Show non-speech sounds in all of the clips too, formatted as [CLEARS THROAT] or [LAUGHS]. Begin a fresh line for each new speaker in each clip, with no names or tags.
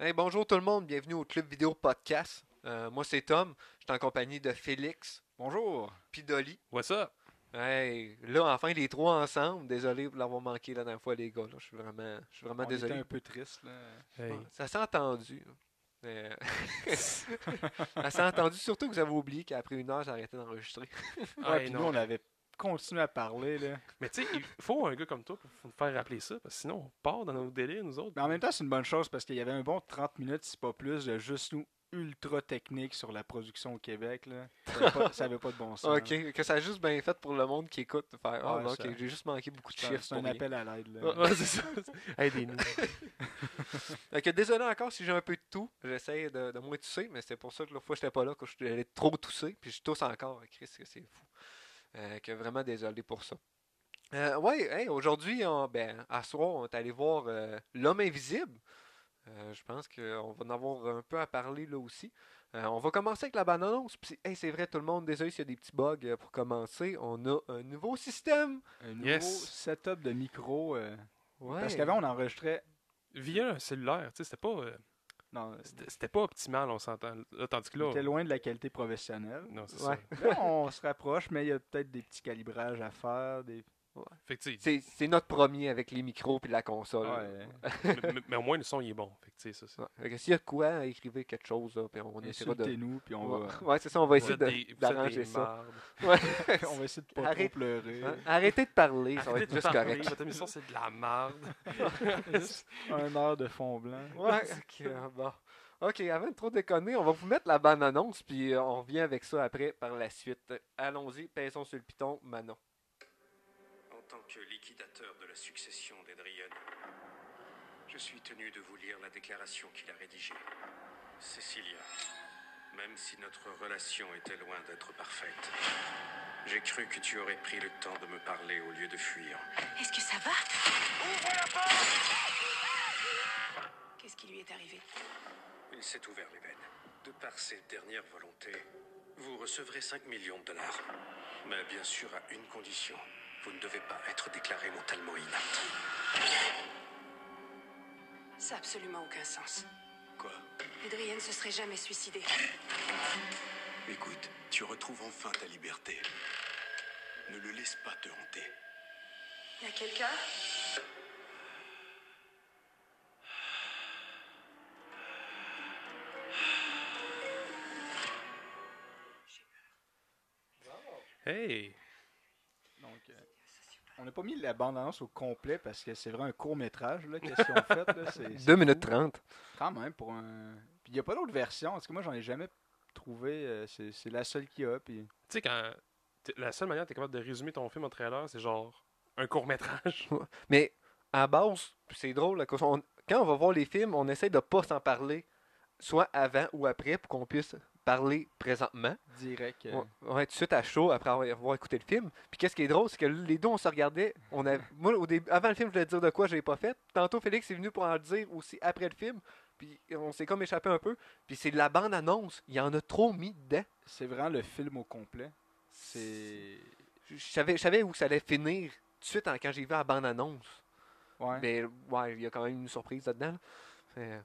Hey, bonjour tout le monde, bienvenue au Club Vidéo Podcast. Euh, moi c'est Tom, je suis en compagnie de Félix,
Bonjour.
puis d'Oli.
What's up?
Hey, là enfin les trois ensemble, désolé pour l'avoir manqué la dernière fois les gars, là. je suis vraiment, je suis vraiment
On
désolé.
était un peu triste là.
Ouais, Ça s'est entendu. hein. Mais, euh, [LAUGHS] ça s'est entendu, surtout que vous avez oublié qu'après une heure j'ai arrêté d'enregistrer.
Ouais,
Ouais,
puis
non.
nous on avait continué à parler là.
Mais tu sais, il faut un gars comme toi pour nous faire rappeler ça, parce que sinon on part dans nos délires, nous autres.
Mais en même temps, c'est une bonne chose parce qu'il y avait un bon 30 minutes, si pas plus, de juste nous ultra technique sur la production au Québec là. Ça avait pas, ça avait pas de bon sens. là.
ok, que ça a juste bien fait pour le monde qui écoute. de Faire, Ah,
Ouais,
ben, ok,
ça-
j'ai juste manqué beaucoup de
C'est un-
chiffres.
C'est un
pour rien.
appel à l'aide là.
Ouais, ouais, [LAUGHS] c'est ça. Aidez-nous.
Fait que désolé encore si j'ai un peu de tout. J'essaie de, de moins tousser, mais c'était pour ça que l'autre fois j'étais pas là, que j'allais trop tousser, puis je tousse encore. Chris, que c'est fou. Euh, que vraiment désolé pour ça. Euh, ouais, hey, aujourd'hui, on- ben, à soir, on est allé voir euh, L'homme invisible. Euh, je pense qu'on va en avoir un peu à parler là aussi. Euh, on va commencer avec la bande-annonce. Puis, hey, c'est vrai, tout le monde, désolé s'il y a des petits bugs euh, pour commencer. On a un nouveau système.
Un nouveau
Yes.
setup de micro. euh,
Ouais.
Parce qu'avant on enregistrait.
Via un cellulaire, tu sais, c'était pas, euh,
Non,
c'était c'était pas optimal, on s'entend. Là, tandis que là.
c'était loin de la qualité professionnelle.
Non, c'est
Ouais.
ça.
Là, on se rapproche, mais il y a peut-être des petits calibrages à faire. Des...
Fait que, tu sais,
c'est c'est notre premier avec les micros puis la console.
Ouais.
mais, mais- mais au moins le son il est bon. Fait que, tu sais, ça, c'est-
Ouais. Fait que S'il y a de quoi, écrivez quelque chose, là, puis on essaiera de.
Insultez-nous, puis on
Ouais, [LAUGHS]
va, [LAUGHS]
ouais, c'est ça, on va
Vous
essayer
êtes
de-
des- vous êtes
d'arranger
des
ça.
mardes. [LAUGHS]
[LAUGHS]
on va essayer de pas
Arrête.
trop pleurer.
Hein? Arrêtez de parler, ça va
Arrêtez
être
de
juste
parler,
correct.
votre émission c'est de la marde.
[LAUGHS]
Juste un heure de fond blanc.
Ouais, ok, euh, bon. Ok, avant de trop déconner, on va vous mettre la bande-annonce, puis euh, on revient avec ça après par la suite. Allons-y, pèsons sur le piton, Manon.
En tant que liquidateur de la succession d'Edrian, je suis tenu de vous lire la déclaration qu'il a rédigée. Cécilia, même si notre relation était loin d'être parfaite, j'ai cru que tu aurais pris le temps de me parler au lieu de fuir.
Est-ce que ça va Qu'est-ce qui lui est arrivé
Il s'est ouvert les veines. De par ses dernières volontés, vous recevrez 5 millions de dollars. Mais bien sûr à une condition. Vous ne devez pas être déclaré mentalement inapte.
Ça n'a absolument aucun sens.
Quoi
Adrienne se serait jamais suicidée.
Écoute, tu retrouves enfin ta liberté. Ne le laisse pas te hanter.
Y a quelqu'un
Hey!
Donc, euh, on n'a pas mis la bande-annonce au complet parce que c'est vraiment un court-métrage. là, Qu'est-ce qu'ils ont fait? Là,
[LAUGHS]
c'est- c'est
2 minutes
fou.
30.
Quand même, pour un. Puis il n'y a pas d'autre version. Parce que moi, j'en ai jamais trouvé. euh, c'est c'est la seule qu'il y a. Puis...
Tu sais, quand. t'es- La seule manière que t'es capable de résumer ton film en trailer, c'est genre
[LAUGHS]
un court-métrage.
Mais à la base, puis c'est drôle, là, qu'on- on- quand on va voir les films, on essaie de pas s'en parler, soit avant ou après, pour qu'on puisse parler présentement.
Direct. euh,
Ouais, ouais, tout de suite à chaud après avoir avoir écouté le film. Puis qu'est-ce qui est drôle, c'est que les deux, on se regardait. On avait... Moi, au début, avant le film, je voulais dire de quoi je l'ai pas fait. Tantôt, Félix est venu pour en dire aussi après le film. Puis on s'est comme échappé un peu. Puis c'est de la bande-annonce. Il y en a trop mis dedans.
C'est vraiment le film au complet. C'est.
Je je savais, je savais où ça allait finir tout de suite en- quand j'ai vu la bande-annonce.
Ouais.
Mais ouais, il y a quand même une surprise là-dedans. là. Fait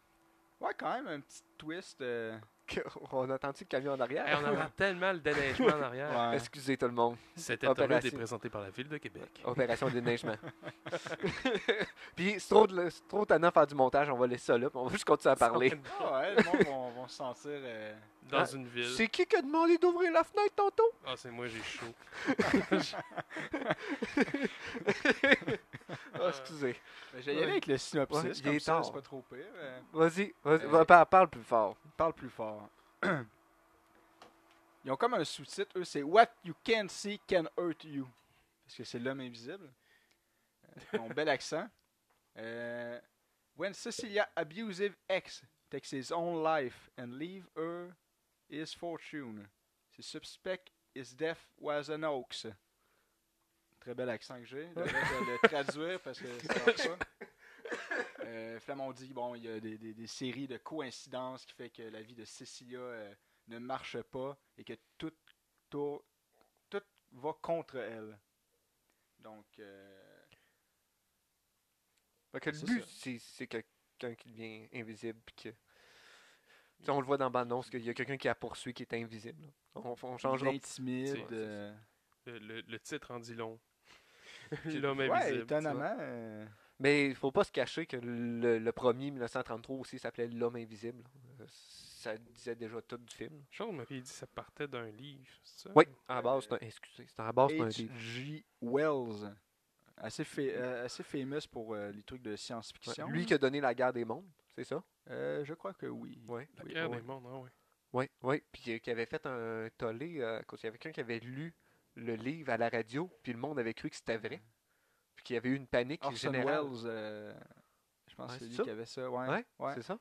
ouais, quand même, un petit twist. euh,
que- [LAUGHS] On a entendu le camion en arrière.
Hey, on entend tellement le déneigement en arrière.
[LAUGHS]
ouais.
Excusez tout le monde.
C'était
Opération.
un est présenté par la ville de Québec.
Oh.
Opération déneigement. [LAUGHS] puis c'est trop, de- c'est trop tannant de faire du montage, on va laisser ça là, puis on va juste continuer à parler.
Ah ouais, le monde vont- vont se sentir. euh,
Dans
Ah,
une ville.
C'est qui qui a demandé d'ouvrir la fenêtre tantôt?
Ah, c'est moi, j'ai chaud.
Ah,
Euh.
excusez.
Mais ben, J'allais avec le synopsis,
Ouais, il
comme
est
ça,
tard.
c'est pas trop pire. euh,
Vas-y, vas-y,
Euh,
va- parle, parle plus fort.
parle plus fort. [CLEARS THROAT] Ils ont comme un sous-titre, eux, c'est What You Can See Can Hurt You. Parce que c'est l'homme invisible. Euh, Mon bel accent. Euh, When Cecilia abusive ex takes his own life and leave her his fortune. C'est suspect his death was an hoax. Très bel accent que j'ai. Je vais le le traduire parce que ça marche pas. Euh, Flamand dit bon, il y a des, des- des séries de coïncidences qui fait que la vie de Cecilia euh, ne marche pas et que tout, tour- tout va contre elle. Donc, euh,
Fait que le
C'est
but,
ça.
c'est c'est que quelqu'un qui devient invisible, puis que Tu sais, on le voit dans la bande-annonce qu'il y a quelqu'un qui la poursuit qui est invisible. là. On, on changera.
L'intimide.
C'est- c'est-
euh,
Le, le- le titre en
[LAUGHS]
dit long.
Qui-
L'homme invisible.
Ouais,
tu vois.
étonnamment. euh,
Mais il faut pas se cacher que le, le premier 1933 aussi s'appelait L'homme invisible. Euh, Ça disait déjà tout du film.
Charles m'avait dit que ça partait d'un livre, c'est ça?
Oui, à la base, c'est un. Excusez, c'est à la base, c'est un livre.
H.G. Wells. Assez, fa- euh, assez famous pour euh, les trucs de
Ouais.
science-fiction.
Lui qui a donné la guerre des mondes, c'est ça?
Euh, je crois que oui.
Ouais.
La
Oui,
guerre
oui.
des mondes, ah ouais.
Oui, oui. Puis euh, qui avait fait un tollé, euh, à cause- il y avait quelqu'un qui avait lu le livre à la radio, puis le monde avait cru que c'était vrai. Puis qu'il y avait eu une panique
Orson
générale.
Welles, euh, je pense
Ouais,
que c'est
c'est
lui
ça.
qui avait ça. Ouais.
Ouais,
ouais.
c'est ça?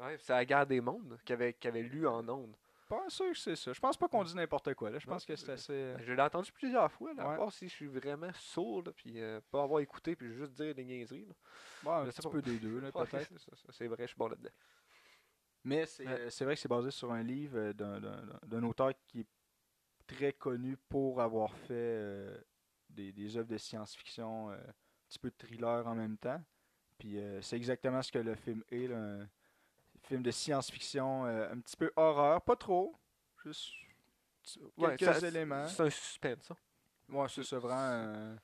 Ouais, c'est la guerre des mondes qu'il avait, qu'il avait lu en ondes.
Pas sûr que c'est ça. Je pense pas qu'on dit n'importe quoi. Là. Je
Non,
pense que c'est
euh,
assez.
Je l'ai entendu plusieurs fois, là,
Ouais.
à voir si je suis vraiment sourd, là, puis euh, pas avoir écouté, puis juste dire des niaiseries. là.
Bon, un
je sais
petit
pas.
peu des deux, [LAUGHS] là,
Ouais,
peut-être.
c'est ça, ça, c'est vrai, je suis bon là-dedans.
Mais c'est
Ouais.
euh, c'est vrai que c'est basé sur un livre euh, d'un- d'un d'un auteur qui est très connu pour avoir fait euh, des, des œuvres de science-fiction, euh, un petit peu de thriller en même temps. Puis euh, c'est exactement ce que le film est, là, un film de science-fiction, euh, un petit peu horreur, pas trop, juste t-
Ouais,
quelques
ça-
éléments.
C'est un suspense, ça.
Ouais, c'est ça, vraiment un,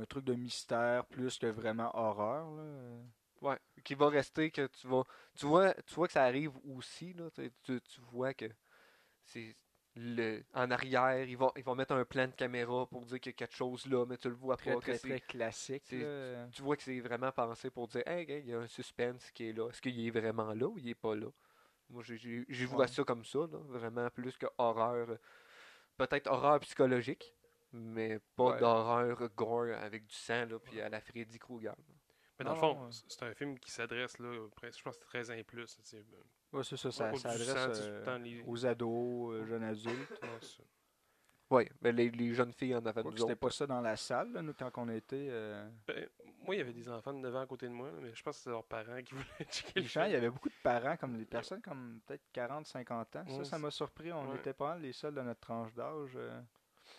un truc de mystère plus que vraiment horreur. là.
Ouais, qui va rester que tu vas tu vois tu vois que ça arrive aussi là, tu, tu- tu vois que c'est le en arrière, ils vont ils vont mettre un plan de caméra pour dire qu'il y a quelque chose là, mais tu le vois
Très,
pas que
très,
c'est-
très classique.
c'est-
là. euh.
tu vois que c'est vraiment pensé pour dire hey, hey, il y a un suspense qui est là, est-ce qu'il est vraiment là ou il est pas là. Moi j'ai- j'ai- j'y vois
Ouais.
ça comme ça là, vraiment plus que horreur euh, peut-être horreur psychologique, mais pas
Ouais.
d'horreur gore avec du sang là puis à la Freddy Krueger.
Mais dans le
Non,
fond,
ouais.
c'est c'est un film qui s'adresse, là, au prince- je pense que c'est 13 ans et plus. tu sais, euh,
Ouais, c'est ça, ça,
au-
ça
du
adresse
sang, tu sais,
euh,
tout le temps, les-
aux ados, euh, jeunes adultes.
[LAUGHS]
[LAUGHS]
Ouais, c'est-
Ouais, mais les, les jeunes filles en avaient
Quoique
nous
C'était
autres.
pas ça dans la salle, là, nous, quand on était. euh,
Ben, moi, il y avait des enfants de 9 ans à côté de moi, là, mais je pense que c'est leurs parents qui [LAUGHS] voulaient checker
les
le
gens, il
film.
y avait beaucoup de parents, comme des personnes comme peut-être 40, 50 ans.
Ouais,
ça, ça
c'est-
m'a surpris. On
ouais.
était pas mal les seuls de notre tranche d'âge. euh.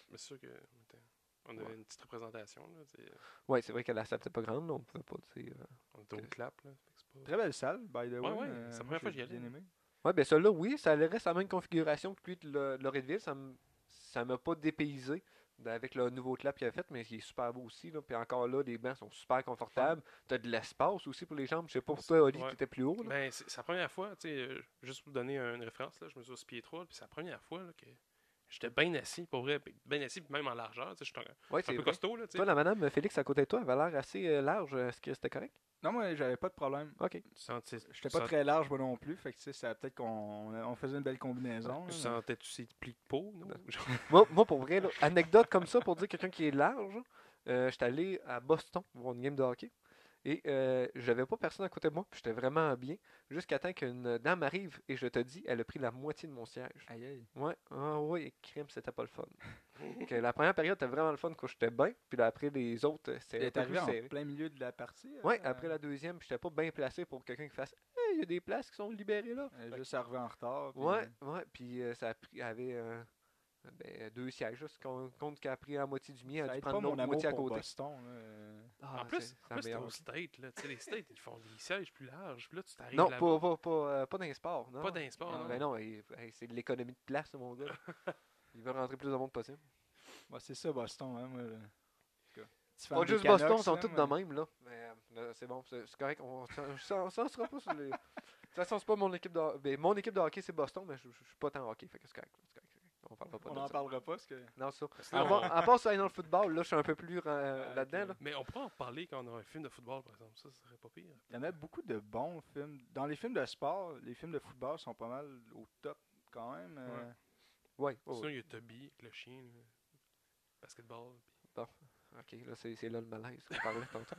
Mais c'est sûr que. attends, On avait
Ouais.
une petite représentation, là. tu sais,
Ouais, c'est vrai que la salle n'était pas grande, là, on pouvait pas, tu sais, euh.
On était au
Ok.
clap, là. fait que c'est pas-
Très belle salle, by the way.
Ouais, ouais,
euh,
c'est la
moi,
première fois
j'ai
que j'y allais.
bien aimé.
Ouais, ben celui-là, oui, ça reste la même configuration que lui de le- Loretteville, ça me ça m'a pas dépaysé d- avec le nouveau clap qu'il a fait, mais il est super beau aussi, là. Puis encore là, les bancs sont super confortables. T'as de l'espace aussi pour les jambes. Je sais pas pour toi, Oli,
Ouais.
t'étais plus haut, là.
Ben, c'est c'est la première fois, tu sais, euh, juste pour donner une référence, là, je me suis pied 3, puis c'est la première fois là, que j'étais bien assis, pour vrai, bien assis, puis même en largeur, tu sais, je suis un-
Ouais,
un
c'est
peu
vrai.
costaud, là, tu sais.
Toi, la madame euh, Félix à côté de toi, elle avait l'air assez euh, large. euh, Est-ce que c'était correct?
Non, moi, j'avais pas de problème.
Ok.
Tu sentais,
J'étais pas
tu
très large, moi non plus. Fait que, tu sais, ça peut-être qu'on on a- on faisait une belle combinaison. là,
sentais- tu
mais-
sentais-tu ces plis de peau, non?
Ben,
Genre,
moi, moi, pour vrai, là, anecdote comme ça, pour dire quelqu'un qui est large, euh, j'étais allé à Boston voir une game de hockey. Et euh, j'avais pas personne à côté de moi, puis j'étais vraiment bien. Jusqu'à temps qu'une dame arrive et je te dis, elle a pris la moitié de mon siège.
Aïe, aïe.
Ouais, ah oui, et crime, c'était pas le fun. Que la première période, c'était vraiment le fun quand j'étais bien, puis là, après les autres, euh,
Elle
c'était un peu
est
plus
arrivée en
serré.
plein milieu de la partie.
Ouais,
euh,
après la deuxième, puis j'étais pas bien placé pour quelqu'un qui fasse Hey, il y a des places qui sont libérées là.
elle est euh, Juste arrivée en retard. puis-
Ouais, ouais, puis euh, ça a pris, elle avait euh, ben, deux sièges, là, ce qu'on compte qu'elle a pris la moitié du mien,
Ça
elle a dû
aide
prendre
pas mon
l'autre
amour
moitié à
pour
côté.
Boston. là, euh.
Ah,
en plus,
c'est- c'est
en
la
plus, t'es
meilleure.
au state, là, tu sais, les states, ils font des sièges plus larges, puis là, tu t'arrives
Non,
là-bas,
pas, pas, pas, euh, pas dans les sports, non.
pas d'un sport,
Ah,
non.
ben non, il- hey, c'est de l'économie de place, mon gars. Il veut rentrer plus de monde possible.
Bah, c'est ça, Boston. Hein, moi, là. Tu
Pas juste Boston, ils sont
hein,
tous de même, là. Mais euh, là, c'est bon, c'est c'est correct. On s'en s'en sera pas sur les. [LAUGHS] De toute façon, c'est pas mon équipe de hockey. Mon équipe de hockey, c'est Boston, mais je je- je suis pas tant hockey. Fait que c'est correct. c'est correct, c'est correct. On parlera pas
On
de
n'en
ça.
parlera pas parce que.
Non, c'est ça.
Parce que là,
À part-
on-
à part sur le Football, là, je suis un peu plus euh,
Ah,
là-dedans,
ok.
là.
Mais on pourrait en parler quand on a un film de football, par exemple, ça, ça serait pas pire.
Il y en a beaucoup de bons films. Dans les films de sport, les films de football sont pas mal au top quand même. euh.
Ouais, ouais,
Sinon,
ouais.
il y a Toby, avec le chien, là, basketball, puis-
Ok, là, c'est c'est là le malaise. On parlait tantôt.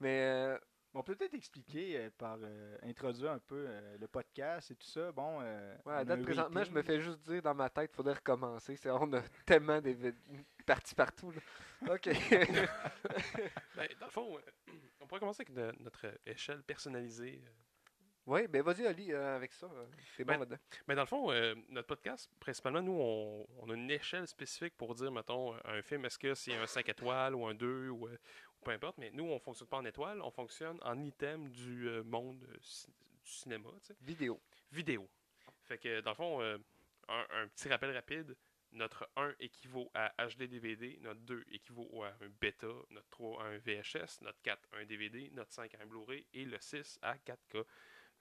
Mais. euh,
On peut peut-être expliquer euh, par euh, introduire un peu euh, le podcast et tout ça. Bon, euh,
Ouais,
on a
à
un
date, présentement, je me
rating.
fais juste dire dans ma tête, faudrait recommencer. C'est- On a [LAUGHS] tellement des vi- parties partout. Là. OK.
Ben, dans le fond, euh, [CLEARS THROAT] on pourrait commencer avec no- notre euh, échelle personnalisée.
oui, ben vas-y, Ali, euh, avec ça. euh, T'es
Ben,
bon là-dedans.
Mais dans le fond, euh, notre podcast, principalement, nous, on, on a une échelle spécifique pour dire, mettons, euh, un film, est-ce que c'est un 5 étoiles ou un 2 ou, euh, ou peu importe. Mais nous, on fonctionne pas en étoiles, on fonctionne en item du euh, monde euh, ci- du cinéma, tu sais
Vidéo.
vidéo. Fait que, dans le fond, euh, un, un petit rappel rapide. Notre 1 équivaut à HD-DVD, notre 2 équivaut à un bêta, notre 3 à un VHS, notre 4 à un DVD, notre 5 à un Blu-ray et le 6 à 4K.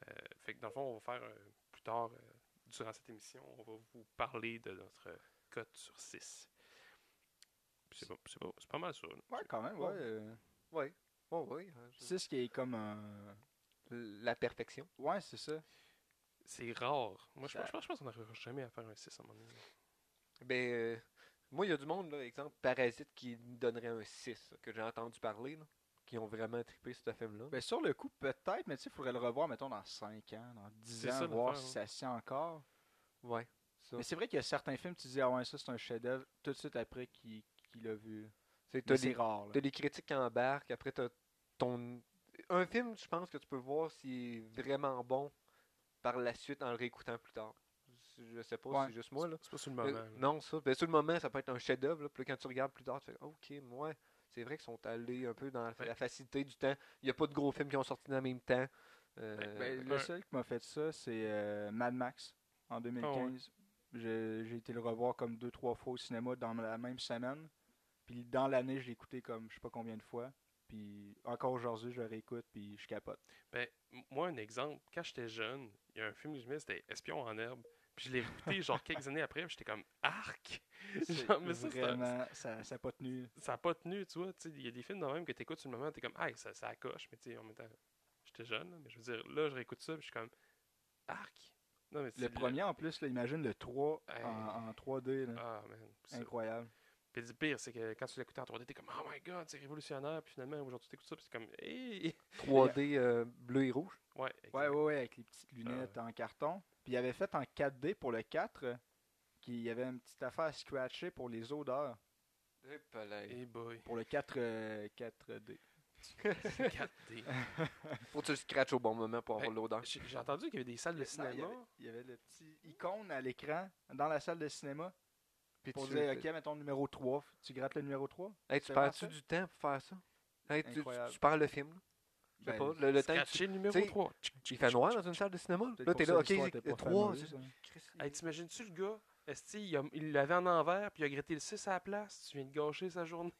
Euh, fait que, dans le fond, on va faire euh, plus tard, euh, durant cette émission, on va vous parler de notre euh, cote sur 6. Puis C'est bon, c'est bon, c'est pas mal ça. là.
Ouais, quand même, ouais.
Bon. Oui. Oh, oui. hein, je-
6 qui est comme un.
La perfection.
Ouais, c'est ça.
C'est rare. Moi, je
Ça-
pense, je pense- je pense qu'on n'arrivera jamais à faire un 6 à un moment donné.
Ben, euh, moi, il y a du monde, là, exemple, Parasite, qui donnerait un 6, là, que j'ai entendu parler, là, qui ont vraiment trippé ce film-là.
Ben, sur le coup, peut-être, mais tu sais, il faudrait le revoir, mettons, dans 5 ans, dans 10
C'est
ans,
ça,
voir
l'affaire,
si
ouais.
ça se tient encore.
Ouais. Ça.
Mais c'est vrai qu'il y a certains films, tu dis, ah ouais, ça c'est un chef-d'œuvre, tout de suite après qu'il qu'il l'a vu.
C'est
Mais
t'as
C'est
des-
rare, là.
T'as les critiques qui embarquent, après t'as ton. Un film, je pense que tu peux voir s'il est vraiment bon par la suite en le réécoutant plus tard. Je sais pas,
Ouais.
c'est juste moi là.
C'est pas sur le moment.
Euh,
là.
non, ça. Ben, sur le moment, ça peut être un chef-d'œuvre. là, Puis là, quand tu regardes plus tard, tu fais OK, moi, c'est vrai qu'ils sont allés un peu dans la,
Ouais.
la facilité du temps. Il n'y a pas de gros films qui ont sorti dans le même temps. Euh,
Ben,
euh,
le
un- Ah
seul qui m'a fait ça, c'est euh, Mad Max en 2015. Je- J'ai été le revoir comme deux, trois fois au cinéma dans la même semaine. Puis dans l'année, je l'ai écouté comme je sais pas combien de fois. Puis encore aujourd'hui, je le réécoute, puis je capote.
Ben, m- moi, un exemple, quand j'étais jeune, il y a un film que je mets, c'était Espion en herbe. Puis je l'ai
[LAUGHS]
écouté genre quelques années après, puis j'étais comme arc! [LAUGHS] Genre, mais ça, c'est un-
Vraiment, ça n'a pas tenu.
Ça n'a pas tenu, tu vois. tu sais, Il y a des films de même que tu écoutes sur le moment, tu es comme, ah, ça, ça accroche, mais tu sais, en même temps, j'étais jeune, là, mais je veux dire, là, je réécoute ça, puis je suis comme arc! Non, mais c'est
Le premier, en plus, là, imagine le 3
Hey.
en, en 3D. là.
Ah, man. ça-
Incroyable.
Puis le pire, c'est que quand tu l'écoutes en 3D, t'es comme, oh my god, c'est révolutionnaire, puis finalement, aujourd'hui, t'écoutes ça, puis c'est comme, hey! [LAUGHS]
3D euh, bleu et rouge.
Ouais,
Ouais,
exact.
ouais, ouais, avec les petites lunettes en carton. Puis il avait fait en 4D pour le 4, euh, qu'il y avait une petite affaire à scratcher pour les odeurs,
Hey boy,
pour le 4, euh, 4D. [LAUGHS]
4D.
Faut que tu le scratches au bon moment pour avoir
Hey,
l'odeur.
J'ai j'ai entendu qu'il y avait des salles de
Non, il y
cinéma.
avait- Il y avait le petit icône à l'écran dans la salle de cinéma
Puis
pour
tu,
dire, ok, mettons numéro 3, tu grattes le numéro 3.
Hey, tu
c'est
perds-tu
vraiment
du temps pour faire ça? Hey, tu, tu-
Incroyable.
tu perds le film. là. Je sais
Ben,
pas, le, le temps que tu-
Scratcher le numéro
t'sais,
3.
Il fait noir dans une salle de cinéma.
peut-être
Là,
pour
t'es
ça,
là,
l'histoire était
ok,
pas
trois.
fameuse, hein.
Hey, t'imagines-tu le gars? Esti, il a- il l'avait en envers, puis il a gratté le 6 à la place. Tu viens de gâcher sa journée.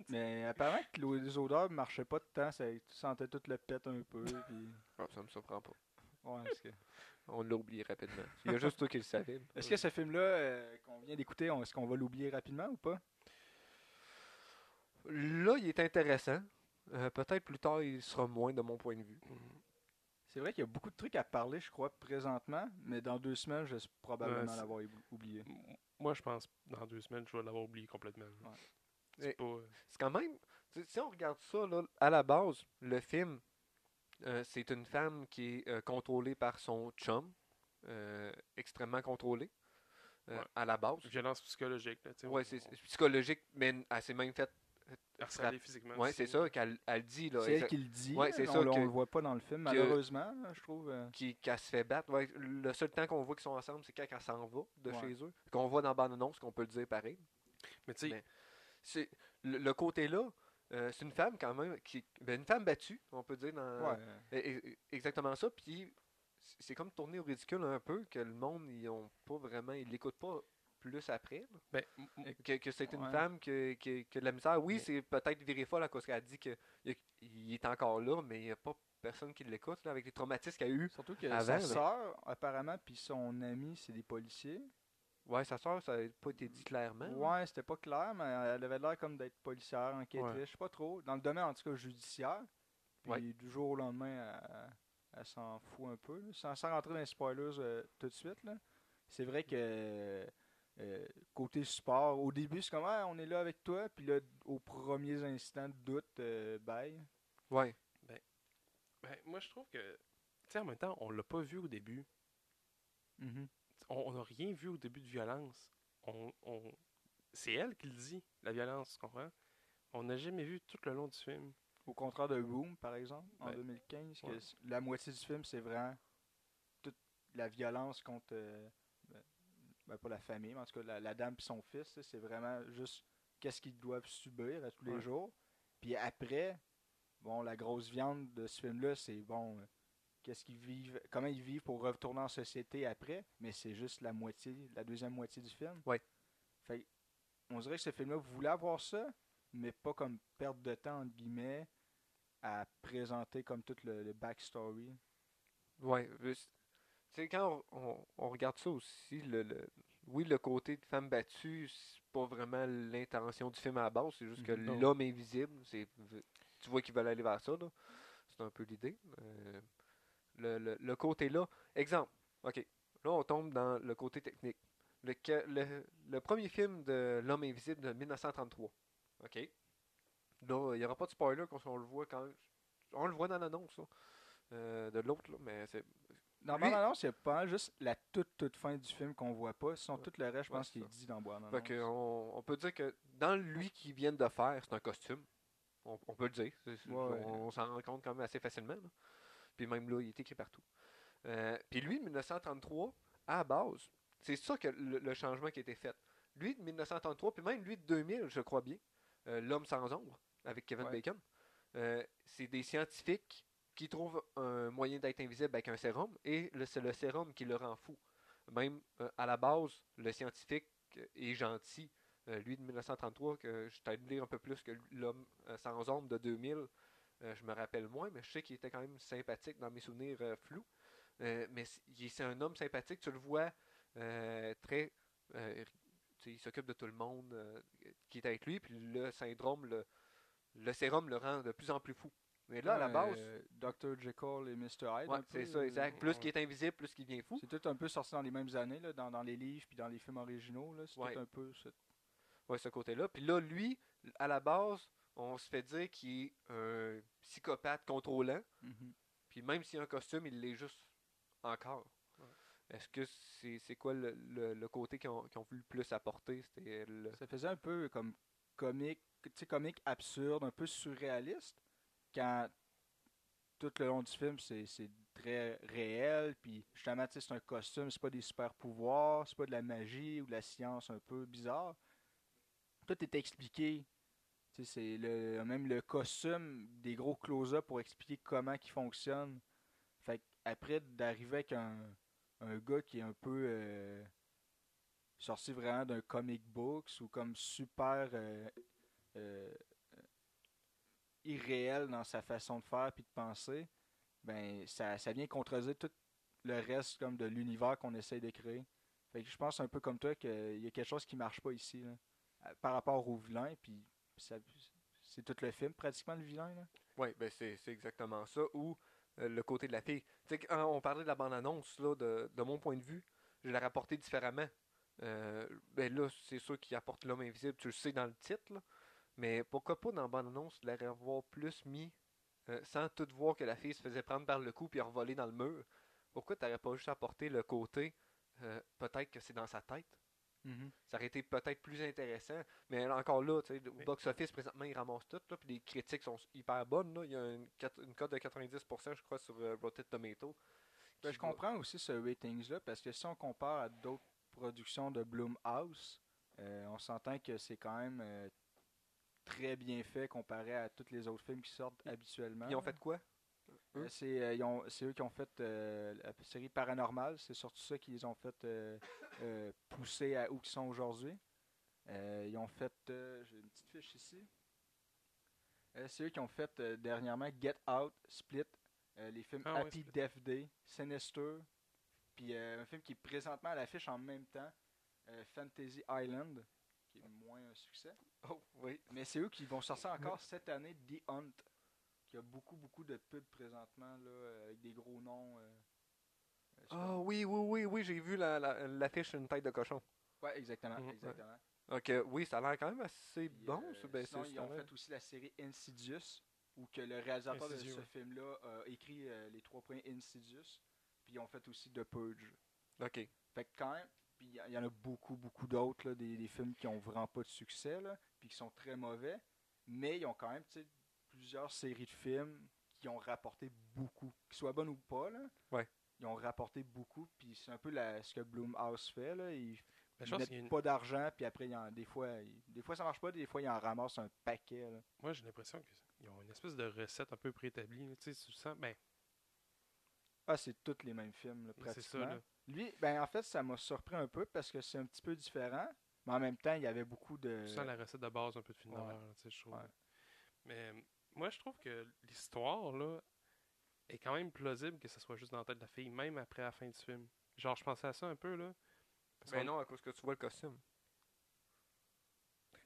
[LAUGHS]
Mais apparemment que l'o- les odeurs marchaient pas de temps, ça, tu sentais tout le pet un peu. puis-
Ah, ça me surprend pas.
Ouais, parce que-
On l'a oublié rapidement. Il y a juste toi qui le savais.
Est-ce que ce film-là euh, qu'on vient d'écouter, on- est-ce qu'on va l'oublier rapidement ou pas
Là, il est intéressant. Euh, Peut-être plus tard, il sera moins de mon point de vue.
C'est vrai qu'il y a beaucoup de trucs à parler, je crois, présentement, mais dans deux semaines, je vais probablement
Ouais, c'est-
l'avoir éb- oublié.
M- Moi, je pense, dans deux semaines, je vais l'avoir oublié complètement. là.
Ouais.
C'est
Et-
pas... euh,
C'est quand même. tu sais, Si on regarde ça, là, à la base, le film, euh, c'est une femme qui est euh, contrôlée par son chum, euh, extrêmement contrôlée, euh,
Ouais.
à la base.
Violence psychologique, là, tu sais.
Ouais, c'est c'est psychologique, mais elle s'est même faite.
Harcelé physiquement.
Ouais,
aussi,
c'est
là.
ça qu'elle elle dit. là,
C'est elle
exa-
qui le dit,
Ouais,
là,
c'est
on,
ça
le- on
que-
le voit pas dans le film,
que-
malheureusement, là, je trouve. euh.
qui, qu'elle se fait battre. Ouais, le seul temps qu'on voit qu'ils sont ensemble, c'est quand elle s'en va de
Ouais.
chez eux. Qu'on voit dans la bande-annonce, qu'on peut le dire pareil.
Mais tu sais,
Mais- C'est, le, le côté-là, euh, c'est une femme quand même, qui, ben, une femme battue, on peut dire. Dans,
ouais.
e- e- Exactement ça. Puis c'est- c'est comme tourné au ridicule un peu, que le monde, ils ont pas vraiment, ils l'écoutent pas plus après. là. Euh,
ben, m- m-
Que, que c'est une
Ouais.
femme que, que, que de la misère. Oui,
Mais-
c'est peut-être viré folle à cause qu'elle dit qu'il est encore là, mais il n'y a pas personne qui l'écoute, là, avec les traumatismes qu'elle a eu.
Surtout que
Avant,
sa
là.
sœur, apparemment, puis son ami, c'est des policiers.
Ouais, sa soeur, ça n'a pas été dit clairement. là.
Ouais, c'était pas clair, mais elle avait l'air comme d'être policière, enquêtrice,
Ouais.
je sais pas trop. Dans le domaine, en tout cas, judiciaire. Puis
Ouais.
du jour au lendemain, elle, elle s'en fout un peu. là. Sans, sans rentrer dans les spoilers euh, tout de suite, là. c'est vrai que euh, côté support, au début, c'est comme Ah, on est là avec toi. Puis là, aux premiers instants de doute, euh, bye.
Ouais.
ben, moi, je trouve que... Tu sais, en même temps, on l'a pas vu au début. On n'a rien vu au début de violence. On, on- C'est elle qui le dit, la violence, tu comprends? On n'a jamais vu tout le long du film.
Au contraire de Room, par exemple, en
Ben,
2015, que
ouais.
c- la moitié du film, c'est vraiment toute la violence contre, euh, ben, ben, pas la famille, mais en tout cas la, la dame et son fils. là, C'est vraiment juste qu'est-ce qu'ils doivent subir à tous les
Ouais.
jours. Puis après, bon, la grosse viande de ce film-là, c'est bon, euh, qu'est-ce qu'ils vivent, comment ils vivent pour retourner en société après, mais c'est juste la moitié, la deuxième moitié du film.
Ouais.
Fait que, on dirait que ce film-là voulait avoir ça, mais pas comme perte de temps entre guillemets à présenter comme tout le, le backstory.
Ouais. mais c'est- Tu sais, quand on, on- on regarde ça aussi, le, le- oui, le côté de femme battue, c'est pas vraiment l'intention du film à la base, c'est juste que
Mhm. Non.
l'homme invisible, c'est tu vois qu'ils veulent aller vers ça, là. C'est un peu l'idée. Euh, le, le- le côté là. Exemple, OK. Là, on tombe dans le côté technique. Le, ca- le, le premier film de L'homme invisible de 1933. OK. Là, il n'y aura pas de spoiler quand on le voit quand. On le voit dans l'annonce, là, euh, de l'autre, là, mais c'est.
Dans
Lui-
non, non, c'est pas mal juste la toute toute fin du film qu'on voit pas, sinon
Ouais.
tout le reste, je
Ouais,
pense
c'est
qu'il
ça.
dit dans Bois
Fait que on, on peut dire que dans lui qu'ils viennent de faire, c'est un costume. On, on peut le dire. C'est- c'est-
Ouais, ouais.
on on s'en rend compte quand même assez facilement. là. Puis même là, il est écrit partout. Euh, puis lui, de 1933, à la base, c'est ça que le, le changement qui a été fait. Lui de 1933, puis même lui de 2000, je crois bien, euh, L'homme sans ombre, avec Kevin
Ouais.
Bacon, euh, c'est des scientifiques qui trouvent un moyen d'être invisible avec un sérum, et le- c'est le sérum qui le rend fou. Même euh, à la base, le scientifique euh, est gentil. Euh, lui de 1933, que je t'ai lire un peu plus que l'homme euh, sans ombre de 2000, euh, je me rappelle moins, mais je sais qu'il était quand même sympathique dans mes souvenirs euh, flous. Euh, mais c- il- c'est un homme sympathique, tu le vois euh, très. euh, tu sais, il s'occupe de tout le monde euh, qui est avec lui, puis le syndrome, le, le sérum le rend de plus en plus fou. Mais là, à la base,
Dr. Jekyll et Mr. Hyde.
ouais,
euh, un peu,
c'est ça,
euh,
exact. Plus qu'il est invisible, plus qu'il devient fou.
C'est tout un peu sorti dans les mêmes années, là, dans, dans les livres puis dans les films originaux. là, C'est
Ouais.
tout un peu. ce-
Ouais, ce côté-là. Puis là, lui, à la base, on se fait dire qu'il est un psychopathe contrôlant. Puis même s'il a un costume, il l'est juste encore. Est-ce que c'est c'est quoi le, le- le côté qu'ils ont, qu'ils ont voulu le plus apporter? C'était le...
Ça faisait un peu comme comique, tu sais, comique absurde, un peu surréaliste. Quand tout le long du film, c'est c'est très réel. Puis justement, tu sais, c'est un costume, c'est pas des super pouvoirs, c'est pas de la magie ou de la science un peu bizarre. Tout est expliqué. Tu sais, c'est le, même le costume, des gros close-up pour expliquer comment il fonctionne. Fait que après d'arriver avec un, un gars qui est un peu euh, sorti vraiment d'un comic books ou comme super euh, euh, euh, irréel dans sa façon de faire puis de penser, ben ça, ça vient contredire tout le reste comme de l'univers qu'on essaye de créer. Fait que je pense un peu comme toi qu'il y a quelque chose qui marche pas ici là, à- par rapport au vilain puis ça- c'est tout le film pratiquement le vilain là.
Oui, ben c'est c'est exactement ça. Ou euh, le côté de la fille. Tu sais, quand on parlait de la bande-annonce, là, de, de mon point de vue, je l'ai rapporté différemment. Euh, ben là, c'est sûr qu'il apporte l'homme invisible, tu le sais dans le titre, là. Mais pourquoi pas dans la bande-annonce de l'avoir plus mis euh, sans tout voir que la fille se faisait prendre par le cou puis revoler dans le mur? Pourquoi t'aurais pas juste apporté le côté euh, peut-être que c'est dans sa tête? Ça aurait été peut-être plus intéressant. Mais encore là, tu sais, au
Mais-
box-office, présentement, ils ramassent tout. Là, puis les critiques sont hyper bonnes. là. Il y a une, quat- une cote de 90%, je crois, sur euh, Rotten Tomato.
Ben,
qui
je
va-
comprends aussi ce ratings-là, parce que si on compare à d'autres productions de Bloomhouse, euh, on s'entend que c'est quand même euh, très bien fait comparé à tous les autres films qui sortent habituellement.
Ils ont fait quoi
Hein?
Euh,
eux?
c'est, euh, ils ont- c'est eux qui ont fait euh, la série Paranormal, c'est surtout ça qui les ont fait euh, euh, pousser à où ils sont aujourd'hui. Euh, ils ont fait, euh, j'ai une petite fiche ici. Euh, c'est eux qui ont fait euh, dernièrement Get Out, Split, euh, les films
Ah ouais,
Happy
Split.
Death Day, Sinister, puis euh, un film qui est présentement à l'affiche en même temps, euh, Fantasy Island, qui est moins un succès.
Oh, oui.
Mais c'est eux qui vont sortir encore cette année The Hunt, qui a beaucoup, beaucoup de pubs présentement, là, euh, avec des gros noms. euh, euh, sur-
Ah oui, oui, oui, oui, j'ai vu la- la- l'affiche Une tête de cochon.
Ouais, exactement,
Mhm, ouais.
exactement.
Donc, euh, oui, ça a l'air quand même assez
Puis,
bon.
euh,
ça, ben,
sinon,
c'est-
ils
ça a
ont
l'air-
fait aussi la série Insidious, où que le réalisateur de
Insidious,
ce
ouais.
film-là a écrit euh, les trois points Insidious, puis ils ont fait aussi The Purge.
Ok.
Fait que quand même, puis il y, y en a beaucoup, beaucoup d'autres, là, des, des films qui ont vraiment pas de succès, là, puis qui sont très mauvais, mais ils ont quand même, tu sais, plusieurs séries de films qui ont rapporté beaucoup, qu'ils soient bonnes ou pas, là.
Ouais.
Ils ont rapporté beaucoup, puis c'est un peu la- ce que Bloomhouse fait, là. Ils,
Ben,
ils
je pense
mettent
qu'il y a une-
pas d'argent, puis après, ils en- des, fois, ils- des fois ça marche pas, des fois ils en ramassent un paquet, là.
Moi, j'ai l'impression qu'ils ont une espèce de recette un peu préétablie. là. Tu sais, tu sens, ben,
Ah, c'est tous les mêmes films, là,
C'est ça,
pratiquement.
là.
Lui, ben en fait, ça m'a surpris un peu parce que c'est un petit peu différent, mais en même temps, il y avait beaucoup de.
Tu
Euh,
sens la recette de base un peu de film
ouais.
d'horreur, là, tu sais, je trouve.
Ouais.
Mais euh, moi, je trouve que l'histoire, là, est quand même plausible que ce soit juste dans la tête de la fille, même après la fin du film. Genre, je pensais à ça un peu, là. Parce
Ben
qu'on-
non, à cause que tu vois le costume.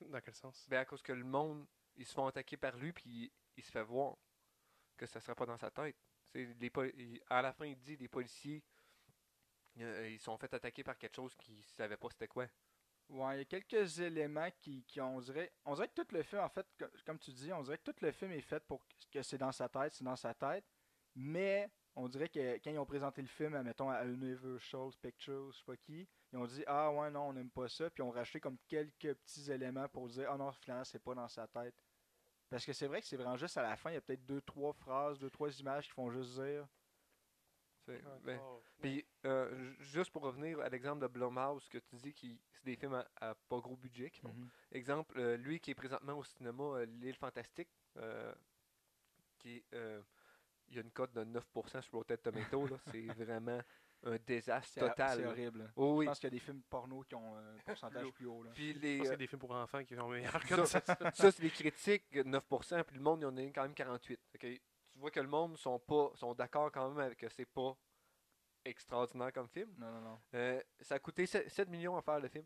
Dans quel sens?
Ben à cause que le monde, ils se font attaquer par lui, puis il, il se fait voir que ça serait pas dans sa tête. C'est les pol- il- à la fin, il dit les policiers, euh, ils sont fait attaquer par quelque chose qu'ils savaient pas c'était quoi.
Ouais, il y a quelques éléments qui, qui on dirait. On dirait que tout le film, en fait, co- comme tu dis, on dirait que tout le film est fait pour que c'est dans sa tête, c'est dans sa tête. Mais on dirait que quand ils ont présenté le film, admettons, à Universal Pictures, je sais pas qui, ils ont dit Ah ouais, non, on n'aime pas ça. Puis ils ont racheté comme quelques petits éléments pour dire Ah non, finalement, c'est pas dans sa tête. Parce que c'est vrai que c'est vraiment juste à la fin, il y a peut-être deux, trois phrases, deux, trois images qui font juste dire
C'est- ben, Puis, euh, ju- juste pour revenir à l'exemple de Blumhouse, que tu dis que c'est des films à, à pas gros budget.
Mm.
qu'ils font.
Mhm.
Exemple, euh, lui qui est présentement au cinéma, euh, L'île fantastique, euh, qui est, euh, il y a une cote de 9% sur Rotten Tomato, là,
[LAUGHS]
c'est vraiment un désastre
C'est-
total.
C'est
là.
horrible.
Oh
Je
oui.
pense qu'il y a des films porno qui ont un
[LAUGHS]
pourcentage plus haut. Là.
Puis
Je
les,
pense qu'il y
euh,
a des films pour enfants qui sont
[LAUGHS]
meilleurs comme ça.
ça, c'est des critiques, euh, 9%, puis le monde, il y en a eu quand même 48. Fait que tu vois que le monde sont pas sont d'accord quand même avec que c'est pas extraordinaire comme film.
Non, non, non.
Euh, ça a coûté 7, millions à faire le film.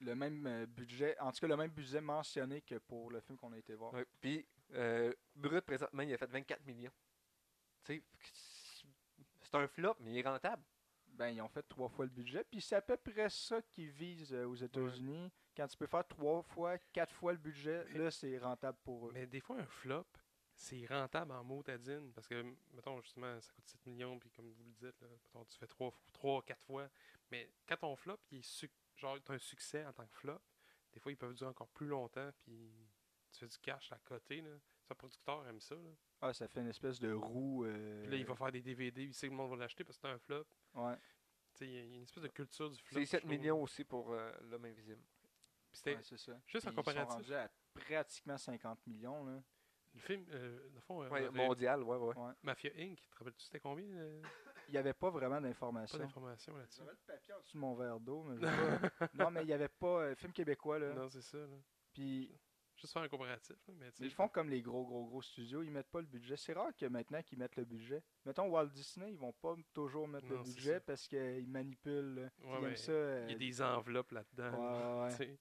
le même euh, budget, en tout cas le même budget mentionné que pour le film qu'on a été voir.
Ouais, Puis, euh, Brut, présentement, il a fait 24 millions. Tu sais, c'est- c'est un flop, mais il est rentable.
Ben ils ont fait trois fois le budget, puis c'est à peu près ça qu'ils visent euh, aux États-Unis. Quand tu peux faire trois fois, quatre fois le budget,
Mais-
là c'est rentable pour eux.
Mais des fois, un flop, c'est rentable en motadine. Parce que, mettons, justement, ça coûte 7 millions, puis comme vous le dites, là, mettons, tu fais 3, 3 4 fois. Mais quand ton flop, il est suc- genre, t'as un succès en tant que flop, des fois, ils peuvent durer encore plus longtemps, puis tu fais du cash à côté. Là. Ça, le producteur aime ça. là.
Ah, ça fait une espèce de roue. euh,
Puis là, il va faire des DVD, il sait que le monde va l'acheter parce que c'est un flop.
ouais.
Tu sais, Il y a il y a une espèce de culture du flop.
C'est 7
je trouve.
millions aussi pour euh, L'Homme Invisible.
Puis c'était-
Ouais, c'est ça.
juste en
Puis Ils
comparatif.
sont rendus à pratiquement 50 millions là.
Le film, euh, dans le fond, euh,
Ouais,
le-
mondial, ouais, ouais.
Mafia Inc., te rappelles-tu, c'était combien euh,
Il n'y avait pas vraiment
Pas
d'informations.
d'informations là-dessus.
J'avais le papier en dessous de mon verre d'eau, mais je sais
[LAUGHS]
pas. non mais il n'y avait pas euh, film québécois là.
Non, c'est ça. Là.
Puis
Juste faire un comparatif. là, mais tu sais,
Ils font comme les gros, gros, gros studios, ils mettent pas le budget. C'est rare que maintenant qu'ils mettent le budget. Mettons Walt Disney, ils vont pas toujours mettre le
Non, c'est
budget
ça.
parce qu'ils manipulent. là.
Ouais,
ils aiment
mais
ça. euh,
Il y a des enveloppes
ouais,
là-dedans.
ouais.
[LAUGHS] tu sais.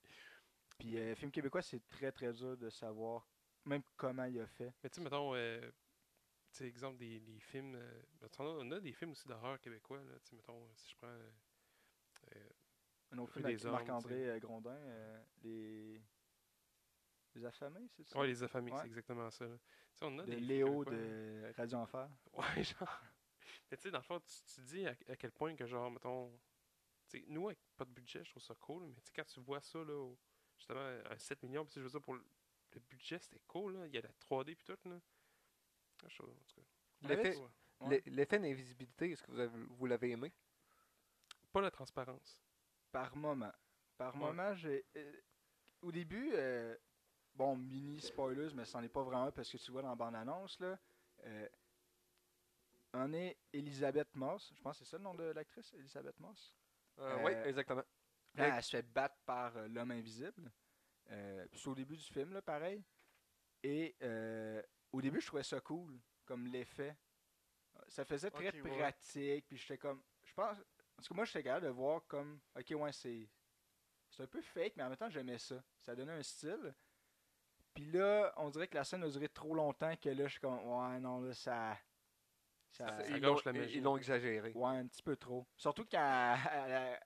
Puis euh, film québécois, c'est très, très dur de savoir même comment il a fait.
Mais tu sais, mettons, euh, tu sais, exemple, des, des films. euh, parce qu'on a- on a des films aussi d'horreur québécois. Là, tu sais, mettons, si je prends. euh, euh,
Un autre
Rue
film
des
avec
Ormes,
Marc-André euh, Grondin, euh, les... les Affamés, c'est ça
ouais, Les Affamés,
Ouais.
c'est exactement ça. là. Tu sais, on a
De
des films
Léo
québécois, là.
de Radio Enfer.
[LAUGHS] Ouais, genre. Mais tu sais, dans le fond, tu, tu dis à, à quel point que, genre, mettons. tu sais, nous, avec pas de budget, je trouve ça cool. Mais tu sais, quand tu vois ça, là, au- justement, à 7 millions, puis tu sais, je veux dire, pour le le budget, c'était cool, là. Il y a la 3D, puis tout, là. Ah, Je trouve, en tout cas.
L'effet
Ouais.
Ouais.
l'e- l'effet d'invisibilité, est-ce que vous avez- vous l'avez aimé?
Pas la transparence.
Par moment. Par
Ouais.
moment, j'ai. euh, au début, euh, bon, mini spoilers, mais c'en est pas vraiment un parce que tu vois dans la bande-annonce, là. euh, on est Elisabeth Moss, je pense que c'est ça le nom de l'actrice, Elisabeth Moss.
Euh,
Euh,
oui, exactement.
Là,
Avec-
Ben, elle se fait battre par euh, l'homme invisible. Euh, puis c'est au début du film, là, pareil. Et euh, au début, je trouvais ça cool, comme l'effet. Ça faisait très
Ok, ouais.
pratique, puis j'étais comme... Je pense... Parce que moi, j'étais capable de voir comme... OK, ouais, c'est... C'est un peu fake, mais en même temps, j'aimais ça. Ça donnait un style. Puis là, on dirait que la scène a duré trop longtemps que là, je suis comme... Ouais, non, là, ça... Ça,
Ça-
ils l'ont
gâche la
ils-
magie.
ils l'ont exagéré.
Ouais, un petit peu trop. Surtout quand, elle- elle-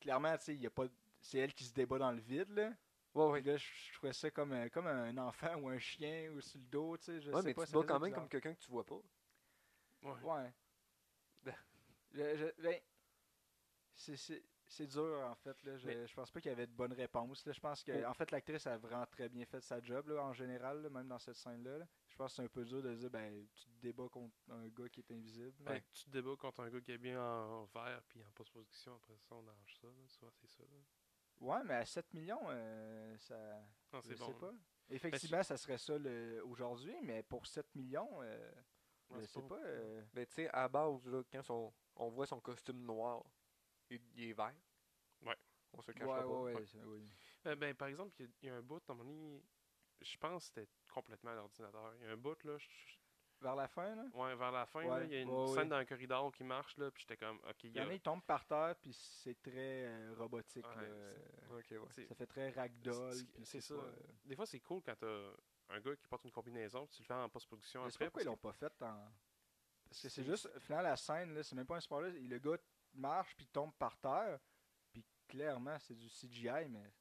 clairement, tu sais, il y a pas, c'est elle qui se débat dans le vide là.
Ouais, ouais.
Puis là, je je trouvais ça comme, un- comme un enfant ou un chien ou sur le dos, tu sais, je
Ouais,
sais
mais
pas.
tu
ça
te bats
faisait
quand même
bizarre.
comme quelqu'un que tu vois pas.
Ouais.
Ouais. [LAUGHS] Je- je- ben, c'est- c'est c'est dur en fait là. Je,
Mais-
je pense pas qu'il y avait de bonnes réponses là. Je pense que
Oh.
en fait l'actrice a vraiment très bien fait sa job là, en général, là, même dans cette scène là. Je pense que c'est un peu dur de dire ben tu te débats contre un gars qui est invisible.
Ben, tu te débats contre un gars qui est bien en vert puis en post-production, après ça, on arrange ça. Là. Souvent, c'est ça. là.
Ouais, mais à 7 millions, euh, ça.
Non,
Je
c'est
sais
bon. Ben, là.
pas. Effectivement, ça serait ça le- aujourd'hui, mais pour 7 millions, euh,
Ouais,
Je
c'est
sais pas. euh,
Mais tu sais, à base, là, quand son- on voit son costume noir, il, il est vert.
Ouais.
On se le
Ouais,
cachera pas.
ouais,
Ouais.
ouais, ça, oui.
Euh, ben, par exemple, il y a- il y, a un bout, à un moment donné, je pense que c'était complètement à l'ordinateur. Il y a un bout, là, je- je-
Vers la fin, là.
ouais, vers la fin,
Ouais,
là, il y a une
ouais,
scène
ouais.
dans le corridor qui marche, là, puis j'étais comme, ok, il
Il
y
y
a-
en a, ils tombent par terre, puis c'est très euh, robotique.
Ouais,
là,
c'est-
euh,
Ok, ouais.
c'est-
Ça fait très ragdoll.
c'est-
puis
c'est ça.
pas, euh,
Des fois, c'est cool quand t'as un gars qui porte une combinaison, puis tu le fais en post-production
Je sais pas
après.
pourquoi ils l'ont
parce
pas fait en. Parce que c'est
C'est-
juste, finalement, la scène, là, c'est même pas un spoiler. Le gars marche puis tombe par terre. Puis clairement, c'est du CGI, mais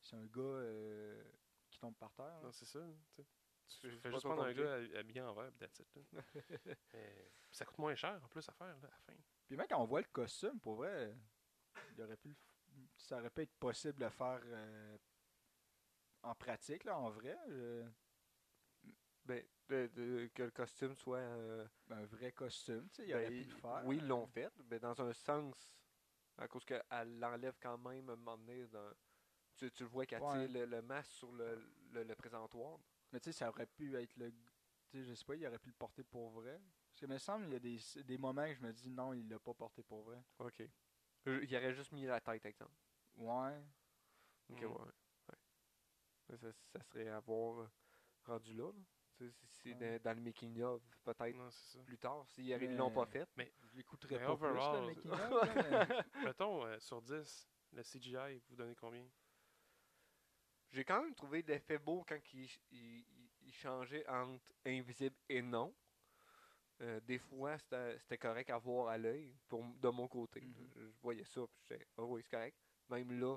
c'est un gars euh, qui tombe par terre.
que-
là.
Non, c'est ça. tu sais. Tu
C'est
fais
pas
juste
trop
prendre un
compliqué.
gars hab- habillé en vert, puis that's it,
[LAUGHS]
là. Mais ça coûte moins cher, en plus, à faire, là, à la fin.
Puis même quand on voit le costume, pour vrai, il aurait pu le f- ça aurait pu être possible de le faire euh, en pratique, là, en vrai. euh,
Ben, de- de- que le costume soit. euh,
un vrai costume, tu sais, il
ben,
aurait pu le faire.
Oui, ils l'ont fait, mais dans un sens. À cause qu'elle l'enlève quand même à un moment donné. dans- Tu, tu le vois qu'elle
Ouais.
tire le, le masque sur le, le, le présentoir.
Mais tu sais, ça aurait pu être le. Tu sais, je sais pas, il aurait pu le porter pour vrai. Parce que me semble, il y a des, des moments que je me dis non, il l'a pas porté pour vrai.
Ok. Je- Il aurait juste mis la tête, exemple.
Ouais.
Ok,
Mm.
ouais. ouais. Mais Ça, ça serait à voir euh, rendu là. là. Tu sais, Si, si
Ouais.
dans, dans le making-of, peut-être
Non, c'est ça.
plus tard, s'ils ne l'ont pas
Mais-
fait.
Je l'écouterais
Mais
pas plus, là,
Ben, overall,
le
[LAUGHS]
making-of, là, mais-
Mettons, euh, sur 10, le CGI, vous donnez combien
J'ai quand même trouvé l'effet beau quand il, il- il- il changeait entre invisible et non. Euh, des fois, c'était c'était correct à voir à l'œil, pour m- de mon côté.
Mhm.
Je, je voyais ça, puis j'étais, oh oui, c'est correct. Même là,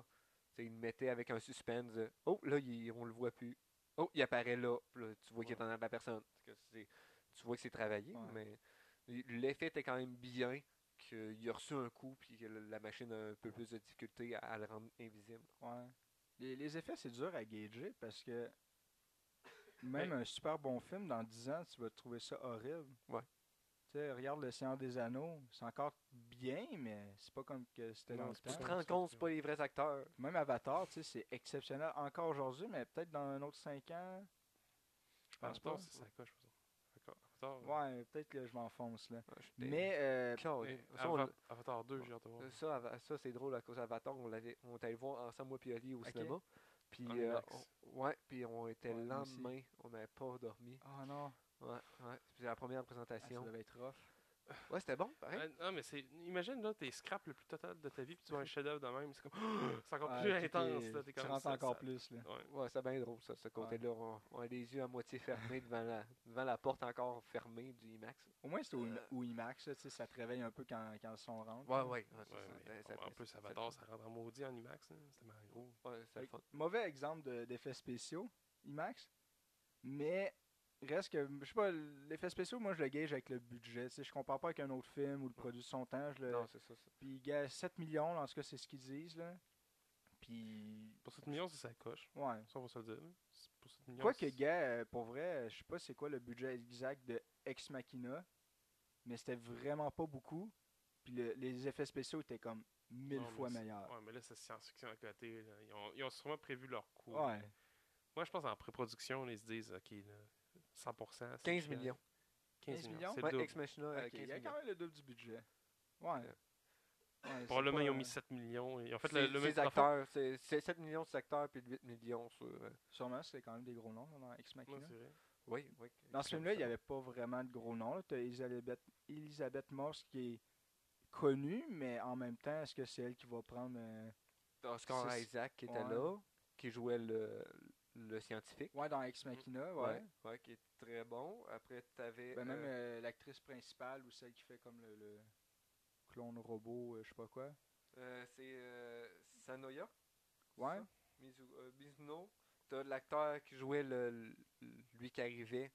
tu sais, il me mettait avec un suspense. de, oh, là, il- on le voit plus. Oh, il apparaît là. Puis là, tu vois qu'il est en arrière de la personne. Parce que c'est- tu vois que c'est travaillé,
Ouais.
mais il- l'effet était quand même bien qu'il a reçu un coup, puis que la machine a un peu plus de difficulté à, à le rendre invisible.
Ouais. Les, les effets, c'est dur à gager parce que même un super bon film, dans 10 ans, tu vas trouver ça horrible.
Ouais.
Tu sais, regarde Le Seigneur des Anneaux, c'est encore bien, mais c'est pas comme que c'était dans
Non,
le
tu
temps.
te rends compte, c'est pas les vrais acteurs.
Même Avatar, tu sais, c'est exceptionnel encore aujourd'hui, mais peut-être dans un autre 5 ans. Je pense
Avatar,
Ah, pas.
c'est ça coche, par exemple. D'accord. Avatar,
Ouais, peut-être que je m'enfonce là.
Ah, j'étais-
Mais
[LAUGHS]
euh,
Calme.
Mais
ça, on
Ava-
l'a-
Avatar 2, j'ai hâte de voir.
ça, Ava- ça, c'est drôle à cause d'Avatar, on l'avait, on est allé le voir ensemble moi puis Oli au
Ok.
cinéma. Puis
En
euh,
IMAX.
on- ouais, puis on était
Ouais,
le
moi aussi.
lendemain, on n'avait pas dormi.
Oh non,
Ouais, ouais. C'était la première
Ah, ça
présentation.
devait être rough.
ouais, c'était bon, pareil.
Ah, non, mais c'est. Imagine, là, t'es scrap le plus total de ta vie, puis tu
[LAUGHS]
vois un chef-d'œuvre de même. C'est comme. [GASPS] C'est encore
Ah,
plus
tu t'es-
intense, là. T'es
Tu
comme
rentres
ça,
encore
ça-
plus là.
Ouais.
Ouais, c'est bien drôle ça, ce côté-là. On, on a les yeux à moitié fermés devant la, devant la porte encore fermée du IMAX.
Au moins c'est au, au IMAX, là, tu sais, ça te réveille un peu quand, quand le son rentre.
Ouais, ouais. ouais, ça,
Euh. Ouais,
c'est-
mais
ça-
en plus,
ça-
Avatar, ça rentre en maudit en IMAX. hein, C'était marrant gros.
Ouais, c'est le
Fait que
fun.
Mauvais exemple de- d'effets spéciaux, IMAX. Mais reste que, je sais pas, l'effet spéciaux, moi je le gage avec le budget. Tu sais, je compare pas avec un autre film ou le produit de son temps. Je le...
Non, c'est ça. ça.
Puis gars, 7 millions, là, en tout cas c'est ce qu'ils disent là. Puis
Pour 7 millions, c'est ça coche.
ouais.
Ça, on va se le dire. hein. C'est- Pour 7 millions.
Quoique,
c'est-
gars, euh, pour vrai, euh, je sais pas c'est quoi le budget exact de Ex Machina, mais c'était vraiment pas beaucoup. Puis le- les effets spéciaux étaient comme mille
Non, mais
fois
c'est-
meilleurs.
Ouais, mais là, c'est science-fiction à côté. là. Ils, ont, ils ont sûrement prévu leur coût.
Ouais.
Moi, je pense en pré-production, ils se disent, OK, là, 100%. c'est
15
chiant.
millions.
15
15
millions.
millions?
C'est le
Ouais,
double.
Ex Machina, euh, 15
Ok, il y a
millions.
quand même le double du budget. Ouais.
Euh.
Ouais,
Probablement,
c'est
ils
pas-
ont mis 7 millions. Ils ont fait le,
C'est-
le
c'est
même
des acteurs, c'est c'est 7 millions de acteurs puis 8 millions sur. euh,
Sûrement, c'est quand même des gros noms là, dans Ex
Non,
Machina.
c'est vrai.
oui, oui.
dans ce film-là, il n'y avait pas vraiment de gros noms. Tu as Elisabeth, Elisabeth Moss qui est connue, mais en même temps, est-ce que c'est elle qui va prendre. euh,
Oscar
c'est-
Isaac qui était
ouais.
là, qui jouait le, le scientifique.
Ouais, dans Ex Machina, Mhm. ouais.
ouais, qui est très bon. Après, t'avais.
Ben, même
euh,
euh, l'actrice principale ou celle qui fait comme le, le clone robot, euh, je sais pas quoi.
euh, c'est euh, Sanoya.
Ouais.
ça? Mizu, euh, Mizuno. T'as l'acteur qui jouait le, le- lui qui arrivait.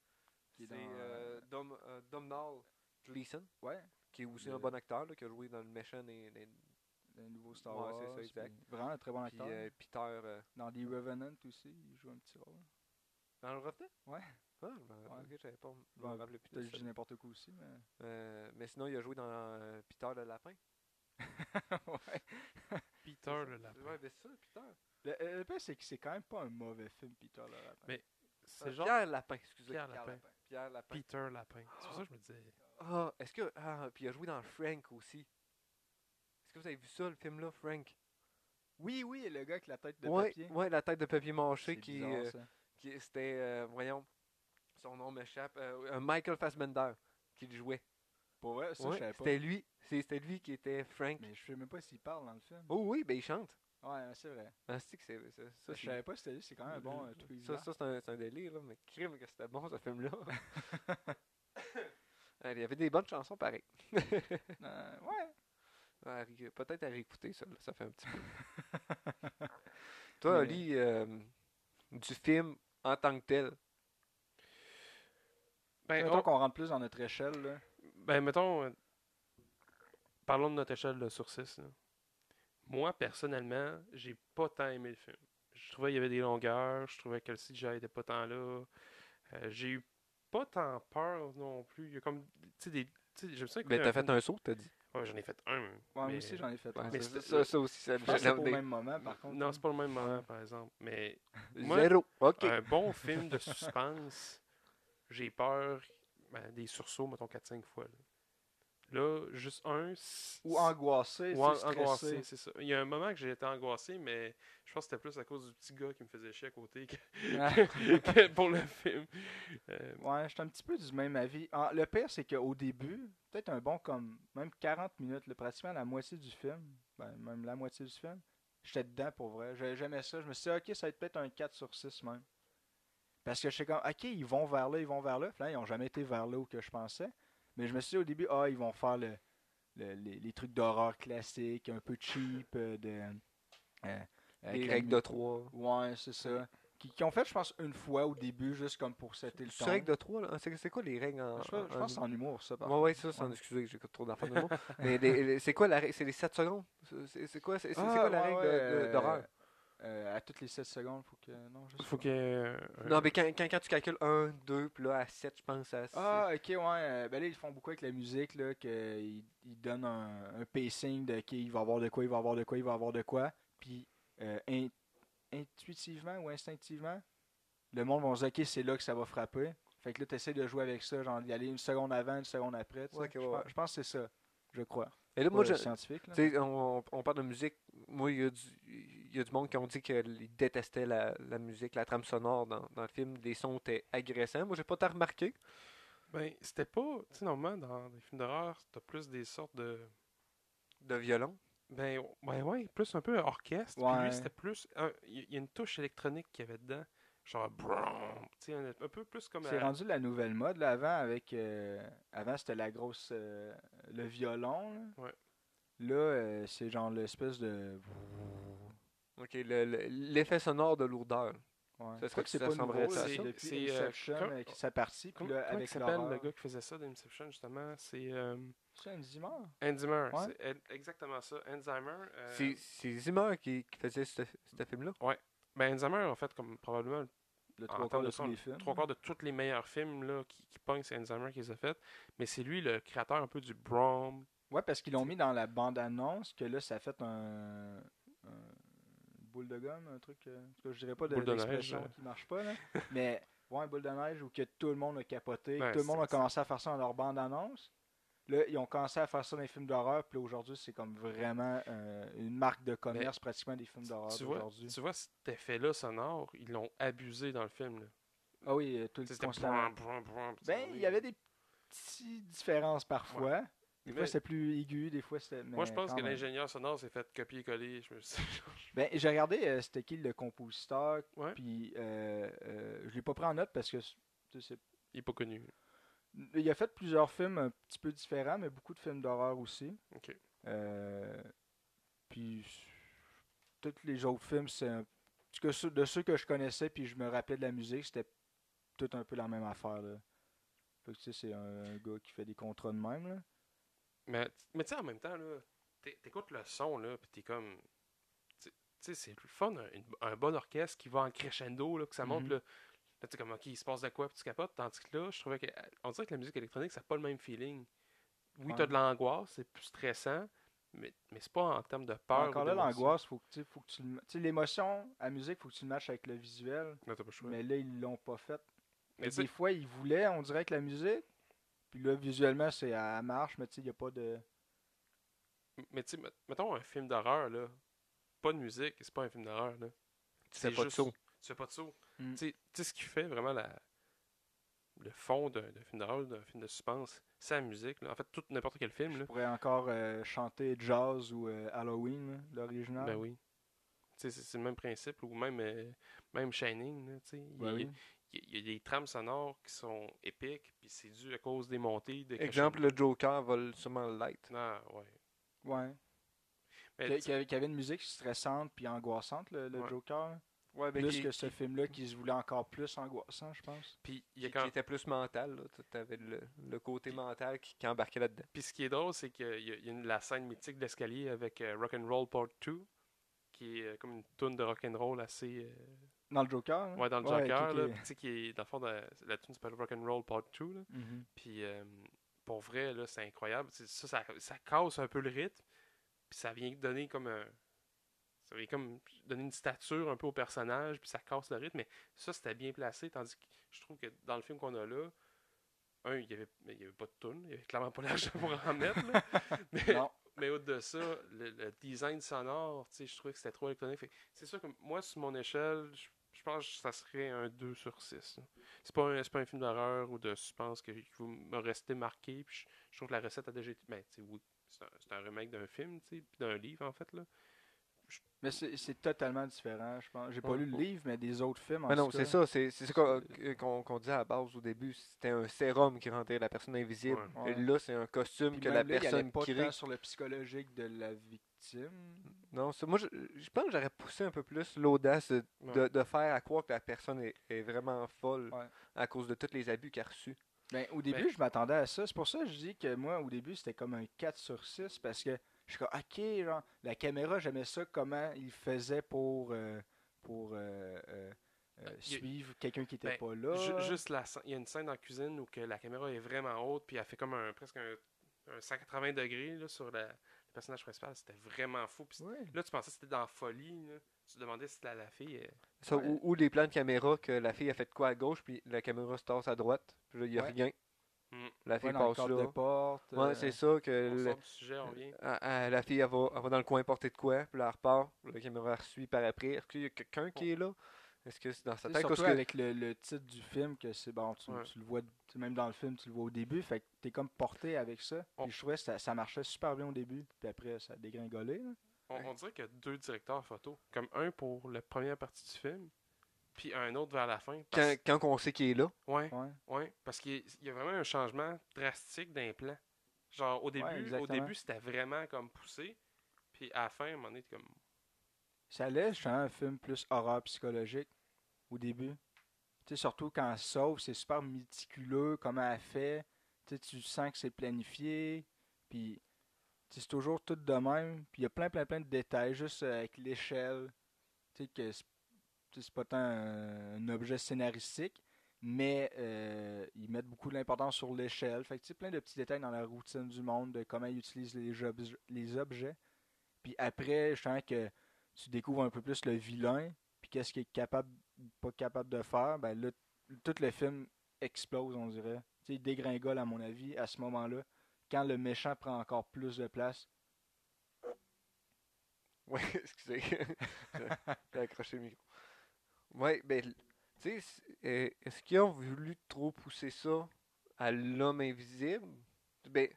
Qui est
C'est
dans,
euh, Dom, euh, Domhnall Gleeson,
Ouais.
qui est aussi
Le-
un bon acteur, là, qui a joué dans le méchant et, et-
Le nouveau Star
Ouais,
Wars.
c'est ça, exact.
puis Vraiment un très bon
puis
acteur.
euh, Peter. euh,
Dans The Revenant aussi, il joue un petit rôle.
Dans le revenant?
Ouais.
Ah, ben,
Ouais.
ok, j'avais pas. Je
Ouais,
me rappelais plus
Peut-être
de
que
ça.
je dis n'importe quoi aussi, mais.
Euh, mais sinon, il a joué dans euh, Peter le Lapin.
[LAUGHS] ouais.
Peter, le lapin.
Ouais, ben c'est ça, Peter.
Le, le pire, c'est que c'est quand même pas un mauvais film, Peter le Lapin.
Mais-
Euh,
C'est genre.
Pierre Lapin, excusez.
Pierre
Pierre
Lapin.
Lapin.
Pierre Lapin.
Peter Lapin. C'est pour ça que je me disais.
Ah, est-ce que. Ah, puis il a joué dans Frank aussi. Est-ce que vous avez vu ça, le film-là, Frank
Oui, oui, le gars avec la tête de
ouais,
papier.
ouais, la tête de papier
C'est
mâché qui.
bizarre,
euh,
ça.
qui- C'était. euh, voyons, son nom m'échappe. euh, euh, Michael Fassbender qui le jouait.
Pour vrai, ça,
Ouais,
je savais pas.
c'était lui. C'est- C'était lui qui était Frank.
Mais je sais même pas s'il parle dans le film.
Oh oui, ben il chante.
Ouais, mais c'est vrai.
Ah, c'est que c'est- ça, ça,
Ça,
c'est-
je savais pas si c'était lui, c'est quand même un bon euh, tweet.
Ça, ça, c'est un, c'est un délire, là, mais crime que c'était bon ce
[LAUGHS]
film-là. Ah, Il y avait des bonnes chansons pareil.
Euh, ouais.
À ré- euh, Peut-être à réécouter ça, là, ça fait un petit peu. Toi,
[LAUGHS] Mais-
Oli, euh, du film en tant que tel,
Ben,
Mettons
on-
qu'on rentre plus dans notre échelle, là.
Ben, mettons, euh, parlons de notre échelle de sur 6. là. Moi, personnellement, j'ai pas tant aimé le film. Je trouvais qu'il y avait des longueurs, je trouvais que le CGI était pas tant là. Euh, j'ai eu pas tant peur non plus. Il y a comme. Tu sais, des. tu sais, J'aime ça
ben,
écouter
t'as
un
fait
film-
un saut, t'as dit.
Ouais, j'en ai fait
Ouais,
un. mais-
moi aussi, j'en ai fait un.
Ouais,
mais
ça,
c'est-
ça, ça aussi, ça
Je pense que c'est pas au
des-
même moment, par contre.
Non, c'est pas le même moment, par exemple. Mais moi-
Zéro. Ok.
euh,
un
[LAUGHS]
bon film de suspense, j'ai peur ben, des sursauts, mettons, 4-5 fois. Là. Là, juste un. c-
Ou angoissé,
Ou an-
c'est [LAUGHS]
angoissé,
stressé.
c'est ça. Il y a un moment que j'ai été angoissé, mais je pense que c'était plus à cause du petit gars qui me faisait chier à côté
[LAUGHS]
que, que pour le film. Euh,
Ouais, je suis un petit peu du même avis. Ah, le pire, c'est qu'au début, peut-être un bon comme même 40 minutes, là, pratiquement la moitié du film, ben, même la moitié du film, j'étais dedans pour vrai. J'ai- J'aimais ça. Je me suis dit, ok, ça va être peut-être un 4 sur 6 même. Parce que je sais comme, ok, ils vont vers là, ils vont vers là. Puis là, ils n'ont jamais été vers là où que je pensais. Mais je me suis dit au début, ah, ils vont faire le, le- les, les trucs d'horreur classiques, un peu cheap, euh, de. euh, avec
Des
la
règles de 3.
Ouais, c'est ça. Qui, qui ont fait, je pense, une fois au début, juste comme pour setter le
C'est
temps.
règles de 3, là. Ah, C'est c'est quoi les règles en.
Je, pense- je
en-
pense que c'est en humour, ça. Par
Ah, Ouais, ouais, ça, c'est en
Ouais.
excusez, j'écoute trop
[LAUGHS]
d'enfants de mots. Mais les- les- c'est quoi la règle C'est les 7 secondes C'est- C'est c'est quoi, c'est c'est- c'est
Ah,
quoi la
ouais,
règle de-
ouais,
de- d'horreur
euh, à toutes les 7 secondes, faut que. Non, je sais
faut
pas.
que. euh,
Non, mais quand, quand, quand tu calcules 1, 2, puis là, à 7, je pense à 6.
Ah, ok, ouais. euh, ben là, ils font beaucoup avec la musique, là, qu'ils ils donnent un, un pacing de OK, il va avoir de quoi, il va avoir de quoi, il va avoir de quoi. Puis, euh, in- intuitivement ou instinctivement, le monde va se dire, OK, c'est là que ça va frapper. Fait que là, t'essaies de jouer avec ça, genre d'y aller une seconde avant, une seconde après. tu sais.
Ouais, ok,
je,
ouais,
pense-
ouais.
je pense que c'est ça, je crois.
Et là, moi,
Pas,
je-
euh, scientifique, là.
tu sais, on, on parle de musique. Moi, il y, a du- il y a du monde qui ont dit qu'ils détestaient la, la musique, la trame sonore dans, dans le film. Les sons étaient agressants. Moi, j'ai pas tant remarqué.
Ben, c'était pas. Tu sais, normalement, dans les films d'horreur, t'as plus des sortes de.
De violon.
Ben, ben ouais, plus un peu orchestre. Puis
Ouais.
lui, c'était plus. un- Il y a une touche électronique qu'il y avait dedans. Genre. brum, Tu sais, un, un peu plus comme. euh,
C'est
à-
rendu la nouvelle mode là avant avec euh, avant c'était la grosse euh, le violon là.
Ouais.
Là euh, c'est genre l'espèce de
OK, le- le- l'effet sonore de lourdeur.
ouais.
Ça serait
Je crois
que ça semblerait
nouveau, là,
ça,
c'est
ça?
depuis
C'est, euh,
Inception
quand-
euh, que ça partit puis
Comment,
là
comment il
avec
s'appelle le
l'horreur.
gars qui faisait ça d'Inception, justement C'est euh,
C'est un dimanche.
Andy Murray.
Ouais.
C'est e- exactement ça. euh, Alzheimer.
C'est c'est Zimmer qui, qui faisait ce, ce film-là.
Ben, Alzheimer, en fait, comme probablement
Le
En
trois quarts
termes
de
de son,
tous les films.
Ah, trois quarts de tous les meilleurs films là, qui, qui pognent, c'est Alzheimer qui les a fait. Mais c'est lui le créateur un peu du Brom.
Ouais parce qu'ils l'ont mis dans la bande annonce que là ça a fait un, un- une boule de gomme un truc euh, en tout cas, je dirais pas de
Boule de neige,
l'expression
euh.
qui marche pas là. [LAUGHS] mais ouais, un boule de neige où que tout le monde a capoté, que
Ouais,
tout le monde
c'est-
a commencé à faire ça dans leur bande-annonce. Là, ils ont commencé à faire ça dans les films d'horreur, puis là, aujourd'hui, c'est comme vraiment euh, une marque de commerce pratiquement des films d'horreur
Tu vois,
d'aujourd'hui.
tu vois cet effet-là sonore, ils l'ont abusé dans le film. là.
Ah oui, euh, tout le
C'était
constamment.
brum, brum, brum, puis ça
Ben, il y
revient.
avait des petites différences parfois. Des fois,
Mais-
c'était plus aigu, des fois, c'était.
Moi, je
mais
pense
quand
que
même.
l'ingénieur sonore s'est fait copier-coller. Je me suis
Ben, j'ai regardé euh, c'était qui le compositeur,
Ouais.
puis euh, euh, je l'ai pas pris en note parce que c- tu sais,
[LAUGHS] Il n'est pas connu.
il a fait plusieurs films un petit peu différents, mais beaucoup de films d'horreur aussi.
Ok.
Euh, puis tous les autres films, c'est un- en tout cas, ceux- de ceux que je connaissais, puis je me rappelais de la musique, c'était tout un peu la même affaire. Là. Fait que, tu sais, c'est un, un gars qui fait des contrats de même. Là.
Mais, mais tu sais, en même temps, là, t'é- t'écoutes le son, là, pis t'es comme. Tu tu sais, c'est le fun, un, une- un bon orchestre qui va en crescendo, là, que ça monte,
Mhm.
là. Là, tu comme, ok, il se passe de quoi, puis tu capotes. Tandis que là, je trouvais que. On dirait que la musique électronique, ça n'a pas le même feeling. Oui, t'as
Ouais.
de l'angoisse, c'est plus stressant, mais, mais c'est pas en termes de
Mais
peur.
Encore
ou
là,
d'émotion.
l'angoisse, faut que, tu sais, faut que tu le- tu sais, l'émotion, la musique, faut que tu le matches avec le visuel.
Non, t'as pas le choix.
Mais là, ils l'ont pas fait.
Mais
Mais
tu sais-
des fois, il voulait, on dirait, que la musique. Puis là, visuellement, c'est à marche, mais tu sais, il n'y a pas de.
Mais tu sais, met- mettons un film d'horreur, là. Pas de musique, c'est pas un film d'horreur, là.
Tu fais
C'est
pas de
juste-
saut.
Tu fais pas de saut.
Mm.
Tu sais- tu sais ce qui fait vraiment la... le fond d'un d'un film d'horreur, d'un film de suspense, c'est la musique. là. En fait, tout n'importe quel film,
Je
là.
pourrais encore euh, chanter jazz ou euh, Halloween, là, l'original.
Ben oui. Tu sais, c'est c'est le même principe, ou même, euh, même Shining, là, tu sais. Il y a-
Ben oui.
Il y a des trames sonores qui sont épiques, puis c'est dû à cause des montées. De
Exemple, le Joker va le- sûrement le light.
Ah, ouais.
Ouais.
Mais
Qu'il y a-
tu-
qu'il y avait- qu'il y avait une musique stressante puis angoissante, le, le
Ouais.
Joker.
Ouais, mais
plus
qui,
que ce film-là qui se voulait encore plus angoissant, je pense.
Puis il y a
qui-
quand
qui était plus mental. là. Tu avais le, le côté mental qui, qui embarquait là-dedans.
Puis ce qui est drôle, c'est qu'il y a, il y a une- la scène mythique de l'escalier avec euh, Rock'n'Roll Part 2, qui est euh, comme une toune de rock'n'roll assez. euh,
Dans le Joker. hein?
ouais, dans le
Ouais,
Joker,
ok,
là.
ok.
Puis tu sais, qui est, dans le fond, dans- la toune s'appelle Rock'n'Roll Part 2, là.
Mhm.
Puis euh, pour vrai, là, c'est incroyable. C'est- Ça, ça, ça casse un peu le rythme, puis ça vient donner comme un. Ça vient comme donner une stature un peu au personnage, puis ça casse le rythme, mais ça, c'était bien placé, tandis que je trouve que dans le film qu'on a là, un, il n'y avait, il y avait pas de tune, il n'y avait clairement pas l'argent pour en mettre, là. mais,
Non.
mais au-delà de ça, le, le design sonore, tu sais, je trouvais que c'était trop électronique. Fait que C'est sûr que moi, sur mon échelle, je, je pense que ça serait un 2 sur 6. là. C'est pas, un- c'est pas un film d'horreur ou de suspense que- qui vous- m'a resté marqué. Puis je, je trouve que la recette a déjà été. Ben, tu sais, oui, c'est un, c'est un remake d'un film, tu sais, puis d'un livre, en fait. là.
Mais c'est c'est totalement différent, je pense. J'ai pas
Ouais,
lu le
ouais.
livre, mais des autres films. en
Mais non,
tout
c'est
cas.
ça. C'est c'est ce qu'on qu'on- qu'on disait à la base au début. C'était un sérum qui rendait la personne invisible.
Ouais.
Et Là, c'est un costume
Puis
que
même
la
là, il y allait
personne
pas
crée.
tant sur le psychologique de la victime.
Non, ça- moi, je, je pense que j'aurais poussé un peu plus l'audace de,
Ouais.
de- de faire à croire que la personne est, est vraiment folle
Ouais.
à cause de tous les abus qu'elle a reçus.
Ben, au début, je m'attendais à ça. C'est pour ça que je dis que moi, au début, c'était comme un 4 sur 6 parce que je suis comme, ok, genre, la caméra, j'aimais ça, comment il faisait pour, euh, pour euh, euh, euh,
Ben, il y a-
suivre quelqu'un qui
ben,
était pas là.
Ju- juste la scè- il y a une scène en cuisine où que la caméra est vraiment haute, puis elle fait comme un, presque un, un 180 degrés là, sur la- le personnage principal. C'était vraiment fou. Puis
Ouais.
Là, tu pensais que c'était dans la folie. Là. Tu te demandais si la, la fille. euh,
Ça,
Ouais.
ou, ou les plans de caméra que la fille a fait de quoi à gauche, puis la caméra se tasse à droite, puis là, il n'y a
Ouais.
rien.
Mm.
La fille
Ouais, dans le
passe
cadre
là.
de porte.
Ouais,
euh,
c'est ça que
on
le-
sort du sujet, on revient.
ah, ah, la fille, elle va, elle va dans le coin porter de quoi, puis là, elle repart, puis la caméra elle suit par après. Est-ce qu'il y a quelqu'un qui est là? Est-ce que c'est dans sa
Tu
tête?
sais,
Parce
Surtout
que-
avec le, le titre du film, que c'est bon, tu,
Ouais.
tu le vois, tu- même dans le film, tu le vois au début, fait que t'es comme porté avec ça.
On-
Puis je trouvais que ça, ça marchait super bien au début, puis après ça dégringolait. là.
On, on dirait qu'il y a deux directeurs photo. Comme un pour la première partie du film, puis un autre vers la fin.
quand,
Parce...
quand on sait qu'il est là,
Ouais,
Ouais.
ouais. Parce qu'il y a- il y a vraiment un changement drastique d'un plan. Genre, au début, au
exactement.
début c'était vraiment comme poussé. Puis à la fin, à un moment donné, t'es comme.
Ça allait, je un film plus horreur psychologique au début. Tu sais, surtout quand elle se sauve, c'est super méticuleux, comment elle fait. Tu sais, tu sens que c'est planifié, puis tu sais, c'est toujours tout de même. Puis il y a plein, plein, plein de détails, juste euh, avec l'échelle. Tu sais, que c'est- tu sais, c'est pas tant un, un objet scénaristique, mais euh, ils mettent beaucoup d'importance sur l'échelle. Fait que tu sais, plein de petits détails dans la routine du monde, de comment ils utilisent les, obje- les objets. Puis après, je sens que tu découvres un peu plus le vilain, puis qu'est-ce qu'il est capable, pas capable de faire, ben là, tout le film explose, on dirait. Tu sais, il dégringole, à mon avis, à ce moment-là, quand le méchant prend encore plus de place.
[LAUGHS] Oui, excusez. J'ai accroché le micro. Oui, ben, l- tu sais, c- euh, est-ce qu'ils ont voulu trop pousser ça à l'homme invisible? Ben,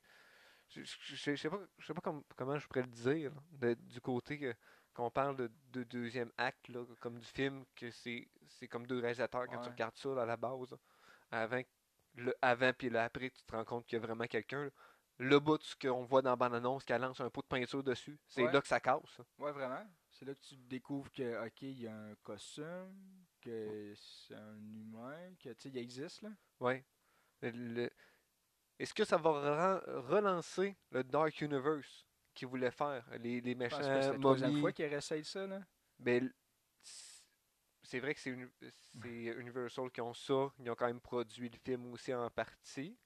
je je- je- je sais pas, je sais pas com- comment je pourrais le dire, là, de- du côté que qu'on parle de, de deuxième acte, là, comme du film, que c'est c'est comme deux réalisateurs quand tu
Ouais.
regardes ça là, à la base. là, avant, le avant puis là après, tu te rends compte qu'il y a vraiment quelqu'un. là. Le bout de ce qu'on voit dans la bande-annonce, qu'elle lance un pot de peinture dessus, c'est
Ouais.
là que ça casse.
Ouais, vraiment. C'est là que tu découvres que, ok, il y a un costume, que c'est un humain, que, tu sais, il existe, là.
Ouais. Le- le- Est-ce que ça va ren- relancer le Dark Universe qu'ils voulaient faire? Les, les
Je
méchants
pense que c'est la troisième
momies.
fois qu'il réessaye ça, là.
Ben, l- c- c'est vrai que c'est uni- c'est Universal qui ont ça. Ils ont quand même produit le film aussi en partie.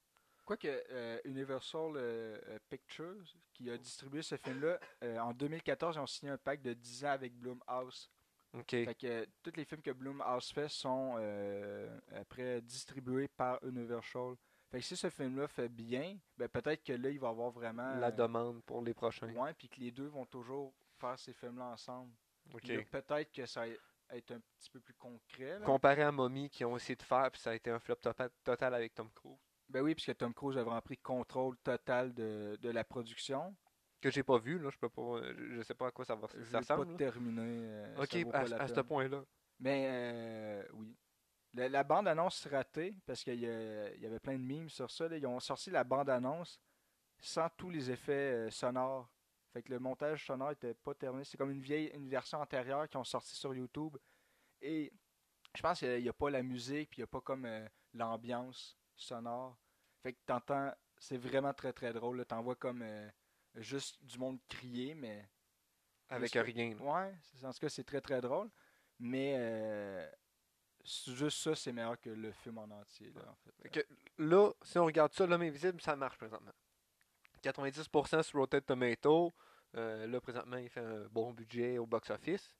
Quoique euh, Universal euh, euh, Pictures, qui a distribué ce film-là, euh, en 2014, ils ont signé un pacte de 10 ans avec Blumhouse
OK.
Fait que euh, tous les films que Blumhouse fait sont euh, après distribués par Universal. Fait que si ce film-là fait bien, ben peut-être que là, il va avoir vraiment.
La
euh,
demande pour les prochains.
Ouais, puis que les deux vont toujours faire ces films-là ensemble.
OK.
Puis là, Peut-être que ça va être un petit peu plus concret. là.
Comparé à Mommy qui ont essayé de faire, puis ça a été un flop topa- total avec Tom Cruise.
Ben oui, puisque Tom Cruise a vraiment pris contrôle total de, de la production.
Que j'ai pas vu, là, je peux pas. euh, Je je sais pas à quoi ça va
Je
ça
vais pas
ressemble. là.
terminer. euh, ça vaut
Ok,
pas
à,
la
à ce
peine.
point-là.
Mais euh, oui. La, la bande-annonce ratée, parce qu'il y, a- il y avait plein de mimes sur ça, là, ils ont sorti la bande-annonce sans tous les effets euh, sonores. Fait que le montage sonore était pas terminé. C'est comme une vieille une version antérieure qu'ils ont sorti sur YouTube. Et je pense qu'il n'y a pas la musique, puis il n'y a pas comme euh, l'ambiance sonore. Fait que t'entends, c'est vraiment très très drôle. là. T'en vois comme euh, juste du monde crier, mais
Avec
Juste-
rien. là.
Ouais, c'est- en tout cas, c'est très très drôle. Mais euh, c'est juste ça, c'est meilleur que le film en entier. Là, en fait.
Fait que là, si on regarde ça, l'homme invisible, ça marche présentement. 90% sur Rotten Tomato. Euh, là, présentement, il fait un bon budget au box-office.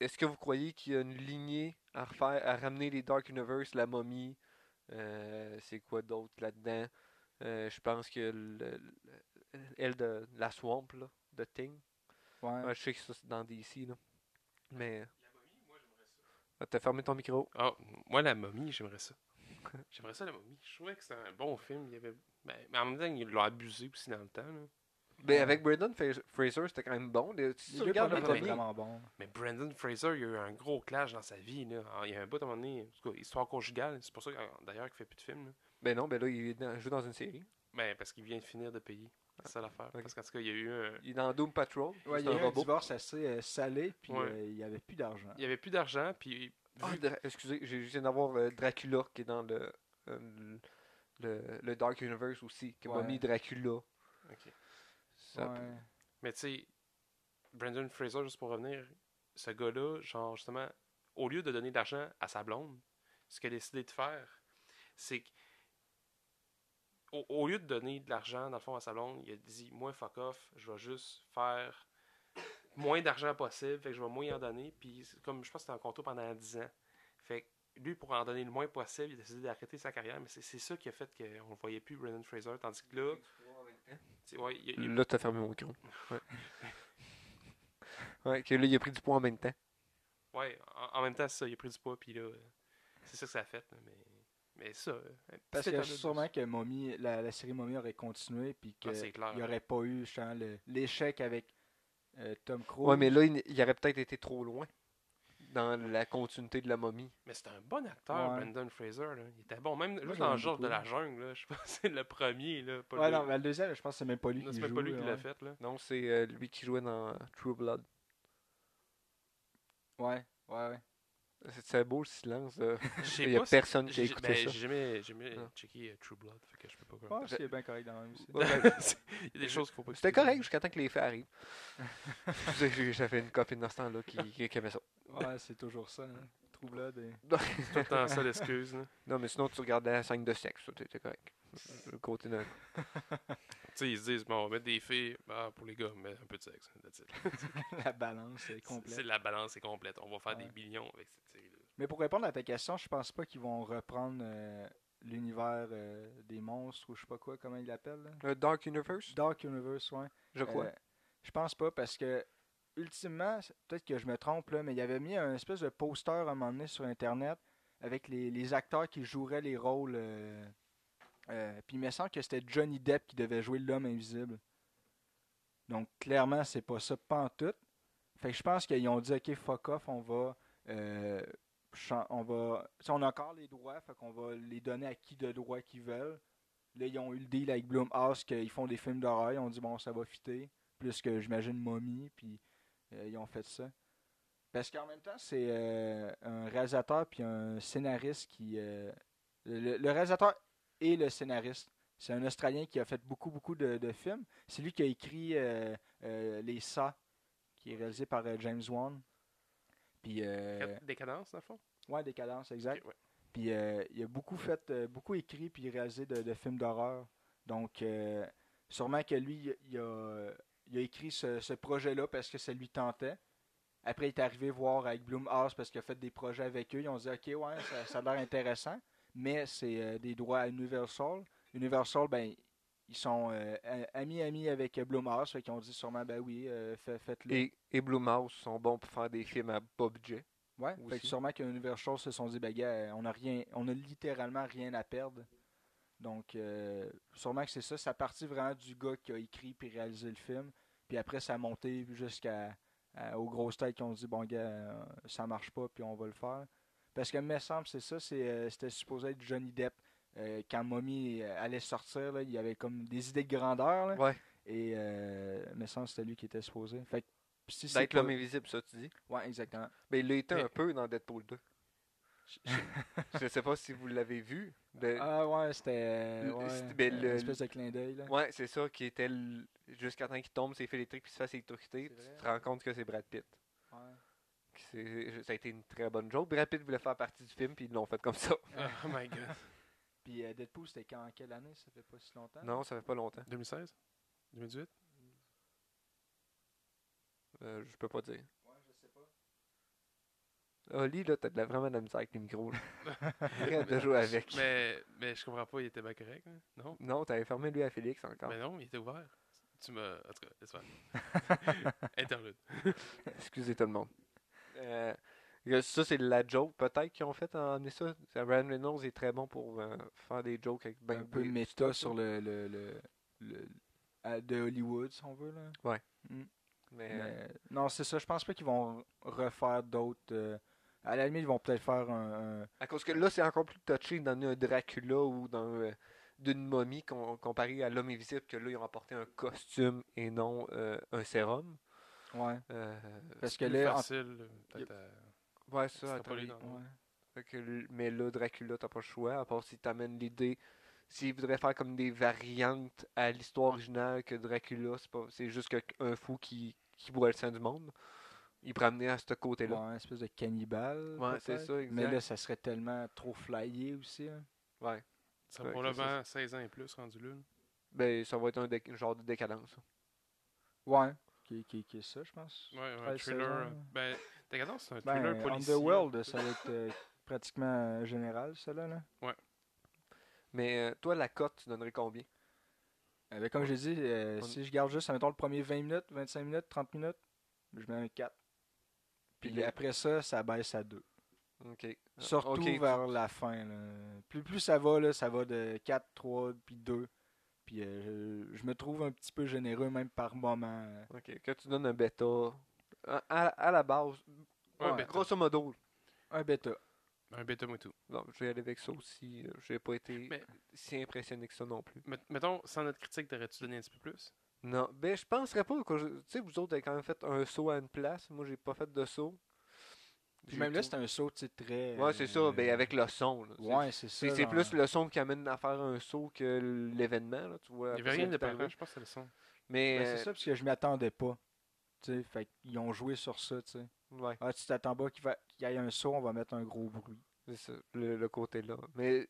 Est-ce que vous croyez qu'il y a une lignée à refaire, à ramener les Dark Universe, la momie euh, C'est quoi d'autre là-dedans Euh, Je pense que le- le- elle de la swamp, là, de Ting.
Ouais.
Ouais, je sais que ça, c'est dans DC, là. Mais. Ah, T'as fermé ton micro.
Ah, moi, la momie, j'aimerais ça. [LAUGHS] J'aimerais ça, la momie. Je trouvais que c'était un bon film. Il y avait... ben, mais en même temps, ils l'ont abusé aussi dans le temps. là.
Mais Ben, avec Brandon Fra- Fraser, c'était quand même bon. Si
Les
tu
deux
regardes le
premiers étaient
premier,
vraiment bon.
Mais Brandon Fraser, il y a eu un gros clash dans sa vie. Là. Ah, Il y a un bout à un moment donné, en tout cas, histoire conjugale. C'est pour ça qu'il- d'ailleurs qu'il fait plus de films. là.
Ben non, ben là, il est dans- joue dans une série.
Ben, parce qu'il vient de finir de payer. C'est ça l'affaire.
ok.
Parce qu'en tout cas, il y a eu un-
Il est dans Doom Patrol.
Ouais,
c'est
il y a
un
eu un
robot.
divorce assez euh, salé, puis
Ouais.
euh, il n'y avait plus d'argent.
Il y avait plus d'argent, puis
Ah, Dra- excusez, j'ai juste d'avoir euh, Dracula qui est dans le, euh, le, le Dark Universe aussi, qui m'a
Ouais.
mis Dracula.
Ok.
Ça
Ouais.
peut-
Mais tu sais, Brandon Fraser, juste pour revenir, ce gars-là, genre justement, au lieu de donner de l'argent à sa blonde, ce qu'elle a décidé de faire, c'est que au, au lieu de donner de l'argent, dans le fond, à sa blonde, il a dit Moi, fuck off, je vais juste faire moins d'argent possible, fait que je vais moins en donner. Puis, c'est comme je pense que c'était en contour pendant 10 ans. Fait que lui, pour en donner le moins possible, il a décidé d'arrêter sa carrière, mais c'est c'est ça qui a fait qu'on ne voyait plus Brandon Fraser. Tandis que là, tu sais, ouais, il- il-
Là, t'as fermé mon micro. Ouais. [LAUGHS] ouais, que là, il a pris du poids en même temps.
Ouais, en, en même temps, c'est ça, il a pris du poids, puis là, euh, c'est ça que ça a fait, là, mais, mais ça. euh, un petit
Parce que
étendard de-
sûrement que Mommy, la, la série Mommy aurait continué, puis
Ah, c'est
qu'il
clair.
n'y aurait pas eu je sens, le- l'échec avec euh, Tom Cruise.
Ouais, mais là, il, il aurait peut-être été trop loin dans la continuité de la momie.
Mais c'est un bon acteur,
Ouais.
Brandon Fraser, là. Il était bon, même juste
je
dans
l'aime
Georges de
beaucoup.
la jungle, là, je pense que c'est le premier, là, pas
Ouais,
le-
non, mais le deuxième, je pense que c'est même pas lui
non,
qui
c'est
joue.
même pas lui
là,
qui
ouais.
l'a
[LAUGHS]
fait, là.
Non, c'est euh, lui qui jouait dans True Blood.
Ouais, ouais, ouais.
C'est- C'est beau le silence. euh,
Je
Il
sais
y a
pas si-
personne qui a
j'ai-
écouté
ben,
ça.
J'ai jamais, j'ai jamais
Ah.
checké euh, True Blood, fait que je peux pas
Ouais,
commenter.
c'est bien correct dans la même aussi.
[LAUGHS]
[LAUGHS]
Il y a des choses qu'il faut pas
ben, C'était
écouter.
correct jusqu'à temps que les faits arrivent. J'ai- j'ai- J'avais une copine dans ce temps-là qui, qui- qui aimait ça.
Ouais, c'est toujours ça. Hein. Troublade et-
Tout le temps ça, l'excuse, là.
Non, mais sinon, tu regardais la scène de sexe, ça, t'étais correct. Le côté neutre.
Tu sais, ils se disent, bon, on va mettre des filles, bah, pour les gars, mais un peu de sexe, hein, that's it.
[LAUGHS] la balance est
C'est-
complète.
C'est la balance est complète. On va faire des
Ouais.
millions avec cette série-là.
Mais pour répondre à ta question, je pense pas qu'ils vont reprendre euh, l'univers euh, des monstres ou je sais pas quoi, comment ils l'appellent. là.
Le Dark Universe,
Dark Universe, ouais.
je crois.
Euh, je pense pas parce que ultimement, c'est- peut-être que je me trompe là, mais il avait mis un espèce de poster à un moment donné sur internet avec les, les acteurs qui joueraient les rôles. euh, euh, Puis il me semble que c'était Johnny Depp qui devait jouer l'homme invisible. Donc clairement, c'est pas ça pas en tout. Fait que je pense qu'ils ont dit ok fuck off, on va euh, chan- on va. tu sais, on a encore les droits, fait qu'on va les donner à qui de droit qu'ils veulent. Là, ils ont eu le deal avec Blumhouse qu'ils font des films d'horreur. Ils ont dit, bon, ça va fitter. Plus que, j'imagine, Mommy. Puis, euh, ils ont fait ça. Parce qu'en même temps, c'est euh, un réalisateur puis un scénariste qui. euh, le, le réalisateur et le scénariste. C'est un Australien qui a fait beaucoup, beaucoup de, de films. C'est lui qui a écrit euh, euh, Les Saw, qui est réalisé par euh, James Wan. Puis, euh,
Décadence, dans le fond?
ouais, Décadence, exact.
Ok, ouais.
Puis euh, il a beaucoup fait, euh, beaucoup écrit puis réalisé de, de films d'horreur. Donc euh, sûrement que lui, il a, il a écrit ce, ce projet-là parce que ça lui tentait. Après, il est arrivé voir avec Bloomhouse parce qu'il a fait des projets avec eux. Ils ont dit Ok, ouais, ça, ça a l'air intéressant, mais c'est euh, des droits à Universal. Universal, ben, ils sont euh, a- amis-amis avec euh, Blumhouse. Fait qu'ils ont dit sûrement Ben oui, euh, fait- faites-le.
Et, et Blue Mouse sont bons pour faire des films à bas budget.
Ouais, fait que
Aussi.
sûrement qu'Universal se sont dit, ben gars, euh, on a rien, on a littéralement rien à perdre. Donc, euh, sûrement que c'est ça. Ça partit vraiment du gars qui a écrit puis réalisé le film. Puis après, ça a monté jusqu'à à- aux grosses têtes qui ont dit, bon gars, euh, ça marche pas, puis on va le faire. Parce que, me semble, c'est ça, c'est, euh, c'était supposé être Johnny Depp. Euh, quand Mommy euh, allait sortir, là, il y avait comme des idées de grandeur. là.
Ouais.
et, euh, me semble, c'était lui qui était supposé. Fait que, si c'est
D'être l'homme
pas-
invisible, ça, tu dis. [LAUGHS]
Ouais, exactement.
Mais Ben, il l'a été
Mais-
un peu dans Deadpool 2. Je sais pas si vous l'avez vu. de-
Ah ouais, c'était
Le-
ouais,
c'était- ben,
euh,
le-
une espèce de clin d'œil. là.
Ouais, c'est ça, qui était l- jusqu'à temps qu'il tombe, s'est fait électrique puis se fasse électrocuter. Tu
C'est vrai.
te rends compte que c'est Brad Pitt.
Ouais.
C'est- Ça a été une très bonne joke. Brad Pitt voulait faire partie du film, puis ils l'ont fait comme ça.
[LAUGHS] oh my god.
Puis euh, Deadpool, c'était quand, quelle année Ça fait pas si longtemps.
Non, ça fait pas longtemps.
2016 2018
Euh, je peux pas dire. Ah,
Ouais, je sais pas.
Oli, là, t'as de la- vraiment de la misère avec les micros. Là.
[LAUGHS]
Arrête de jouer avec.
mais, mais je comprends pas, il était pas correct. hein? Non
Non, t'avais fermé lui à Félix encore.
Mais non, il était ouvert. Tu me. En tout cas, laisse faire. Interlude.
[LAUGHS] Excusez tout le monde. Euh, que ça, c'est la joke, peut-être, qu'ils ont fait en amener ça. Ça, Ryan Reynolds est très bon pour euh, faire des jokes avec ben
un peu
des-
méta sur le, le, le, le- à- de Hollywood, si on veut là.
Mais,
Mais,
euh,
euh, non, c'est ça. Je pense pas qu'ils vont refaire d'autres. euh, à la limite, ils vont peut-être faire un, un-
à cause que là, c'est encore plus touché dans un Dracula ou dans euh, d'une momie com- comparé à l'homme invisible, que là, ils ont apporté un costume et non euh, un sérum.
ouais.
Euh,
Parce que
Plus
là, en-
facile, euh, peut-être à-
ouais, ça, à travailler.
Extrapoler dans-
ouais.
Fait que l- mais là, Dracula, t'as pas le choix, à part si t'amènes l'idée. S'ils voudraient faire comme des variantes à l'histoire originale que Dracula, c'est pas c'est juste que- un fou qui, qui boit le sang du monde, il pourrait amener à ce
Ouais,
côté-là.
un espèce de cannibale.
Ouais, c'est
peut-être.
ça, exact.
Mais là, ça serait tellement trop flyé aussi. hein.
Ouais.
Ça
Ouais,
sera
que
probablement 16 ans et plus rendu là. là.
Ben, ça va être un déc- un genre de décadence.
Ouais. Qui, qui, qui est ça, je pense.
Ouais, un
13
thriller.
saisons,
euh,
là.
Ben, t'as regardé, c'est un
Ben,
thriller policier.
Underworld, ça va être euh, pratiquement euh, général, celle-là. Là.
Mais euh, toi, la cote, tu donnerais combien
Euh, ben, comme j'ai dit, euh,
On-
si je garde juste, mettons, le premier 20 minutes, 25 minutes, 30 minutes, je mets un 4. Puis
Puis le-
après ça, ça baisse à 2.
Ok. Ah,
Surtout
ok, tu-
vers la fin. là. Plus, plus ça va, là, ça va de 4, 3, puis 2. Puis euh, je, je me trouve un petit peu généreux, même par moment.
Ok, que tu donnes un bêta. À, à- à la base,
Ouais,
ouais,
bêta.
grosso modo.
Un
ben,
bêta.
Un bêta moutou.
Non, je vais aller avec ça aussi. euh, J'ai pas été
Mais-
si impressionné que ça non plus.
Met- Mettons, sans notre critique, t'aurais-tu donné un petit peu plus
Non, ben je penserais pas. que je- Tu sais, vous autres avez quand même fait un saut à une place. Moi, j'ai pas fait de saut.
Puis
J'ai
même là,
tout-
c'est un saut, tu sais, très.
Ouais, c'est ça.
euh,
Ben avec le son. là. C'est-
Ouais, c'est ça. Ben,
C'est c'est
genre-
plus le son qui amène à faire un saut que l'événement, là, tu vois.
Il n'y avait
après ça,
rien de
c'est arrivé.
parlant, je pense que c'est le son.
Mais,
Ben, c'est ça, parce que je m'y attendais pas. Tu sais, fait qu'ils ont joué sur ça, tu sais.
euh, ouais,
Ah, tu t'attends pas qu'il va- qu'il y ait un saut, on va mettre un gros bruit.
c'est ça, le, le côté là. Mais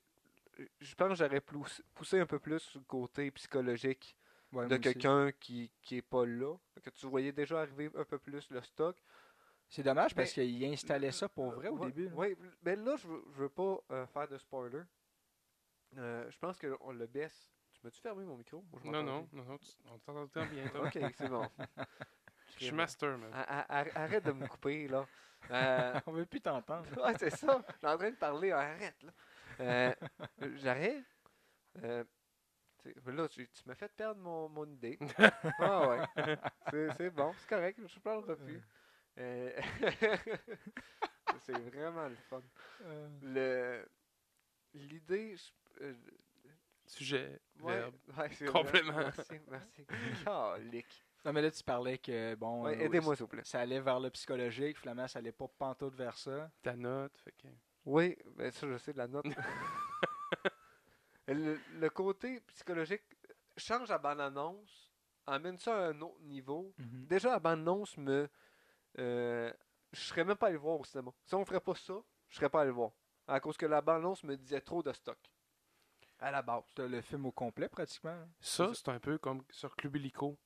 euh, je pense que j'aurais plus- poussé un peu plus sur le côté psychologique
Ouais, moi
de
aussi.
quelqu'un qui, qui est pas là, que tu voyais déjà arriver un peu plus le stock.
C'est dommage parce qu'il installait ça pour vrai au
Euh, Ouais,
début. là.
ouais, mais là, je veux, je veux pas euh, faire de spoiler. Euh, je pense qu'on le baisse. Tu m'as-tu fermé mon micro? Moi, je
Non,
m'entends
non, non, non, tu- on t'entend bien bientôt.
bien. Ok, c'est bon.
[LAUGHS] Je suis master, man.
Ah, ah, ah, Arrête de me couper, là. Euh, [LAUGHS]
On veut plus t'entendre.
ouais, c'est ça. Je suis en train de parler. Arrête, là. Euh, J'arrête. Euh, tu- là, tu, tu m'as fait perdre mon, mon
[LAUGHS]
idée. ah ouais. C'est- C'est bon, c'est correct. Je parlerai plus. Euh, [LAUGHS] c'est vraiment le fun. Le- L'idée, je- euh,
Sujet,
ouais,
verbe.
ouais, c'est vrai.
Complément.
Merci,
[LAUGHS]
merci. Calique.
[LAUGHS] Non, mais là, tu parlais que, bon,
Ouais,
euh,
Aidez-moi, s'il vous plaît.
ça allait vers le psychologique, finalement, ça allait pas pantoute vers ça.
ta note. Fait que...
Oui, ben ça, je sais de la note.
[LAUGHS]
le, le côté psychologique change la bande-annonce, amène ça à un autre niveau.
Mm-hmm.
Déjà, la bande-annonce me. euh, je serais même pas allé le voir au cinéma. Si on ferait pas ça, je serais pas allé le voir. À cause que la bande-annonce me disait trop de stock. À la base.
T'as le film au complet, pratiquement.
Ça, c'est un peu comme sur Club Illico.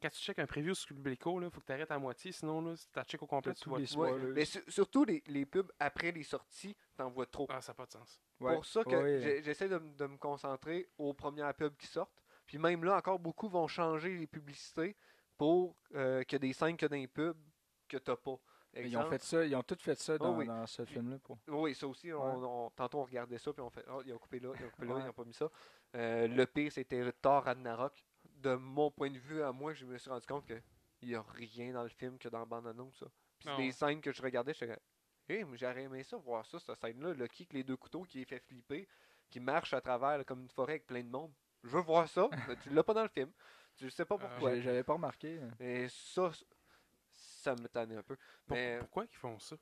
Quand tu checkes un preview sur le Blico, là, faut que tu arrêtes à moitié, sinon, là, si tu checkes au complet,
Tous
tu vois
les
tout.
Ouais,
spoilers.
mais su- surtout les, les pubs après les sorties, t'en vois trop.
Ah, ça n'a pas de sens.
C'est pour ça que
Ouais.
j'ai- j'essaie de, m- de me concentrer aux premières pubs qui sortent. Puis même là, encore beaucoup vont changer les publicités pour euh, que des scènes que dans les pubs que t'as pas.
Ils ont
Exemple-
fait ça, ils ont tout fait ça dans,
oui.
dans ce film-là. Pour...
Oh Oui, ça aussi, on,
Ouais.
on- tantôt on regardait ça, puis on fait Oh, ils ont coupé là, ils ont coupé là,
Ouais.
ils n'ont pas mis ça. Euh, le pire, c'était Thor Ragnarok. De mon point de vue à moi, je me suis rendu compte qu'il n'y a rien dans le film que dans la bande-annonce. ça. Puis c'est
Ah
des
ouais.
scènes que je regardais, je disais Hé, mais j'aurais aimé ça, voir ça, cette scène-là, le kick, les deux couteaux qui les fait flipper, qui marche à travers là, comme une forêt avec plein de monde. Je veux voir ça, mais tu l'as pas dans le film. Tu ne sais pas
Ah,
pourquoi.
J'ai- J'avais pas remarqué. hein.
Et ça, c- ça me tannait un peu.
Pour-
Mais-
Pourquoi ils font ça?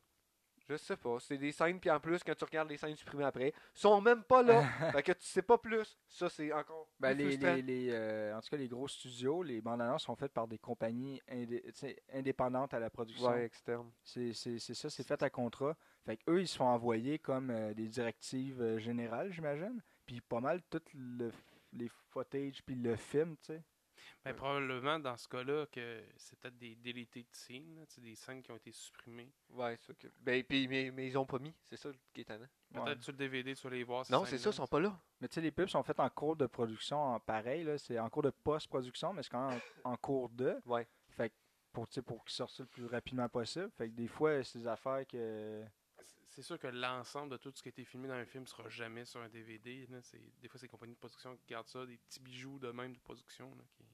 Je sais pas, c'est des scènes, puis en plus, quand tu regardes les scènes supprimées après, sont même pas là, fait que tu sais pas plus. Ça, c'est encore
Ben,
plus
les,
frustrant.
les, les, euh, en tout cas, les gros studios, les bandes annonces sont faites par des compagnies indé- tu sais, indépendantes à la production.
Ouais, externe.
C'est c'est- c'est ça, c'est fait à contrat. Fait que eux, ils se font envoyer comme euh, des directives euh, générales, j'imagine. Puis pas mal tout le, les footage, puis le film, tu sais.
Ben, probablement dans ce cas-là que c'est peut-être des deleted scenes, là, tu sais, des scènes qui ont été supprimées.
Ouais, c'est ça que- Ben, puis, mais, mais ils ont pas mis, c'est ça qui est étonnant.
Peut-être
Ouais.
sur le DVD, tu vas les voir. ces
Non, c'est ça,
scènes-là.
ils sont pas là.
Mais tu sais, les pubs sont faites en cours de production, en pareil, là. C'est en cours de post-production, mais c'est quand même en, en cours de.
Ouais.
Fait que pour, tu sais, pour qu'ils sortent ça le plus rapidement possible. Fait que des fois, c'est des affaires que. euh,
C'est sûr que l'ensemble de tout ce qui a été filmé dans un film sera jamais sur un DVD. là. C'est- Des fois, c'est les compagnies de production qui gardent ça, des petits bijoux de même de production. là, qui-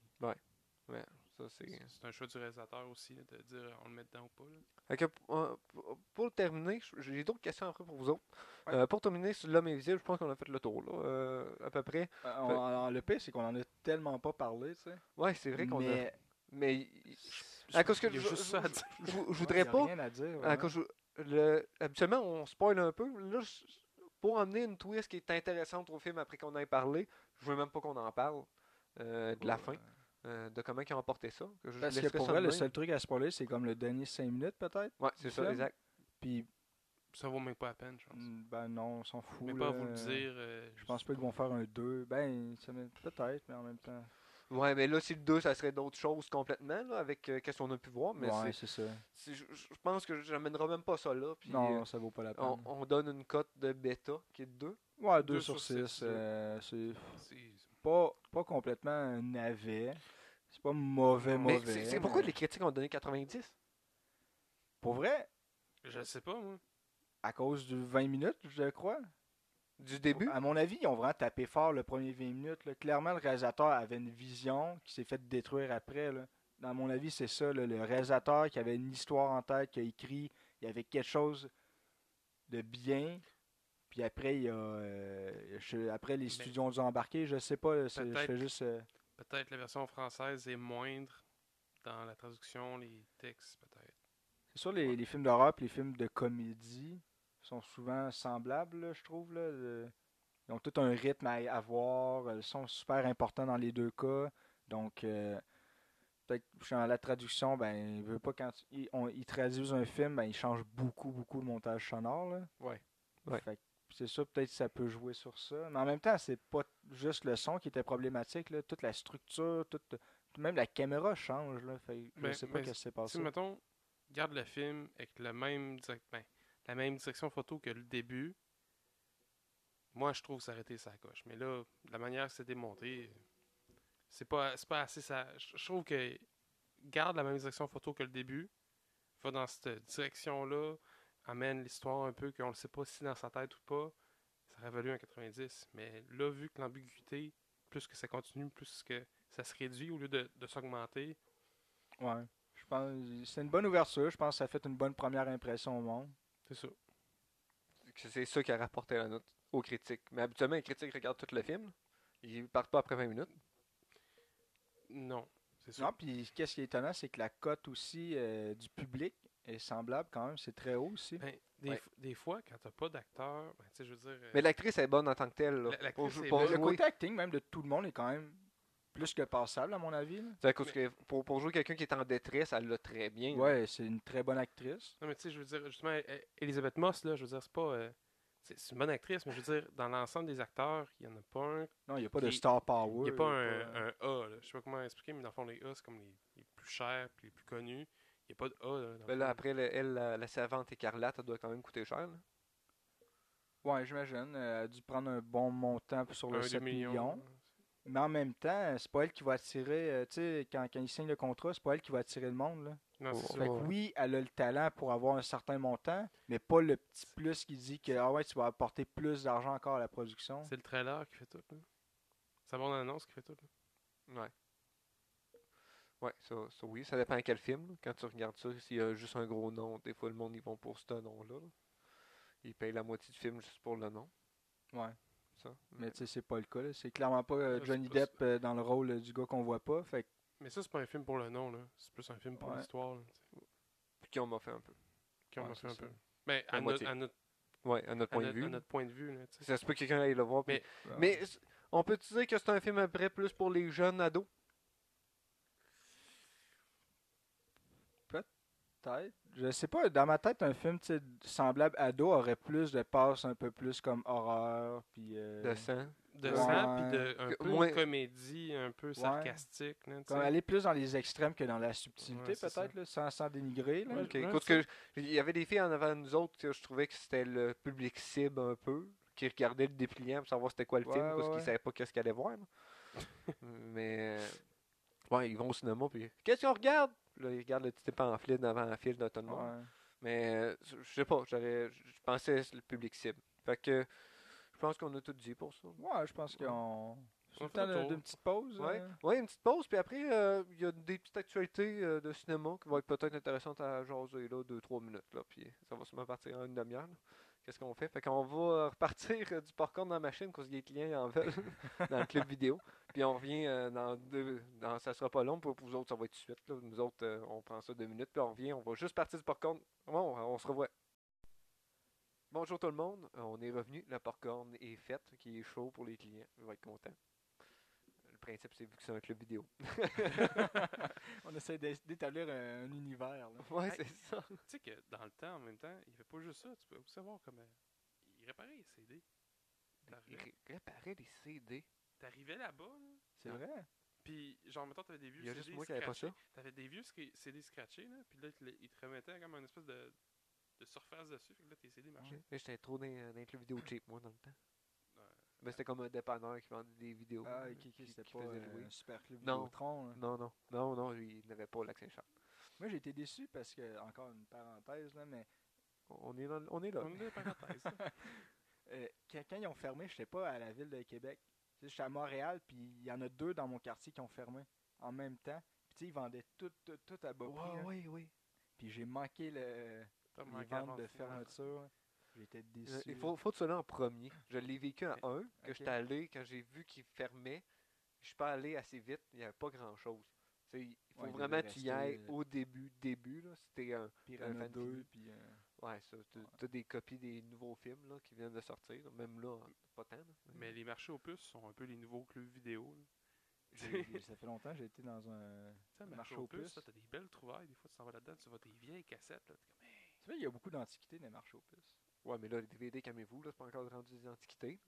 Ça, c'est...
C'est c'est un choix du réalisateur aussi là, de dire euh, on le met dedans ou pas. là.
Fait que, euh, pour- pour terminer, j'ai d'autres questions après pour vous autres. Euh, pour terminer sur l'homme invisible, je pense qu'on a fait le tour, là, euh, à peu près.
Euh, on- en- le pire, c'est qu'on en a tellement pas parlé, tu sais.
Ouais, c'est vrai qu'on a...
mais
Mais... il- À cause que
Il y
je,
a juste ça à dire.
[LAUGHS] je- je- je
ouais, y
voudrais
a
pas...
rien à dire.
Ah,
vraiment.
quand je- le- habituellement, on spoil un peu. Là, je- pour amener une twist qui est intéressante au film après qu'on en ait parlé, je veux même pas qu'on en parle euh, de la fin, euh, de comment ils ont apporté ça. que je
Parce que
laisserai
pour
ça
vrai,
de
le
même.
seul truc à spoiler, c'est comme le dernier 5 minutes peut-être.
Ouais, c'est
du
ça,
film.
exact.
Puis,
Ça vaut même pas la peine, je pense.
mm, ben non, on s'en fout.
Même pas à
là.
vous le dire. euh,
Je pense pas qu'ils vont faire un 2. Ben, ça m'est- peut-être, mais en même temps.
Ouais, mais là, si le 2, ça serait d'autres choses complètement, là, avec euh, qu'est-ce qu'on a pu voir. Mais
ouais,
c'est-
c'est ça.
c'est- je je pense que j'amènerai même pas ça là. Puis,
non,
euh,
ça vaut pas la peine.
on, on donne une cote de bêta qui est de 2.
Ouais, 2
deux
sur
sur six,
6.
ouais.
c'est
C'est-
pas, pas complètement un navet. C'est pas mauvais,
Mais
mauvais.
c'est c'est pourquoi
mais-
les critiques ont donné 90
Pour vrai,
Je sais pas, moi.
à cause du 20 minutes, je crois.
du début
À mon avis, ils ont vraiment tapé fort le premier 20 minutes. là. Clairement, le réalisateur avait une vision qui s'est faite détruire après. Là. Dans mon avis, c'est ça. là, Le réalisateur qui avait une histoire en tête, qui a écrit, il y avait quelque chose de bien. Puis après, il y a, euh, je- après les studios ont dû embarquer. Je sais pas. là, c'est- je fais
Peut-être.
juste. euh,
Peut-être la version française est moindre dans la traduction, les textes, peut-être.
C'est sûr, les, les films d'horreur et les films de comédie sont souvent semblables, là, je trouve. Là, de- Ils ont tout un rythme à avoir, le son est super important dans les deux cas. Donc, euh, peut-être que dans la traduction, ben, il veut pas quand tu- ils, on- ils traduisent un film, ben, ils changent beaucoup, beaucoup le montage sonore. Là.
Ouais. Ouais.
Fait que c'est ça, peut-être que ça peut jouer sur ça. Mais en même temps, c'est pas juste le son qui était problématique, là, toute la structure, toute, même la caméra change. Là, fait, que je
Ben,
sais pas
ben,
ce qui s'est
Si,
passé.
mettons, garde le film avec le même direct- ben, la même direction photo que le début, moi, je trouve s'arrêter sa coche. Mais là, la manière que c'est démonté, c'est pas, c'est pas assez ça. Je je trouve que garde la même direction photo que le début, va dans cette direction-là, amène l'histoire un peu qu'on le sait pas si dans sa tête ou pas, ça aurait valu un 90. Mais là, vu que l'ambiguïté, plus que ça continue, plus que ça se réduit au lieu de, de s'augmenter,
Ouais. Je pense c'est une bonne ouverture. Je pense que ça a fait une bonne première impression au monde.
c'est ça.
que c'est ça qui a rapporté la note aux critiques. Mais habituellement, les critiques regardent tout le film. Ils partent pas après 20 minutes.
Euh. Non, c'est sûr.
Non, puis qu'est-ce qui est étonnant, c'est que la cote aussi euh, du public est semblable quand même. C'est très haut aussi.
Ben, des,
Ouais.
f- des fois, quand t'as pas d'acteur, ben, tu sais, je veux dire. euh,
Mais l'actrice est bonne en tant que telle. là.
La- l'actrice
Pour-
est
pour
bonne.
le
jouer-
côté acting même de tout le monde est quand même plus que passable à mon avis. là.
c'est à cause que pour, pour jouer quelqu'un qui est en détresse, elle l'a très bien.
Ouais, c'est une très bonne actrice.
E-, Non, mais tu sais, je veux dire, justement, euh, Elisabeth Moss, là, je veux dire, c'est pas. euh, C'est c'est une bonne actrice, mais je veux dire, dans l'ensemble des acteurs, il n'y en a pas un.
Non, il n'y a pas de
Il-
star power.
Il n'y a pas
il y
un, un A. Là. Je sais pas comment expliquer, mais dans le fond, les A, c'est comme les, les plus chers puis les plus connus. Il n'y a pas de A. Là, dans
Ben
le
là,
fond.
après, le- elle, la, la servante écarlate, elle doit quand même coûter cher. là.
Ouais, j'imagine. euh, Elle a dû prendre un bon montant sur
Un,
le
deux
7 millions.
millions.
Mais en même temps, c'est pas elle qui va attirer. euh, tu sais, quand, quand ils signent le contrat, c'est pas elle qui va attirer le monde. Là.
Non, c'est
Oh.
ça.
Fait que oui, elle a le talent pour avoir un certain montant, mais pas le petit plus qui dit que ah ouais, tu vas apporter plus d'argent encore à la production.
C'est le trailer qui fait tout. là. C'est la bonne annonce qui fait tout. là.
Ouais. Ouais, ça, ça oui, ça dépend à quel film. là. Quand tu regardes ça, s'il y a juste un gros nom, des fois le monde, ils vont pour ce nom-là. là. Ils payent la moitié du film juste pour le nom.
Ouais.
Ça.
Mais tu sais, c'est pas le cas. là. C'est clairement pas euh,
Ça, c'est
Johnny
pas ça.
Depp euh, dans le rôle euh, du gars qu'on voit pas. Fait que
Mais ça, c'est pas un film pour le nom. là. C'est plus un film pour
Ouais.
l'histoire. là, tu sais,
Puis qui on m'a fait un peu.
Qui on
Ouais,
m'a fait un
c'est
peu. Mais
La
Ben, à, notre,
moitié.
à, notre,
Ouais, à notre
à
point
notre-
de vue.
à notre point de vue. là, tu sais.
Ça se peut que quelqu'un aille le voir. puis- ah.
Mais-
euh,
Mais c- on peut dire que c'est un film après plus pour les jeunes ados?
peut-être. Je sais pas, dans ma tête, un film tu sais, semblable à Do aurait plus de passes un peu plus comme horreur. Puis, euh,
De sang.
de
Ouais.
sang puis de un
Que-
peu
moins-
une comédie un peu sarcastique là, tu
comme
sais.
aller plus dans les extrêmes que dans la subtilité,
Ouais, c'est ça.
peut-être, là, sans, sans dénigrer. là.
Ouais,
Ok, écoute,
c'est-
que je- il y avait des filles en avant de nous autres que je trouvais que c'était le public cible un peu, qui regardait le dépliant pour savoir c'était quoi le
Ouais,
film,
ouais,
parce qu'ils
ouais.
savaient pas qu'est-ce qu'ils allaient voir. [LAUGHS] là. Mais euh, ouais, ils vont au cinéma puis qu'est-ce qu'on regarde Là, ils regardent le petit pamphlet d'avant la file de tout le monde.
Ouais.
Mais euh, je sais pas, j'avais, je pensais que c'est le public cible. Fait que je pense qu'on a tout dit pour ça.
Ouais, je pense qu'on. C'est
On
le
fait le
temps d'un-
tour.
d'une petite pause.
Ouais.
hein?
Ouais, une petite pause, puis après, euh, il y a des petites actualités euh, de cinéma qui vont être peut-être intéressantes à jaser, là, 2-3 minutes, là, puis ça va sûrement partir en une demi-heure, là. Qu'est-ce qu'on fait? Fait qu'on va repartir euh, du popcorn dans la machine, parce que les clients en veulent, [LAUGHS] dans le club vidéo, puis on revient euh, dans deux... Dans, ça sera pas long, pour pour vous autres, ça va être tout de suite, là. Nous autres, euh, on prend ça deux minutes, puis on revient, on va juste partir du popcorn. Bon, on se revoit. Bonjour tout le monde, Euh, on est revenu, le popcorn est fait, qui est chaud pour les clients, ils vont être contents. Le principe, c'est vu que c'est un club vidéo. [LAUGHS]
On essaie d'é- d'établir un, un univers. là.
Ouais,
Hey.
c'est ça.
Tu sais que dans le temps en même temps il fait pas juste ça tu peux aussi voir comme euh, il réparait les CD
Il
t'arrivais
ré- réparait des CD.
t'arrivais là-bas là,
C'est vrai?
puis genre mettons t'avais des vieux
Il y a
CD
juste moi qui avais pas ça.
scratchés, t'avais des vieux sc- CD scratchés là puis là ils te les- ils te remettaient comme une espèce de de surface dessus fait que là tes CD marchaient
Mais J'étais trop dans, dans les clubs vidéo cheap, moi, dans le temps.
Ouais.
Mais c'était comme un dépanneur qui vendait des vidéos.
Ah,
euh,
ok, ok, c'était
qui
pas
faisait
euh,
louer.
un super club
Non.
Vidéotron, là.
Non, non, non, non, il n'avait pas l'accès Saint-Charles.
Moi, j'ai été déçu parce que, encore une parenthèse, là, mais
On est, dans- on est là.
on est dans les parenthèses là.
euh, quand, quand ils ont fermé, je sais pas, à la ville de Québec. Tu sais, J'étais à Montréal, puis il y en a deux dans mon quartier qui ont fermé en même temps. Puis tu sais, ils vendaient tout, tout, tout à bas prix, hein. là.
oui, oui.
Puis j'ai manqué le,
T'as
les
manqué
ventes de
l'avancée, hein.
fermeture. là. J'étais déçu.
Euh, Il
là.
faut, faut cela en premier. Je l'ai vécu en un, que
euh. ok.
j'étais allé quand j'ai vu qu'il fermait. Je suis pas allé assez vite, il n'y avait pas grand-chose. Tu sais, Il faut
Ouais, il devait
vraiment que tu y
rester,
ailles
euh,
au début, début. là. C'était un,
Piranha
fan
2,
TV.
puis... [LAUGHS] euh,
Ouais, ça. t'as- T'as des copies des nouveaux films là, qui viennent de sortir. là. Même là, pas tant. là.
mais les marchés aux puces sont un peu les nouveaux clubs vidéo là.
j'ai- j'ai- ça fait longtemps que j'ai été dans un...
Tu sais,
Le marché
le marché
aux
aux
puces.
puces, là, t'as des belles trouvailles. Des fois, tu t'en vas là-dedans, tu vois tes vieilles cassettes. Là, t'es comme, Hey,
Tu vois, il y a beaucoup d'antiquités dans les marchés aux puces.
Ouais, mais là, les DVD, calmez-vous, là, c'est pas encore rendu des antiquités.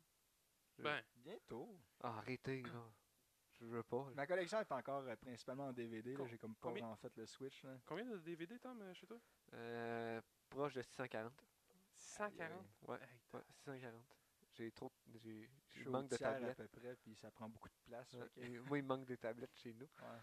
Je-
ben,
Bientôt.
Ah, arrêtez, là. [CLEARS THROAT] Je veux pas. là.
Ma collection est encore euh, principalement en DVD. là.
Com-
J'ai comme pas
combien-
en fait le Switch. Là.
combien de DVD, Tom, euh, chez toi
Euh, proche de 640.
640.
Ouais,
Hey,
ouais, 640. J'ai trop. de- J'ai
Je
il
suis au
manque de
tiers à
tablettes.
peu près, puis ça prend beaucoup de place.
Ouais,
fait que-
et [LAUGHS] Moi, il manque des tablettes chez nous.
ouais.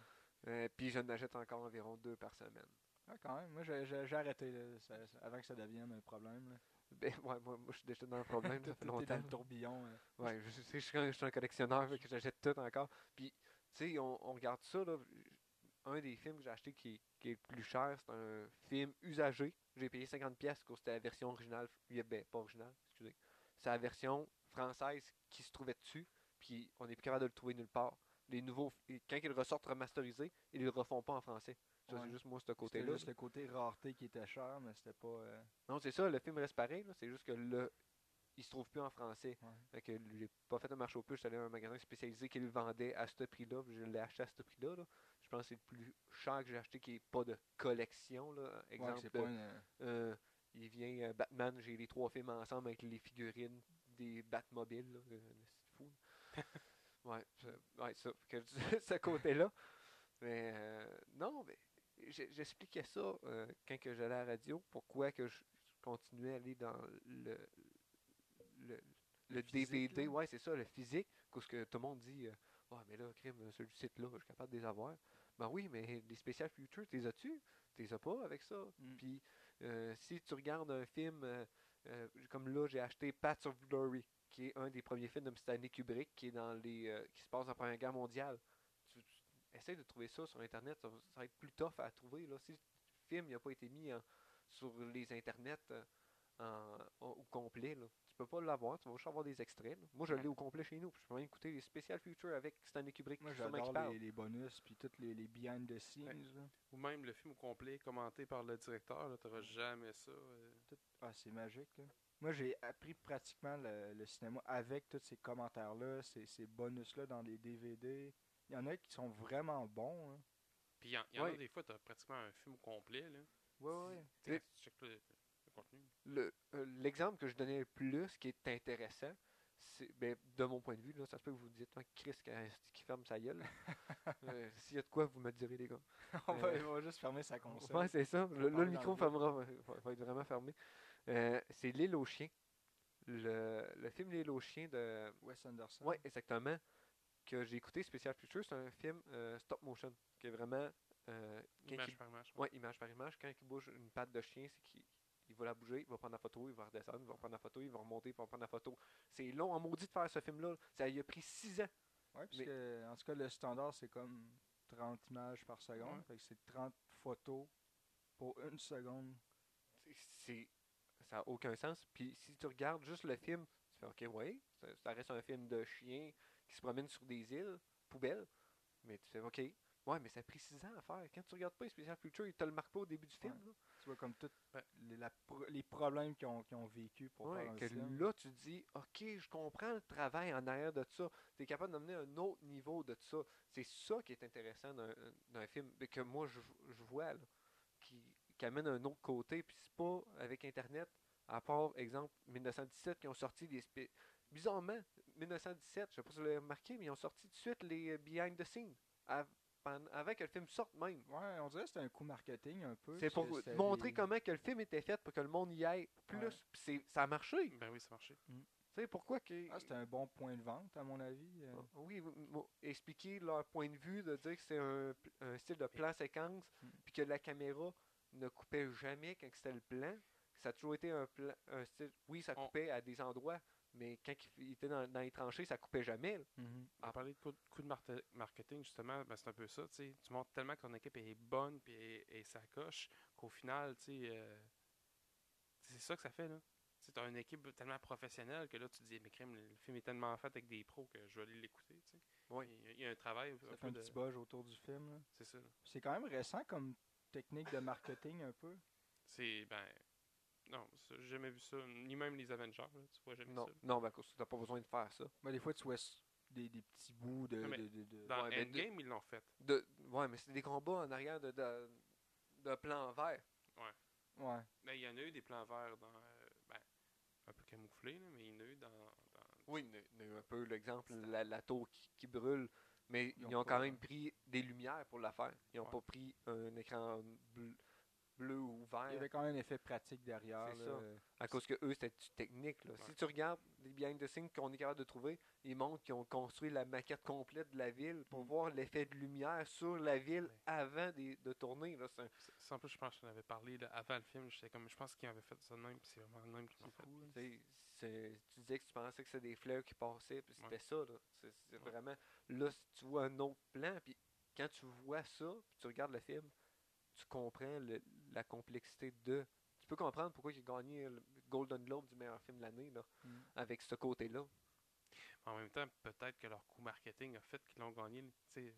Euh, Puis j'en achète encore environ deux par semaine.
Ah, quand même. Moi, j'ai- j'ai j'ai arrêté là, ça- ça- avant que ça devienne un problème. là.
Ben, ouais, moi, moi, je suis déjà dans le problème, ça fait
[LAUGHS] T'es dans
longtemps.
le tourbillon. euh, là.
Ouais, je sais, je suis un, je suis un collectionneur, fait que j'achète tout encore. Puis, tu sais, on, on regarde ça, là. Un des films que j'ai acheté qui, qui est le plus cher, c'est un film usagé. J'ai payé 50$ piastres, parce que c'était la version originale. eh Ben, pas originale, excusez. C'est la version française qui se trouvait dessus, puis on n'est plus capable de le trouver nulle part. Les nouveaux, et quand ils ressortent remasterisés, ils le refont pas en français. Ça,
Ouais.
c'est juste moi, ce
C'était
côté-là.
juste le côté rareté qui était cher, mais c'était pas. euh,
Non, c'est ça, le film reste pareil, là, c'est juste que le il se trouve plus en français.
Ouais.
Fait que j'ai pas fait un marché aux puces, j'étais allé à un magasin spécialisé qui le vendait à ce prix-là, puis je l'ai acheté à ce prix-là. là. Je pense que c'est le plus cher que j'ai acheté qui est pas de collection, là.
ouais,
Exemple,
c'est pas une-
euh, il vient euh, Batman, j'ai les trois films ensemble avec les figurines des Batmobiles. là, euh, C'est fou.
[LAUGHS]
ouais, ça, ouais, ça, que je- [LAUGHS] ce côté-là. Mais euh, non, mais j'ai- j'expliquais ça euh, quand que j'allais à la radio, pourquoi que je continuais à aller dans le, le, le
physique,
DVD,
là.
ouais, c'est ça, le physique, parce que tout le monde dit euh, Ouais, mais là, crime, celui du site-là, je suis capable de les avoir. Ben oui, mais les spéciales Future, t'es as-tu T'es as pas avec ça.
Mm.
Puis euh, si tu regardes un film, euh, euh, comme là, j'ai acheté Paths of Glory, qui est un des premiers films de Stanley Kubrick, qui est dans les, euh, qui se passe dans la Première Guerre mondiale. Tu, tu- essaie de trouver ça sur Internet, ça, va- ça va être plus tough à trouver. Là. Si le film n'a pas été mis en- sur les Internets euh, en- en- au complet, là, tu peux pas l'avoir, tu vas juste avoir des extraits. là. Moi, je l'ai au complet chez nous, puis je peux même écouter les spéciales Future avec Stanley Kubrick.
Moi,
puis sûrement qu'il
j'adore
parle.
les, les bonus, puis toutes les, les behind the scenes. là.
Ou même le film au complet commenté par le directeur, là, t'auras jamais ça. euh.
Ah, c'est magique. là. Moi, j'ai appris pratiquement le, le cinéma avec tous ces commentaires-là, ces, ces bonus-là dans les DVD. Il y en a qui sont vraiment bons. hein.
Puis il y en, y en a
Ouais.
des fois, t'as pratiquement un film au complet. Là.
Ouais, ouais.
Si- tu sais,
Et-
quand tu checkes le, le contenu.
le- euh, l'exemple que je donnais le plus qui est intéressant, c'est ben, de mon point de vue, là, ça se peut que vous dites Ah, Chris qui, qui ferme sa gueule. Euh, S'il y a de quoi, vous me le direz les gars.
[LAUGHS] on, va,
Euh,
on va juste fermer sa console.
Ouais, c'est ça. Le- là,
parler
le
dans
micro
le
fermera, va, va- va être vraiment fermé. Euh, c'est L'île aux chiens. Le, le film L'île aux chiens de.
Wes Anderson.
Ouais, exactement. Que j'ai écouté, Special Future, c'est un film euh, stop motion. Qui est vraiment. euh, quand
Image
il-
par image.
Ouais, image par image. Quand il bouge une patte de chien, c'est qu'il il va la bouger, il va prendre la photo, il va redescendre, il va prendre la photo, il va remonter, il va prendre la photo. C'est long en maudit de faire ce film-là. Ça lui a pris 6 ans.
Ouais, parce
Mais-
que, en tout cas, le standard, c'est comme 30 images par seconde.
Ouais.
Fait que c'est 30 photos pour une seconde.
C'est, ça n'a aucun sens. Puis si tu regardes juste le film, tu fais OK, ouais, ça, ça reste un film de chien qui se promène sur des îles, poubelles. Mais tu fais OK. Ouais, mais ça a pris 6 ans à faire. Quand tu regardes pas Special Future, il te le marque pas au début du film.
Ouais.
là.
Tu vois, comme tous
Ouais.
les, la pro- les problèmes qu'ils ont, qu'ils ont vécu pour
Ouais,
faire un
que
film.
là, tu dis, OK, je comprends le travail en arrière de ça. Tu es capable d'amener un autre niveau de ça. C'est ça qui est intéressant d'un d'un film mais que moi, je, je vois, là, qui, qui amène un autre côté. Puis c'est pas avec Internet, à part, exemple, 1917, qui ont sorti des... spé- Bizarrement, 1917, je sais pas si vous l'avez remarqué, mais ils ont sorti tout de suite les euh, behind the scenes, av- pen- avant que le film sorte même.
Ouais, on dirait que c'était un coup marketing un peu.
C'est pour
parce que c'était
montrer
des-
comment que le film était fait pour que le monde y aille plus.
Ouais.
Puis c'est- ça a marché.
Ben oui, ça marchait.
Tu sais, pourquoi que...
Ah, c'était un bon point de vente, à mon avis. euh.
Ah, Oui, oui, mo- expliquer leur point de vue, de dire que c'est un, pl- un style de plan-séquence,
Mm.
puis que la caméra ne coupait jamais quand c'était le plan. Ça a toujours été un, plan, un style. Oui, ça
On-
coupait à des endroits, mais quand il f- il était dans, dans les tranchées, ça coupait jamais. là.
On
Ah.
parlait de coup, de- coup de marte- marketing, justement, ben c'est un peu ça. tu sais. Tu montres tellement que ton équipe est bonne puis est- est sacoche qu'au final, tu sais, euh, c'est ça que ça fait. là. Tu as une équipe tellement professionnelle que là, tu te dis, mais crime, le film est tellement fait avec des pros que je vais aller l'écouter. tu sais.
Oui.
Il y a- Il y a un travail.
Ça
un
fait
peu
un
de-
petit budge autour du film. là.
C'est ça. là.
C'est quand même récent comme technique de marketing un peu.
C'est, ben. Non, ça, j'ai jamais vu ça. Ni même les Avengers, là, tu vois jamais
Non,
ça.
non, ben, parce que t'as pas besoin de faire ça.
Mais des fois, tu vois s- des, des petits bouts de.
Non, mais
de- de- de-
Dans
Ouais, mais de-
Endgame, ils l'ont fait.
De, ouais, mais c'est des combats en arrière de, de, de plans verts.
Ouais.
Ben, il y en a eu des plans verts dans. euh, ben, un peu camouflés, là, mais il y en a eu dans. dans-
Oui, il y a eu un peu l'exemple, la, la tour qui, qui brûle, mais
Ils
ils
ont
ont,
pas-
quand même pris des lumières pour la faire. Ils n'ont
Ouais.
pas pris un écran bleu, bleu ou
Il y
vert
avait quand même un effet pratique derrière.
Ah, C'est
là.
ça. à cause que eux, c'était du technique. là.
Ouais.
Si tu regardes les behind the scenes qu'on est capable de trouver, ils montrent qu'ils ont construit la maquette complète de la ville pour
Mm.
voir l'effet de lumière sur la ville
Ouais.
avant des- de tourner. là. C'est un-
Ça- ça, en plus, je pense qu'on avait parlé là, avant le film. J'étais comme, je pense qu'ils avaient fait ça de même, puis c'est vraiment le même qu'ils l'ont fait.
Tu sais, c'est- tu disais que tu pensais que c'était des fleurs qui passaient, puis c'était
Ouais.
ça. Là. C'est, c'est
Ouais.
vraiment. Là, si tu vois un autre plan, puis quand tu vois ça, puis tu regardes le film, tu comprends le- la complexité de. Tu peux comprendre pourquoi il a gagné le Golden Globe du meilleur film de l'année, là,
Mm.
avec ce côté-là.
En même temps, peut-être que leur coût marketing a fait qu'ils l'ont gagné. Tu sais,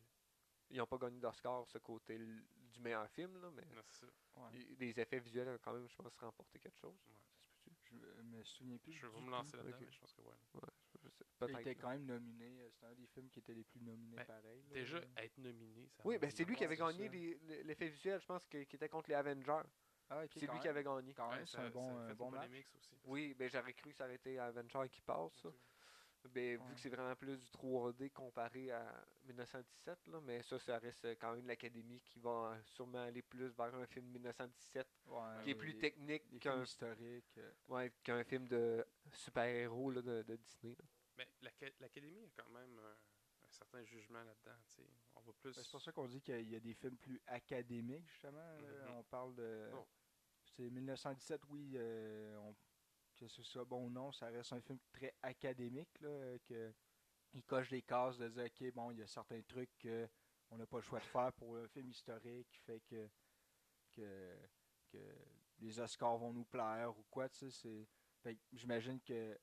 Ils n'ont pas gagné d'Oscar, ce côté l- du meilleur film, là, mais
non, c'est ça.
Ouais.
i- les effets visuels ont quand même, je pense, remporté quelque chose.
Ouais.
Je me souviens plus.
Je vais
du
me
tout.
lancer là-dedans,
Ok.
mais je pense que ouais.
Je sais-
Il
Peut-être.
était
là.
quand même nominé. euh, C'était un des films qui était les plus nominés
Ben,
pareil. là.
Déjà, être nominé, ça.
Oui,
vaut
ben c'est
vraiment-
lui qui avait
euh, c'est ça.
gagné les- les- l'effet visuel, je pense, que- qui était contre les Avengers.
Ah, ouais, puis
C'est
quand
lui qui
même-
avait gagné.
Quand
Ouais,
même, c'est
ça-
un
ça
bon,
fait
un bon
trop
match.
polémique, ça aussi.
euh, Oui, ben j'aurais cru que ça aurait été Avenger qui passe. ça. Mais
Ouais.
vu que c'est vraiment plus du 3D comparé à 1917, là, mais ça, ça reste euh, quand même l'académie qui va euh, sûrement aller plus vers un film 1917
Ouais,
qui est
oui,
plus
des-
technique
Des
qu'un
films historiques. euh,
ouais, qu'un film de super-héros là, de, de Disney. là.
Mais l'aca- l'Académie a quand même un, un certain jugement là-dedans. tu sais. On va plus.
ben, C'est pour ça qu'on dit qu'il y a des films plus académiques, justement. là.
Mhm.
Euh, On parle de.
Bon.
C'est 1917, oui. euh, on- Que ce soit bon ou non, ça reste un film très académique. Là, euh, que... Il coche des cases de dire, OK, bon, il y a certains trucs qu'on n'a pas le choix de faire pour un film historique, qui fait que, que, que les Oscars vont nous plaire ou quoi. tu sais, c'est- fait que J'imagine que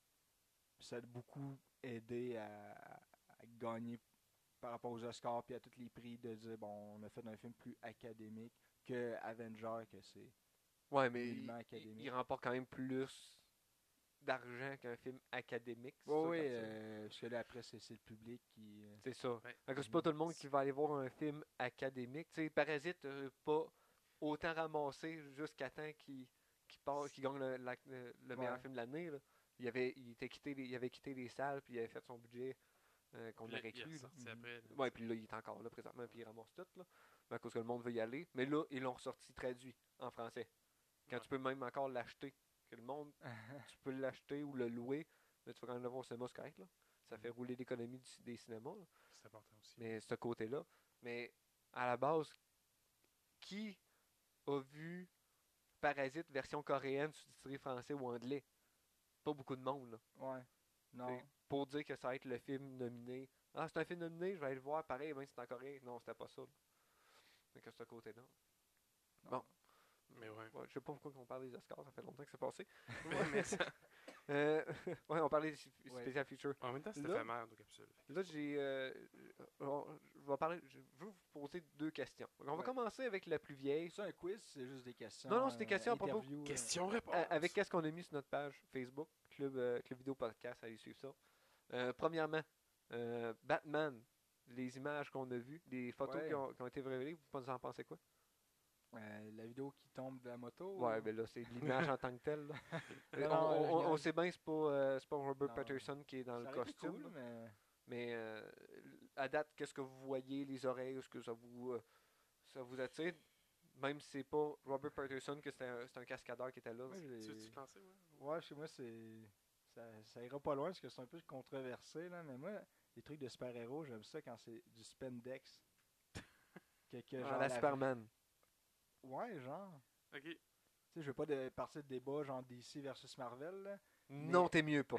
ça a beaucoup aidé à, à gagner par rapport aux Oscars puis à tous les prix de dire bon on a fait un film plus académique que Avenger que c'est
Ouais, mais il,
Élément
il-
académique.
il remporte quand même plus d'argent qu'un film académique. c'est sûr,
oui
quand ça-
parce que là après c'est c'est le public qui euh,
C'est ça.
Ouais.
Fait que c'est pas tout le monde qui va aller voir un film académique. Tu sais, Parasite euh, pas autant ramassé jusqu'à temps qu'il qu'il part- qu'il gagne le, la- le- le meilleur
Ouais.
film de l'année. là. Il avait, il, était quitté les, il avait quitté les salles, puis il avait fait son budget euh, qu'on
Puis là,
aurait
il est
cru. là.
ressorti après, là.
Ouais, puis là, il est encore là présentement, puis il ramasse tout, là. Mais à cause que le monde veut y aller. Mais là, ils l'ont sorti traduit en français. Quand
Ouais.
tu peux même encore l'acheter. Que le monde,
euh,
[LAUGHS]
Ah.
tu peux l'acheter ou le louer, mais tu vas quand même le voir au cinéma, c'est correct, là.
Mm.
Ça fait rouler l'économie du- des cinémas, là
C'est important aussi.
mais ce côté-là. Mais à la base, qui a vu Parasite version coréenne sous-titrée français ou anglais Pas beaucoup de monde. là.
ouais non
T'sais, Pour dire que ça va être le film nominé. Ah, c'est un film nominé, je vais aller le voir pareil, même si c'est en coréen. Non, c'était pas ça. Donc, ce côté-là. Bon.
Mais ouais.
Ouais, je sais pas pourquoi on parle des Oscars, ça fait longtemps que c'est
[LAUGHS]
passé.
Mais- mais ça-
[LAUGHS] Euh, ouais, on parlait des spécial
Ouais.
spéciales feature.
En même temps, c'est
Là-
éphémère, nos capsules.
Là, j'ai. euh, on- je, vais parler, je veux vous poser deux questions. On va
Ouais.
commencer avec la plus vieille.
c'est un quiz c'est juste des questions
Non, non, c'est des
euh,
questions à propos-
interviews, euh,
Question-réponse.
Euh, avec qu'est-ce qu'on a mis sur notre page Facebook, Club, euh, Club Vidéo Podcast, allez suivre ça. Euh, premièrement, euh, Batman, les images qu'on a vues, les photos
Ouais.
qui, ont, qui ont été révélées, vous vous en pensez quoi?
euh, la vidéo qui tombe de la moto
Ouais,
euh,
ben là, c'est l'image en tant que telle. [LAUGHS] là.
Non,
Euh, on,
non,
on-
regarde.
on sait bien que c'est pas, euh, c'est pas Robert
Non.
Patterson qui est dans
ça
le
aurait été
costume,
cool,
là. mais,
mais
euh, à date, qu'est-ce que vous voyez, les oreilles, est-ce que ça vous, euh, ça vous attire? Même si c'est pas Robert Patterson, que c'est un, c'est un cascadeur qui était là.
moi,
c'est-
Tu veux-tu
j'ai-
penser, ouais?
Ouais, chez moi, c'est. Ça, ça ira pas loin parce que c'est un peu controversé, là, mais moi, les trucs de super-héros, j'aime ça quand c'est
[LAUGHS]
du spandex. que, que
Ah,
genre
la
la-
Superman.
Ouais, genre.
Ok.
Tu sais, je veux pas de partir de débat genre DC versus Marvel, là.
Non, t'es mieux pas.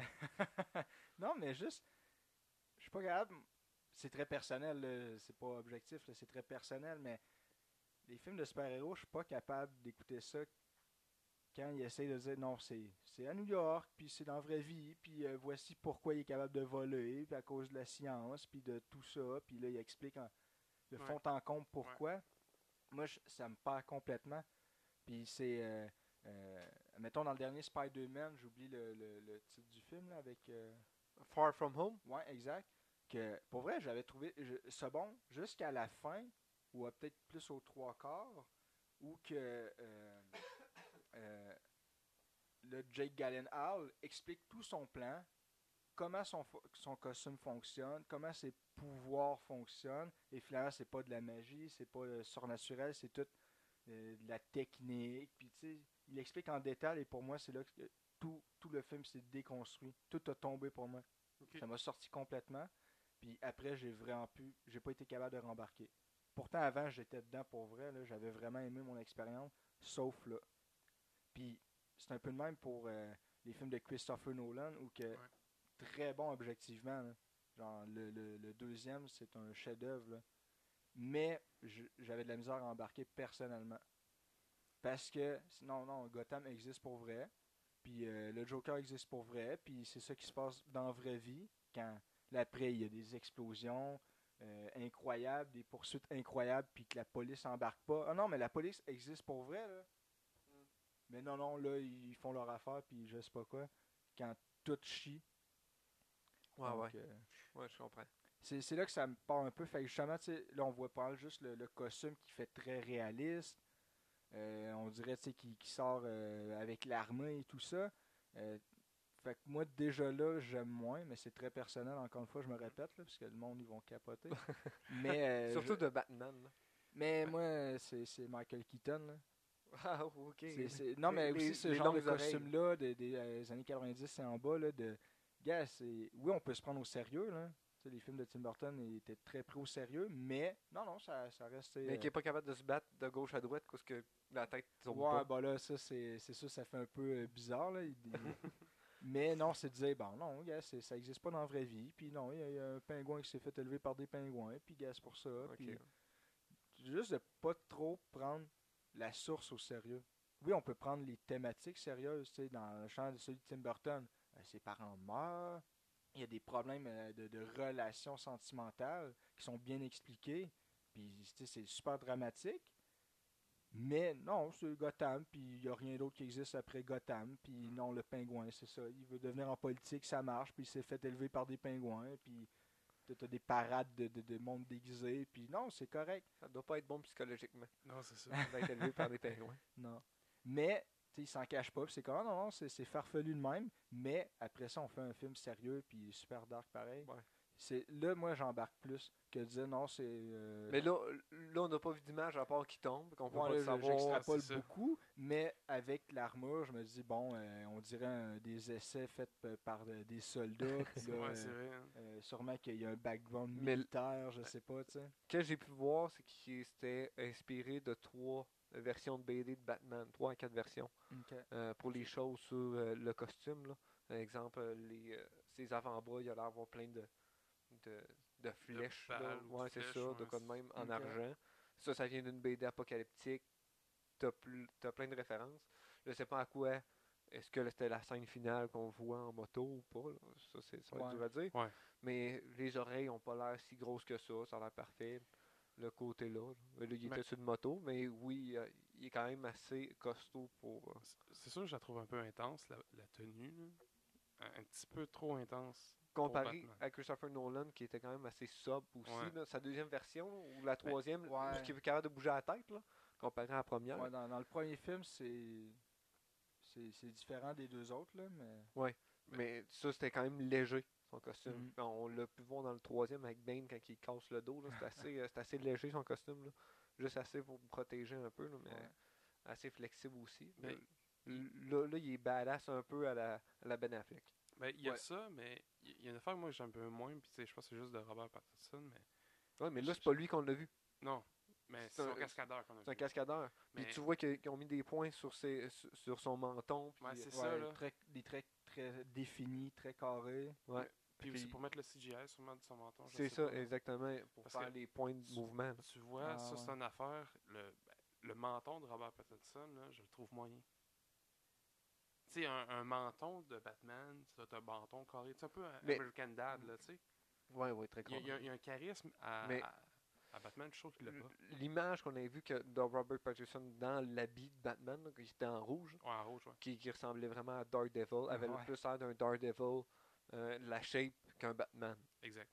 Non, mais juste, je suis pas capable. C'est très personnel, là, c'est pas objectif, là, c'est très personnel, mais les films de super-héros, je suis pas capable d'écouter ça quand ils essayent de dire non, c'est c'est à New York, puis c'est dans la vraie vie, puis euh, voici pourquoi il est capable de voler, puis à cause de la science, puis de tout ça, puis là, il explique en- de
Ouais.
fond en comble pourquoi. Moi, je- ça me perd complètement. Puis c'est. euh, euh, mettons dans le dernier Spider-Man, j'oublie le, le- le titre du film là, avec. euh,
Far From Home?
Ouais, exact. Que pour vrai, j'avais trouvé je- ça bon jusqu'à la fin, ou à peut-être plus aux trois quarts, où que euh, euh, le Jake Gallenhall explique tout son plan, comment son, fo- son costume fonctionne, comment ses pouvoirs fonctionnent, et finalement, c'est pas de la magie, c'est pas euh, surnaturel, c'est tout euh, de la technique. Puis tu sais, il explique en détail, et pour moi, c'est là que euh, tout, tout le film s'est déconstruit. Tout a tombé pour moi.
Ok.
Ça m'a sorti complètement. Puis après, j'ai vraiment pu. J'ai pas été capable de rembarquer. Pourtant, avant, j'étais dedans pour vrai. là. J'avais vraiment aimé mon expérience. Sauf là. Puis c'est un peu le même pour euh, les films de Christopher Nolan ou que.
Ouais.
Très bon objectivement. là. Genre, le, le- le deuxième, c'est un chef-d'œuvre. là. Mais je- j'avais de la misère à embarquer personnellement. Parce que, non, non, Gotham existe pour vrai. Puis euh, le Joker existe pour vrai. Puis c'est ça qui se passe dans la vraie vie. Quand là, après, il y a des explosions euh, incroyables, des poursuites incroyables, puis que la police embarque pas. Ah non, mais la police existe pour vrai, là.
Mm.
Mais non, non, là, ils font leur affaire, puis je sais pas quoi. Quand tout chie.
Ouais,
Donc,
ouais.
euh,
Ouais, je comprends.
c'est c'est là que ça me part un peu. Fait que justement, tu sais, là, on voit pas mal juste le, le costume qui fait très réaliste. Euh, on dirait tu sais, qu'il qu'il sort euh, avec l'armée et tout ça. Euh, fait que moi, déjà là, j'aime moins, mais c'est très personnel, encore une fois, je me répète, là, parce que le monde, ils vont capoter. mais euh,
Surtout
je-
de Batman. là. [LAUGHS]
mais moi, c'est c'est Michael Keaton. là.
Ah, ok.
C'est- c'est- Non, mais
Les-
aussi ce
les
genre de
longues oreilles.
costume-là des, des, euh, des années 90 et en bas, là, de. Gars, c'est- oui, on peut se prendre au sérieux. Là. Tu sais, les films de Tim Burton ils étaient très pris au sérieux, mais non, non, ça, ça reste. euh,
Mais qui est pas capable de se battre de gauche à droite parce que la tête tombe
ouais,
pas.
bah là, ça, c'est c'est ça, ça fait un peu euh, bizarre. Là. Il-
[LAUGHS]
il- mais non, c'est de dire, bon, non, gars, c'est- ça existe pas dans la vraie vie. Puis non, il y, a- il y a un pingouin qui s'est fait élever par des pingouins, puis gars, c'est pour ça.
Ok.
Puis juste de pas trop prendre la source au sérieux. Oui, on peut prendre les thématiques sérieuses, tu sais, dans le champ de celui de Tim Burton, euh, ses parents meurent, il y a des problèmes euh, de, de relations sentimentales qui sont bien expliqués, puis tu sais, c'est super dramatique. Mais non, c'est Gotham, puis il n'y a rien d'autre qui existe après Gotham, puis non, le pingouin, c'est ça. Il veut devenir en politique, ça marche, puis il s'est fait élever par des pingouins, puis t'as t'as des parades de, de, de monde déguisé, puis non, c'est correct.
Ça doit pas être bon
[LAUGHS]
psychologiquement
Non, c'est ça.
d'être élevé par des pingouins.
Non. Mais, tu sais, il s'en cache pas. puis C'est comme, Ah non, non, c'est c'est farfelu de même. Mais après ça, on fait un film sérieux, puis super dark pareil.
Ouais.
C'est Là, moi, j'embarque plus que de dire non, c'est. euh,
Mais là, là on n'a pas vu d'image à part qui tombe, qu'on peut
ouais,
pas
là,
le
je-
savoir.
j'extrapole
c'est ça.
beaucoup. Mais avec l'armure, je me dis, bon, euh, on dirait un- des essais faits p- par de- des
[LAUGHS]
soldats. puis là,
Ouais, c'est
euh,
vrai. hein.
euh, sûrement qu'il y a un background
Mais l-
militaire, je sais pas, tu sais.
que j'ai pu voir, c'est qu'il s'était inspiré de trois versions de BD de Batman, trois à quatre versions, euh, pour les choses sur euh, le costume. Là. Par exemple, euh, les, euh, ses avant-bras, il a l'air d'avoir plein de, de, de flèches. là.
balles ou de
ouais, c'est
flèches,
ça, de
ouais,
quoi de
c'est-
même, en
Ok.
argent. Ça, ça vient d'une BD apocalyptique. T'as plus- t'as plein de références. Je sais pas à quoi. Est-ce que c'était la scène finale qu'on voit en moto ou pas? là. Ça, c'est ça va être
Ouais.
dur à dire.
Ouais.
Mais les oreilles ont pas l'air si grosses que ça. Ça a l'air parfait. Le côté là. là. Mais là, il
Mais-
était sur une moto, mais oui, euh, il est quand même assez costaud pour. euh,
C'est- C'est sûr que je la trouve un peu intense, la, la tenue. là. Un, un petit peu trop intense. pour
comparé
Batman.
à Christopher Nolan qui était quand même assez sobre aussi
Ouais. Ben,
là, sa deuxième version ou la troisième
ouais.
qui est capable de bouger la tête là, comparé à la première
Ouais, dans, dans le premier film, c'est. C'est c'est différent des deux autres, là, mais.
mais ça c'était quand même léger son costume
Mhm.
Mm-hmm.
Puis on l'a pu voir dans le troisième avec Bane quand il casse le dos là, c'est assez euh, c'est assez léger son costume là. juste assez pour me protéger un peu là, mais
Ouais.
assez flexible aussi
Ben,
Là, là, là, il est badass un peu à la, à la Ben Affleck
Ben, il y a
Ouais.
ça, mais il y a une affaire, moi, que j'aime un peu moins, puis tu sais, je pense que c'est juste de Robert Pattinson, mais
ouais mais là
Je-
c'est pas lui qu'on l'a vu
non. Mais
C'est
c'est
un-
un cascadeur qu'on a
c'est un
vu.
cascadeur
Mais
puis tu vois que- qu'ils ont mis des points sur ses sur- sur son menton puis,
Ouais,
euh,
c'est ça, là.
très- des traits très définis, très carrés.
Puis aussi
puis-
pour mettre le CGI sûrement de son menton. je
C'est
sais
ça,
pas, mais
exactement, pour
Parce
faire
que
les points de
tu-
mouvement. là.
Tu vois,
Ah,
ça,
ouais.
c'est une affaire. Le, ben, le menton de Robert Pattinson, là, je le trouve moyen. Tu sais, un, un menton de Batman, ça doit être un menton carré. C'est un peu un
Mais-
American Dad, là, tu sais.
Ouais, ouais, très
Il y a- il y, a- il y a un charisme à,
Mais-
à, à Batman, je trouve qu'il
Euh,
l'a pas.
L'image qu'on a vue que de Robert Pattinson dans l'habit de Batman, qui était en rouge,
Ouais, en rouge, ouais.
qui, qui ressemblait vraiment à Daredevil, avait le
Ouais.
plus l'air d'un Daredevil, euh, la shape qu'un Batman.
Exact.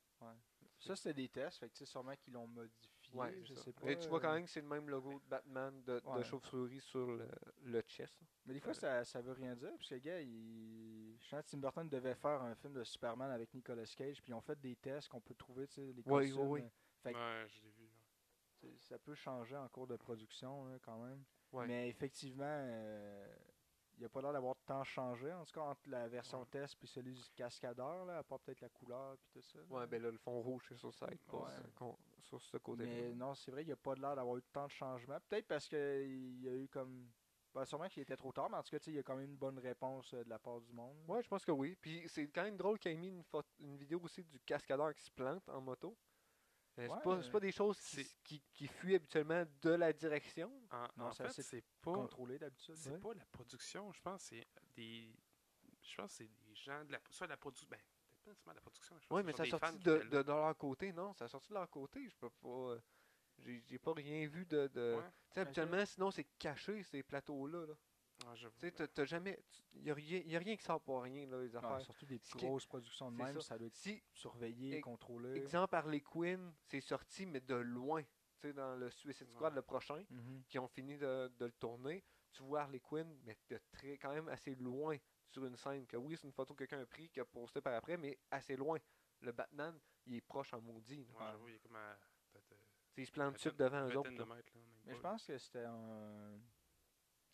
Ça, c'était des tests, fait que tu sais, sûrement qu'ils l'ont modifié.
Ouais,
je
c'est ça.
sais pas.
Mais tu vois
euh,
quand même que c'est le même logo de Batman de, de
Ouais.
chauve-souris sur le, le chest.
Mais des fois, ça, ça veut rien dire, parce que, gars, il... je sens que Tim Burton devait faire un film de Superman avec Nicolas Cage, puis ils ont fait des tests qu'on peut trouver, tu sais, les
Ouais,
costumes.
ouais, ouais.
euh, Fait que-
Ouais, je l'ai vu. là.
tu sais, Ça peut changer en cours de production, là, quand même.
Ouais.
Mais effectivement, euh, il n'y a pas l'air d'avoir tant changé, en tout cas, entre la version
Ouais.
test puis celui du cascadeur, là, à part peut-être la couleur, puis tout ça. là.
Ouais, ben là, le fond rouge, c'est sur ça, aide pas,
Ouais.
ça, qu'on- sur ce
Mais
côté-là.
non, c'est vrai, il n'y a pas de l'air d'avoir eu tant de changements. Peut-être parce qu'il y a eu comme. Bah, sûrement qu'il était trop tard, mais en tout cas, tu sais, il y a quand même une bonne réponse euh, de la part du monde.
Ouais, je pense que oui. Puis c'est quand même drôle qu'il ait mis une, photo- une vidéo aussi du cascadeur qui se plante en moto. Euh, c'est
Ouais.
pas, c'est pas des choses qui,
C'est-
s- qui, qui fuient habituellement de la direction.
En,
Non,
en
ça,
fait,
c'est
c'est pas.
Contrôlé d'habitude.
C'est
ouais.
pas la production, je pense, c'est des. Je pense que c'est des gens de la. Soit de la production. Ben, peut-être pas nécessairement de la production. je pense
Oui,
que
mais
ce
ça
sont des fans
sortit
qui
de,
étaient
de,
là.
de leur côté, non? Ça sortit de leur côté. Je peux pas. euh, J'ai j'ai pas rien vu de. de...
Ouais.
Tu sais, habituellement, sinon, c'est caché, ces plateaux-là. là.
Ouais, j'avoue,
Tu sais, t'as- t'as jamais. Il n'y a, rien- y a rien qui sort pour rien, là, les
Ouais,
affaires.
surtout des
Ce qui-
grosses productions de
c'est
même,
ça.
ça. doit être
si,
surveillé,
Ex-
contrôlé.
exemple, Harley Quinn, c'est sorti, mais de loin. tu sais, dans le Suicide Squad, le prochain,
Mhm.
qui ont fini de, de le tourner, tu vois Harley Quinn, mais de très, quand même assez loin sur une scène. Que oui, c'est une photo que quelqu'un a pris, qui a posté par après, mais assez loin. Le Batman, il est proche en maudit. là.
Ouais, j'avoue, il est comme à. peut-être, euh,
Tu sais, Il se plante dessus
vingtaine-
devant eux
vingtaine
autres.
de
là.
mètres, là, même
Mais je
pas, là.
pense que c'était un.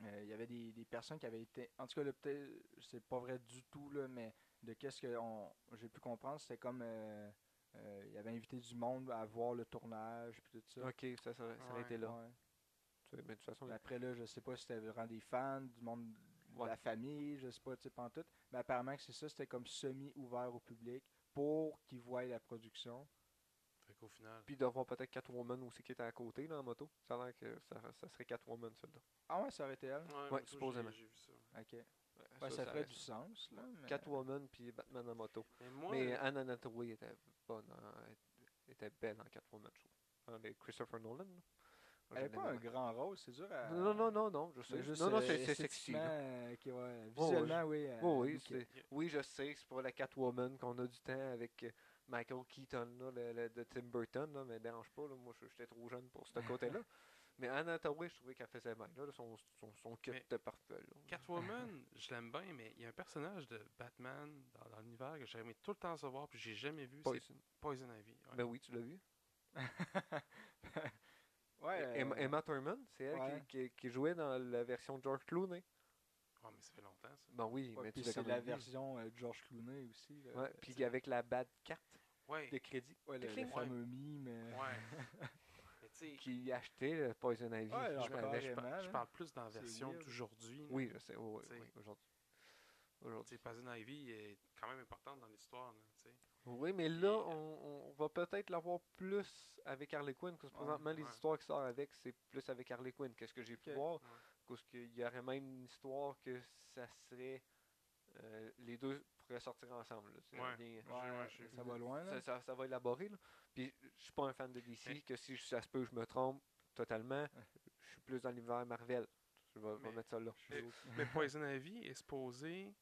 euh, Il y avait des, des personnes qui avaient été. En tout cas, là, peut-être, c'est pas vrai du tout, là, mais de qu'est-ce que on- j'ai pu comprendre, c'était comme. euh, euh, il avait invité du monde à voir le tournage, puis tout ça.
Ok, ça, ça, ça a
Ouais.
été là.
Ouais.
Tu sais, Mais de toute façon,
Mais Après, là, je sais pas si c'était vraiment des fans, du monde de
Ouais.
la famille, je sais pas, tu sais, pas en tout. Mais apparemment que c'est ça, c'était comme semi-ouvert au public pour qu'ils voient la production.
Fait qu'au final.
Puis d'avoir peut-être Catwoman aussi qui était à côté là, en moto. Ça a l'air que ça, ça serait Catwoman celle-là.
Ah ouais, ça aurait été elle?
Ouais,
Ouais,
moi, ça,
supposément.
j'ai- j'ai vu ça.
Ok. Ouais,
ça,
ça,
ça
ferait
reste-
du sens, là. mais-
Catwoman puis Batman en moto.
Mais moi,
Mais euh, Anna Nattaway était bonne, en- était belle en Catwoman, je trouve. Dans les Christopher Nolan. là.
Elle avait
Je
pas un
l'aimais.
grand rôle, c'est dur à.
Euh, Non, non, non, non, je sais.
C'est juste,
non, non,
euh,
c'est c'est sexy.
esthétiquement,
là.
euh, ok, ouais. Visuellement, oui. euh,
Oh, oui,
ok.
c'est- oui, je sais, c'est pour la Catwoman qu'on a du temps avec euh, Michael Keaton là, le- le- de Tim Burton, là, mais dérange pas, là, moi je- j'étais trop jeune pour ce [LAUGHS] côté-là. mais Anna Hathaway, je trouvais qu'elle faisait bien, là, là, son, son, son kit
Mais-
de parfum. là.
Catwoman, je l'aime bien, mais il y a un personnage de Batman dans, dans l'univers que j'ai aimé tout le temps savoir, puis j'ai jamais vu.
Poison.
C'est Poison Ivy. ouais.
Ben oui, tu l'as vu.
Ouais, euh,
Emma, Emma Thurman, c'est elle
ouais.
qui, qui- qui jouait dans la version de George Clooney.
Ah, mais ça fait longtemps, ça.
Ben oui,
ouais,
mais tu
puis
l'as
c'est
quand
la
même vu.
version euh, de George Clooney aussi. là.
Ouais, puis avec euh, la bad carte
Ouais.
de crédit
Ouais, le, le
Cling.
fameux mime. euh,
Ouais.
[LAUGHS]
mais tu sais,
qui achetait le Poison Ivy.
Ouais,
je
alors,
je,
m'en
encore,
avais-
je par-
carrément,
je
là.
parle plus dans la
C'est
version
weird.
d'aujourd'hui. là.
Oui, je sais. oh, oui,
T'sais.
oui, aujourd'hui.
Tu sais,
Aujourd'hui.
Poison Ivy est quand même importante dans l'histoire. là, tu sais. euh,
Oui, mais là, on, on va peut-être l'avoir plus avec Harley Quinn, parce que
Ouais,
présentement, les
ouais.
histoires qui sortent avec, c'est plus avec Harley Quinn. Qu'est-ce que j'ai pu
Ok.
voir
Ouais.
Parce qu'il y aurait même une histoire que ça serait. euh, les deux pourraient sortir ensemble. là, c'est
Ouais.
bien-
Je- ouais, je-
ça va loin, là.
ça, ça- ça va élaborer. Là. Puis je suis pas un fan de DC,
Mais-
que si ça se peut, je me trompe totalement. Je suis plus dans l'univers Marvel. Je vais, je vais
Mais-
mettre ça là.
mais- Mais Poison
[LAUGHS]
Ivy est supposée.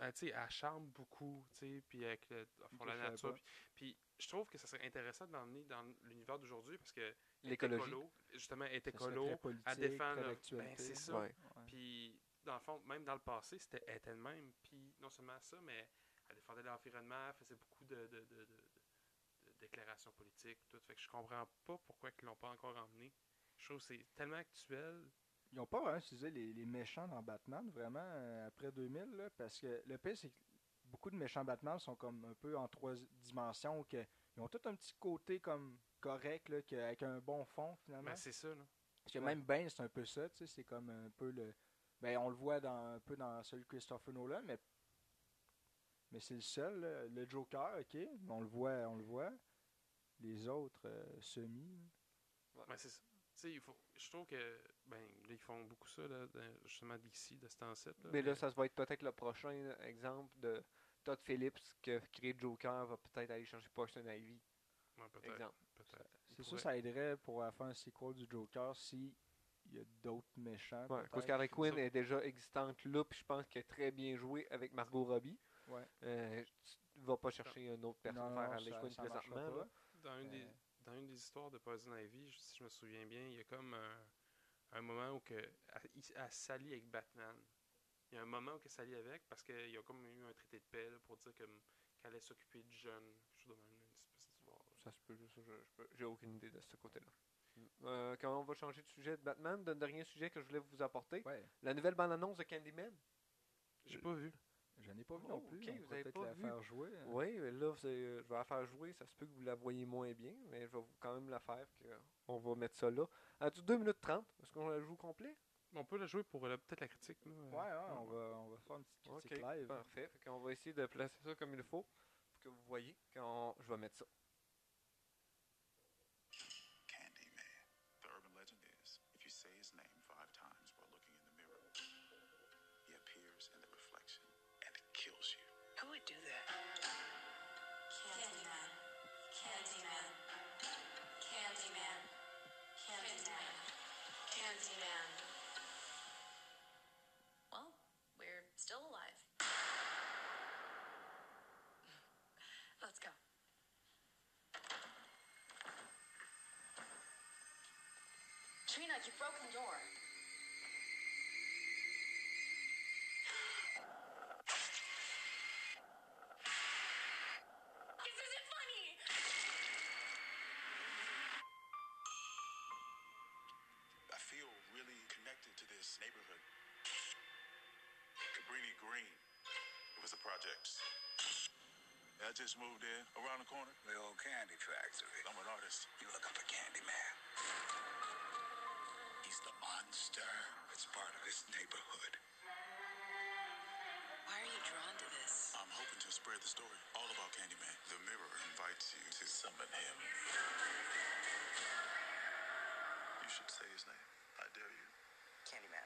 euh, tu sais, elle charme beaucoup, tu sais, puis avec le, au fond,
Ok,
la
je savais
nature.
pas.
Puis, puis je trouve que ça serait intéressant de l'emmener dans l'univers d'aujourd'hui parce que. elle est
L'écologie.
écolo, Justement, elle est
ça serait
écolo.
très politique,
à défendre.
très
Ben,
d'actualité.
c'est ça.
Ouais.
Puis, dans le fond, même dans le passé, c'était elle était de même. Puis, non seulement ça, mais elle défendait l'environnement, elle faisait beaucoup de, de, de- de- de- de déclarations politiques, tout. Fait que je comprends pas pourquoi ils l'ont pas encore emmené. Je trouve que c'est tellement actuel.
Ils ont pas vraiment utilisé les, les méchants dans Batman, vraiment, euh, après 2000, là, parce que le pire, c'est que beaucoup de méchants Batman sont comme un peu en trois dimensions, que, ils ont tout un petit côté comme correct, là, que- avec un bon fond, finalement.
Ben, c'est ça, là.
Parce que
Ouais.
même Bane, c'est un peu ça, tu sais, c'est comme un peu le. Ben, on le voit dans, un peu dans celui de Christopher Nolan, mais. Mais c'est le seul, là. le Joker, ok, mais on le voit, on le voit. Les autres, euh, semi. là.
Ben, c'est ça. Tu sais, il faut, je trouve que, ben, là, ils font beaucoup ça, là, dans- justement, d'ici, de ce temps-ci.
Mais là, ça va être peut-être le prochain euh, exemple de Todd Phillips que créer Joker va peut-être aller chercher Poison Ivy.
Ouais, peut-être.
Exemple.
peut-être.
C'est
pourrait.
sûr, ça aiderait pour euh, faire un sequel du Joker si il y a d'autres méchants.
Ouais,
peut-être.
parce qu'Harley Quinn
Ça-
est déjà existante là, puis je pense qu'elle est très bien jouée avec Margot Robbie.
Ouais.
Euh, tu vas pas chercher une autre personne
Non,
à faire
non,
Harley
ça-
Quinn
ça marchera
présentement.
pas.
là.
Dans une, des,
Euh.
dans une des histoires de Poison Ivy, je- si je me souviens bien, il y a comme un, un moment où que, elle, il- elle s'allie avec Batman. Il y a un moment où elle s'allie avec parce qu'il y a comme eu un traité de paix là, pour dire que, m- qu'elle allait s'occuper du jeune. quelque chose de même, une espèce d'histoire, là.
Ça se peut, ça, je- je peux- j'ai aucune idée de ce côté-là. Euh, quand on va changer de sujet de Batman, le dernier sujet que je voulais vous apporter,
Ouais,
la nouvelle bande-annonce de Candyman.
J'ai pas vu.
je n'ai pas vu
Oh,
non plus.
ok,
on
vous
pourrait
avez
peut-être
pas
la
vu.
faire jouer. hein.
Oui, mais là, vous allez- euh, je vais la faire jouer. Ça se peut que vous la voyez moins bien, mais je vais vous- quand même la faire. puis, euh, on va mettre ça là. À du 2 minutes 30, est-ce qu'on la joue complet?
On peut la jouer pour euh, peut-être la critique. là.
Ouais, ouais, on va, on va faire une petite
Ok, Ah.
critique live.
parfait. on va essayer de placer ça comme il faut pour que vous voyez quand je vais mettre ça.
Candyman. The urban legend is if you say his name five times while looking in the mirror, he appears in the reflection and kills you.
Who would do that? Candyman. Candyman. Candyman. Candyman. Candyman.
Well, we're still alive. Let's go.
Katrina, you've broken the door. This isn't funny!
I feel really connected to this neighborhood. Cabrini Green. It was the projects. I just moved in around the corner.
The old candy factory.
I'm an artist.
You look up a candy man. He's the monster. It's part of this neighborhood.
Why are you drawn to this?
I'm hoping to spread the story all about Candyman. The mirror invites you to summon him. You should say his name. I dare you.
Candyman.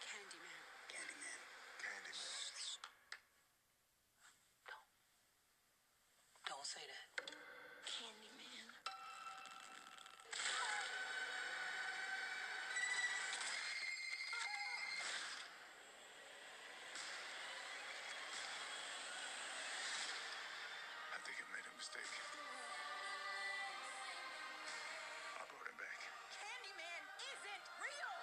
Candyman.
Candyman. Candyman.
Don't say that. Candyman.
I think I made a mistake. I brought him back.
Candyman isn't real!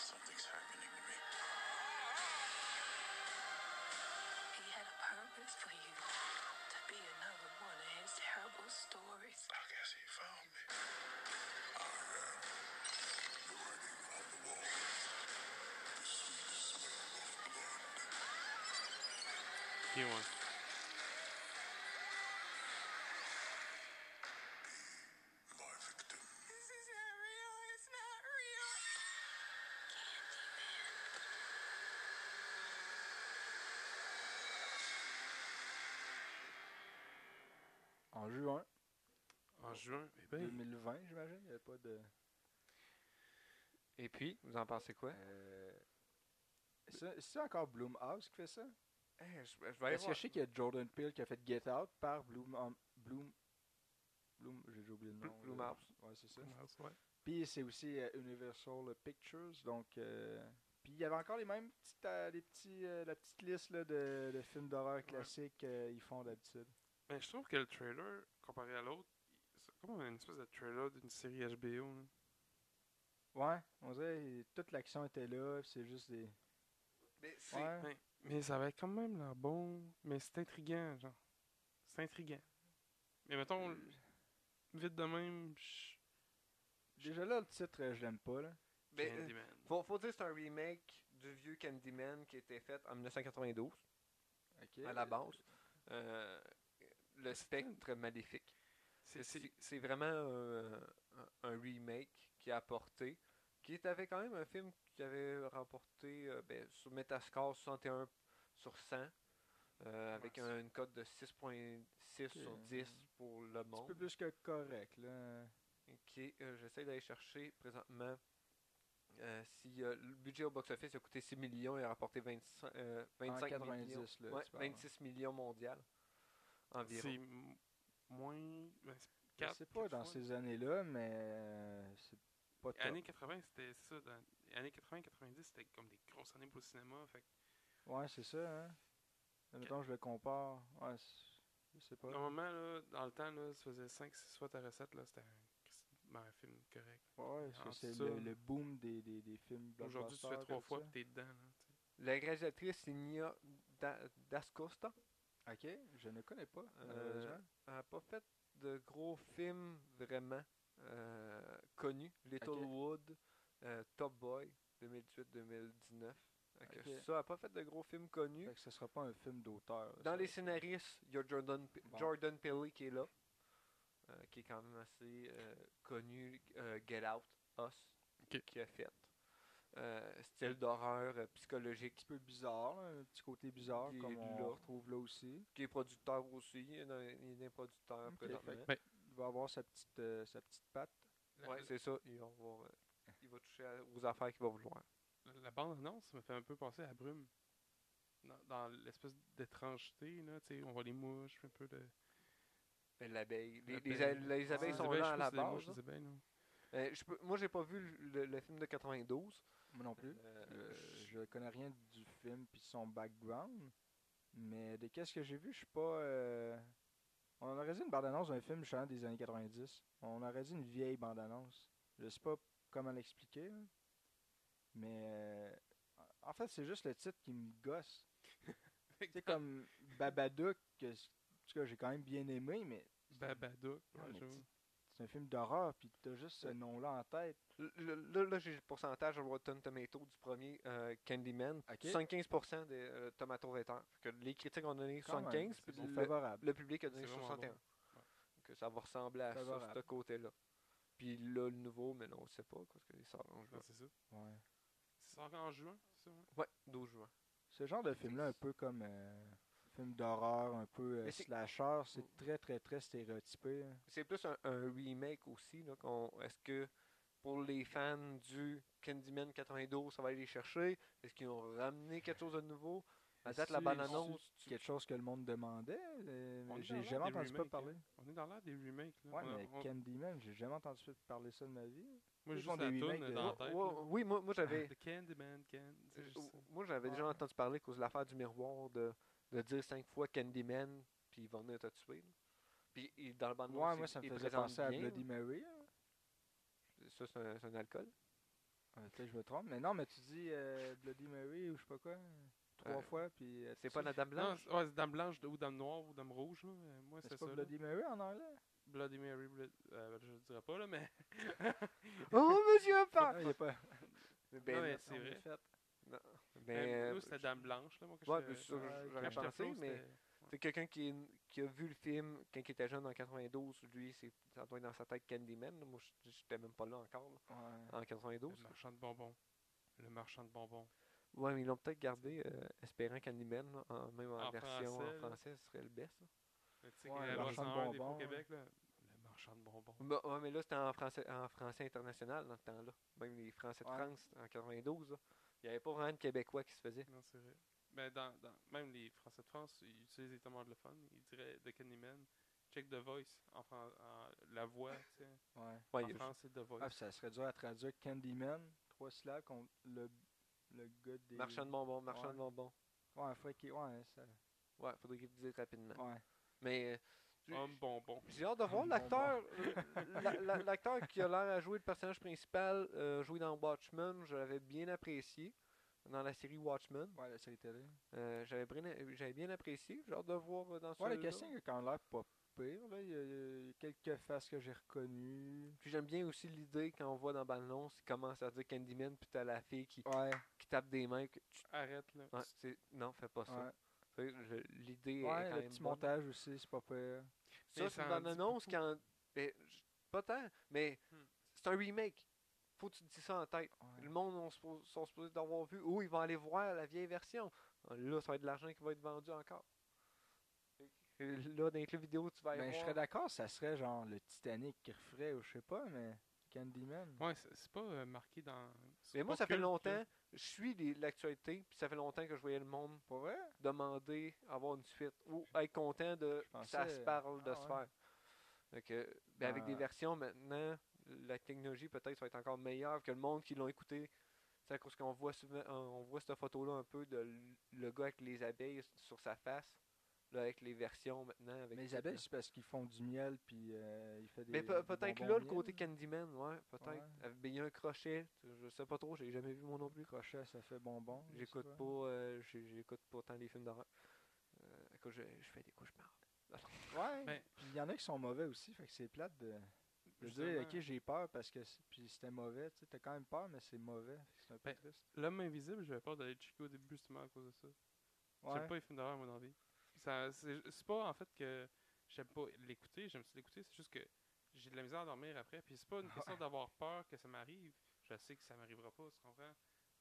Something's happening to me.
He had a purpose for you to be another one of his terrible stories.
I guess he found me.
The writing on the wall. The sweet smell of blood.
He won.
My victim.
This is not real. It's not real. Candyman.
En juin
En juin, eh ben,
2020, j'imagine. Il n'y avait pas de.
Et puis, vous en pensez quoi?
Euh, c'est- C'est encore Bloomhouse qui fait ça
Eh, je, je vais aller
Est-ce que
voir.
je sais qu'il y a Jordan Peele qui a fait Get Out par Bloom. um, Bloom. Bloom. J'ai déjà oublié le
Bl-
nom. là.
Blumhouse.
Ouais, c'est ça.
ouais.
Puis c'est aussi euh, Universal Pictures, donc. euh, puis il y avait encore les mêmes petites, euh, les petits, euh, la petite liste là, de, de films d'horreur classiques qu'ils font d'habitude.
Ben, je trouve que le trailer, comparé à l'autre, c'est comme une espèce de trailer d'une série HBO. là.
Ouais, on dirait euh, toute l'action était là, puis c'est juste des.
Mais c'est-
Ouais.
Mais, mais ça va être quand même là bon. Mais c'est intriguant, genre. C'est intriguant. Mais mettons, vite de même, je-
Déjà là, le titre, euh, je l'aime pas. Là.
Ben,
mais, euh,
Candyman.
faut, faut dire que c'est un remake du vieux Candyman qui était fait en 1992, à la base. Euh, le spectre maléfique.
C'est- c'est-
C'est- C'est vraiment euh, un, un remake qui a apporté, qui est avec quand même un film qui avait remporté euh, ben, sur Metascore 61 sur 100, euh, avec
Ouais,
un- une cote de 6.6 sur
Ok.
10 pour le
Un petit peu
monde.
plus que correct. Là.
Qui est, euh, J'essaie d'aller chercher présentement. euh, si euh, le budget au box-office a coûté 6 millions et a rapporté 25, euh, 25
90,
millions,
là,
Ouais,
tu parles, ouais.
26 millions mondial environ.
c'est m- moins. Ben, c'est
Je
quatre-
sais pas
quatre
dans
fois.
ces années-là, mais euh, c'est pas top.
Années 80, c'était ça. Dans... Années 80-90, c'était comme des grosses années pour le cinéma. Fait que
Ouais, c'est ça. Hein? Mettons, je le compare. Ouais, c'est- je sais pas.
Normalement, là, dans le temps, là, ça faisait 5-6 fois ta recette. là, C'était un... ben, un film correct.
Ouais, parce que
entre
c'est
ça-
le, le boom des, des, des films
Aujourd'hui, tu fais
blockbusters,
trois
tout
fois
ça.
et t'es dedans. Là, tu sais.
La réalisatrice, c'est Nia Da- Dascosta.
Ok, je ne connais pas,
Euh,
malheureusement.
Elle n'a pas fait de gros films vraiment euh, connus. Little
Ok.
Wood, euh, Top Boy 2018-2019. Fait que
Ok.
Ça n'a pas fait de gros films connus.
Fait que ce sera pas un film d'auteur.
Dans
ça.
les scénaristes, il y a Jordan, P-
Bon.
Jordan Peele qui est là, euh, qui est quand même assez euh, connu. euh, Get Out, Us,
Ok.
qui a fait. Euh, style d'horreur euh, psychologique,
Un peu bizarre, là, un petit côté bizarre,
Il est
comme on
là.
retrouve là aussi.
qui est producteur aussi. Il est dans- il est un producteur
Ok.
présentement.
Il va avoir sa petite, euh, sa petite patte.
La-
Ouais, c'est ça. Il va, voir, euh, il va toucher à- aux affaires qu'il va vouloir.
la, la bande-annonce me fait un peu penser à Brume. Dans, dans l'espèce d'étrangeté, là, tu sais, on voit les mouches, un peu de.
Mais l'abeille. Les,
L'abeille.
les a- les
Ah,
abeilles
les
sont
abeilles, je
là à
sais
la
pas si c'est des mouches,
base. là.
des abeilles, non.
Euh, je peux- moi, j'ai pas vu le, le film de 92.
Moi non plus.
Euh,
Euh,
je-
je connais rien du film puis son background. Mais de qu'est-ce que j'ai vu, je suis pas. euh, On en aurait dit une bande-annonce d'un film justement des années 90. On aurait dit une vieille bande-annonce. Je sais pas comment l'expliquer. là. Mais euh, en fait, c'est juste le titre qui me
[LAUGHS]
gosse. c'est comme Babadook, que, en tout cas, j'ai quand même bien aimé, mais
Babadook.
Ouais,
ouais,
mais
je-
tu- c'est un film d'horreur, puis t'as juste ce nom-là en tête.
L- l- Là, là j'ai le pourcentage de Rotten Tomato du premier euh, Candyman.
Ok.
75% des euh, tomato Raider. Fait que Les critiques ont donné
Quand même,
75,
c'est
puis
bon,
le,
favorable.
le public a donné
C'est vraiment
61.
bon. Ouais.
Que ça va ressembler à ça,
Favorable.
ce côté-là. Puis là, le nouveau, mais là, on ne sait pas, parce qu'il sort en juin.
Ouais, c'est ça.
Ouais.
Ça sort en juin, c'est ça? ouais?
Ouais, 12 juin.
Ce genre de film-là, un peu comme euh, film d'horreur, un peu euh,
Mais c'est-
slasher, c'est très, très, très stéréotypé. hein.
C'est plus un, un remake aussi. là, qu'on- Est-ce que pour les fans du Candyman 92, ça va aller les chercher Est-ce qu'ils ont ramené quelque chose de nouveau À
Mais
date, la
si-
bande-annonce. tu-
Quelque chose que le monde demandait. euh,
On est dans
j'ai
l'ère
jamais
des
entendu pas
remakes, hein.
parler.
On est dans l'ère des remakes. Là.
Ouais,
On a-
mais
on-
Candyman, j'ai jamais entendu parler ça de ma vie.
moi,
ils
juste
font
la
des
toune
remakes de- Ah,
dans la tête.
Ouais,
là.
oui, moi, moi j'avais.
The Candyman Can. c'est juste ça.
oh, Euh, Moi, j'avais déjà
Ouais.
entendu parler qu'aux l'affaire du miroir de, de dire cinq fois Candyman, puis il va venir te tuer. là. Puis il- dans le bande
Ouais, moi, ça me faisait penser à Bloody Mary. hein.
Ça, c'est un, c'est un alcool.
Euh, Peut-être que je me trompe. Mais non, mais tu dis euh, Bloody Mary ou je sais pas quoi. Trois
Euh,
fois, puis. euh,
C'est
tu-
pas la dame
Non,
blanche.
c'est- ouais, c'est Dame Blanche ou Dame Noire ou Dame Rouge. là. Euh, Moi,
mais
c'est
C'est
ça.
pas
là.
Bloody Mary en anglais.
Bloody Mary. Blood- euh, je le dirais pas, là, mais.
oh,
[LAUGHS]
monsieur
Ah,
Park!
il est pas.
Ben,
Non, mais
non,
c'est
on
vrai.
est fait.
[LAUGHS]
mais,
nous,
euh,
c'était Dame Blanche. Là, moi, que
ouais,
j'étais-
mais ça,
euh,
j'aurais
quand j'étais
pensé,
flow,
mais
c'était-
c'est quelqu'un qui, est- qui a vu le film quand il était jeune en 92. Lui, c'est- ça doit être dans sa tête Candyman. là. Moi, j- j'étais même pas là encore, là,
Ouais.
en 92.
Le marchand de bonbons. Le marchand de bonbons.
Ouais, mais ils l'ont peut-être gardé, euh, espérant Candyman, là, en- même en,
En
version
français,
en
là.
français, ce serait le best. là.
Mais Tu sais,
Ouais,
quand
le
la loi
marchand de
101 des
bonbons,
Pro-Québec,
hein.
là. Le marchand de bonbons.
Bah, ouais, mais là, c'était en français, en français international dans le temps-là. Même les Français de
Ouais.
France, en 92, là, il n'y avait pas vraiment de Québécois qui se faisait.
Non, c'est vrai. Mais dans, dans- même les Français de France, ils utilisent des termes anglophones. Ils diraient The Candyman. Check The Voice. En, Fran- en- la voix, tu sais.
Ouais.
Ouais,
en
il y a-
France, c'est The Voice.
Ah, puis ça serait dur à traduire Candyman, trois syllabes contre le, le gars des.
marchand de bonbons, marchand
Ouais.
de bonbons.
Ouais, faudrait qu'il. Ouais, ça.
Ouais, faudrait qu'il le dise rapidement.
Ouais.
Mais euh, j'ai-
Homme bonbon.
j'ai hâte de voir
Bon,
l'acteur euh, la- la- l'acteur qui a l'air à jouer le personnage principal, euh, joué dans Watchmen, je l'avais bien apprécié. Dans la série Watchmen,
Ouais, la série télé.
Euh, j'avais bien, j'avais bien apprécié. J'ai hâte de voir euh, dans
Ouais, le
celui-là.
casting a quand même l'air pas pire. Là. Il, y a, il y a quelques faces que j'ai reconnues.
Puis j'aime bien aussi l'idée quand on voit dans Ballon, il commence à dire Candyman, puis t'as la fille qui,
Ouais,
qui tape des mains. que tu-
Arrête, là.
Ouais, c'est- non, fais pas ça.
Ah. ouais.
Fait que je- L'idée est
ouais
quand
le
même
petit
bonne.
montage aussi, c'est pas pire.
Ça,
Mais
c'est une
ça en dit
bande-annonce
beaucoup.
quand... ben, j- pas tant, mais
Hmm.
c'est un remake. Faut que tu te dis ça en tête.
Ouais.
Le monde on suppo- sont supposés d'avoir vu ou ils vont aller voir la vieille version. Là, ça va être de l'argent qui va être vendu encore. Et Là, dans les clubs vidéo, tu vas aller
Ben, je
voir.
serais d'accord, ça serait genre le Titanic qui referait, ou je sais pas, mais Candyman.
Ouais, c'est c'est pas euh, marqué dans. c'est
Mais moi,
pas
ça fait
culte,
longtemps,
là.
je suis les- l'actualité, puis ça fait longtemps que je voyais le monde
Pas vrai?
demander à avoir une suite ou être content de que ça
pensais-
se parle de
ah
se
ouais. Ah.
faire. Fait que, ben, avec des
Ouais.
versions maintenant, la technologie peut-être va être encore meilleure que le monde qui l'ont écouté. C'est à cause qu'on voit souvent- on voit cette photo-là un peu de l- le gars avec les abeilles sur sa face. Là, avec les versions maintenant. Avec
Mais
tout,
Isabelle,
là.
c'est parce qu'ils font du miel, puis euh, ils font des.
Ben, Mais pe-
des
peut-être
bonbons
là, le
miel.
côté Candyman, ouais, peut-être.
Ouais.
Avec- ben, Il y a un crochet, je sais pas trop, j'ai jamais vu mon nom plus.
Crochet, ça fait bonbon. je sais
J'écoute pas, euh, j'ai- j'écoute pas tant les films d'horreur. Euh, à cause je, je fais des cauchemars.
Ouais.
Ben-
Puis il y en a qui sont mauvais aussi, fait que c'est plate de, de dire,
Justement,
ok, j'ai peur parce que c'est- puis c'était mauvais. Tu sais, t'as quand même peur, mais c'est mauvais. fait que C'est un peu
Ben,
triste.
L'homme invisible, j'avais peur d'aller checker au début justement à cause de ça.
Ouais.
J'aime pas les films d'horreur, moi, dans la vie. Ça- C'est c'est pas en fait que j'aime pas l'écouter, j'aime ça l'écouter, c'est juste que j'ai de la misère à dormir après. Puis c'est pas une question d'avoir peur que ça m'arrive. Je sais que ça m'arrivera pas, tu comprends?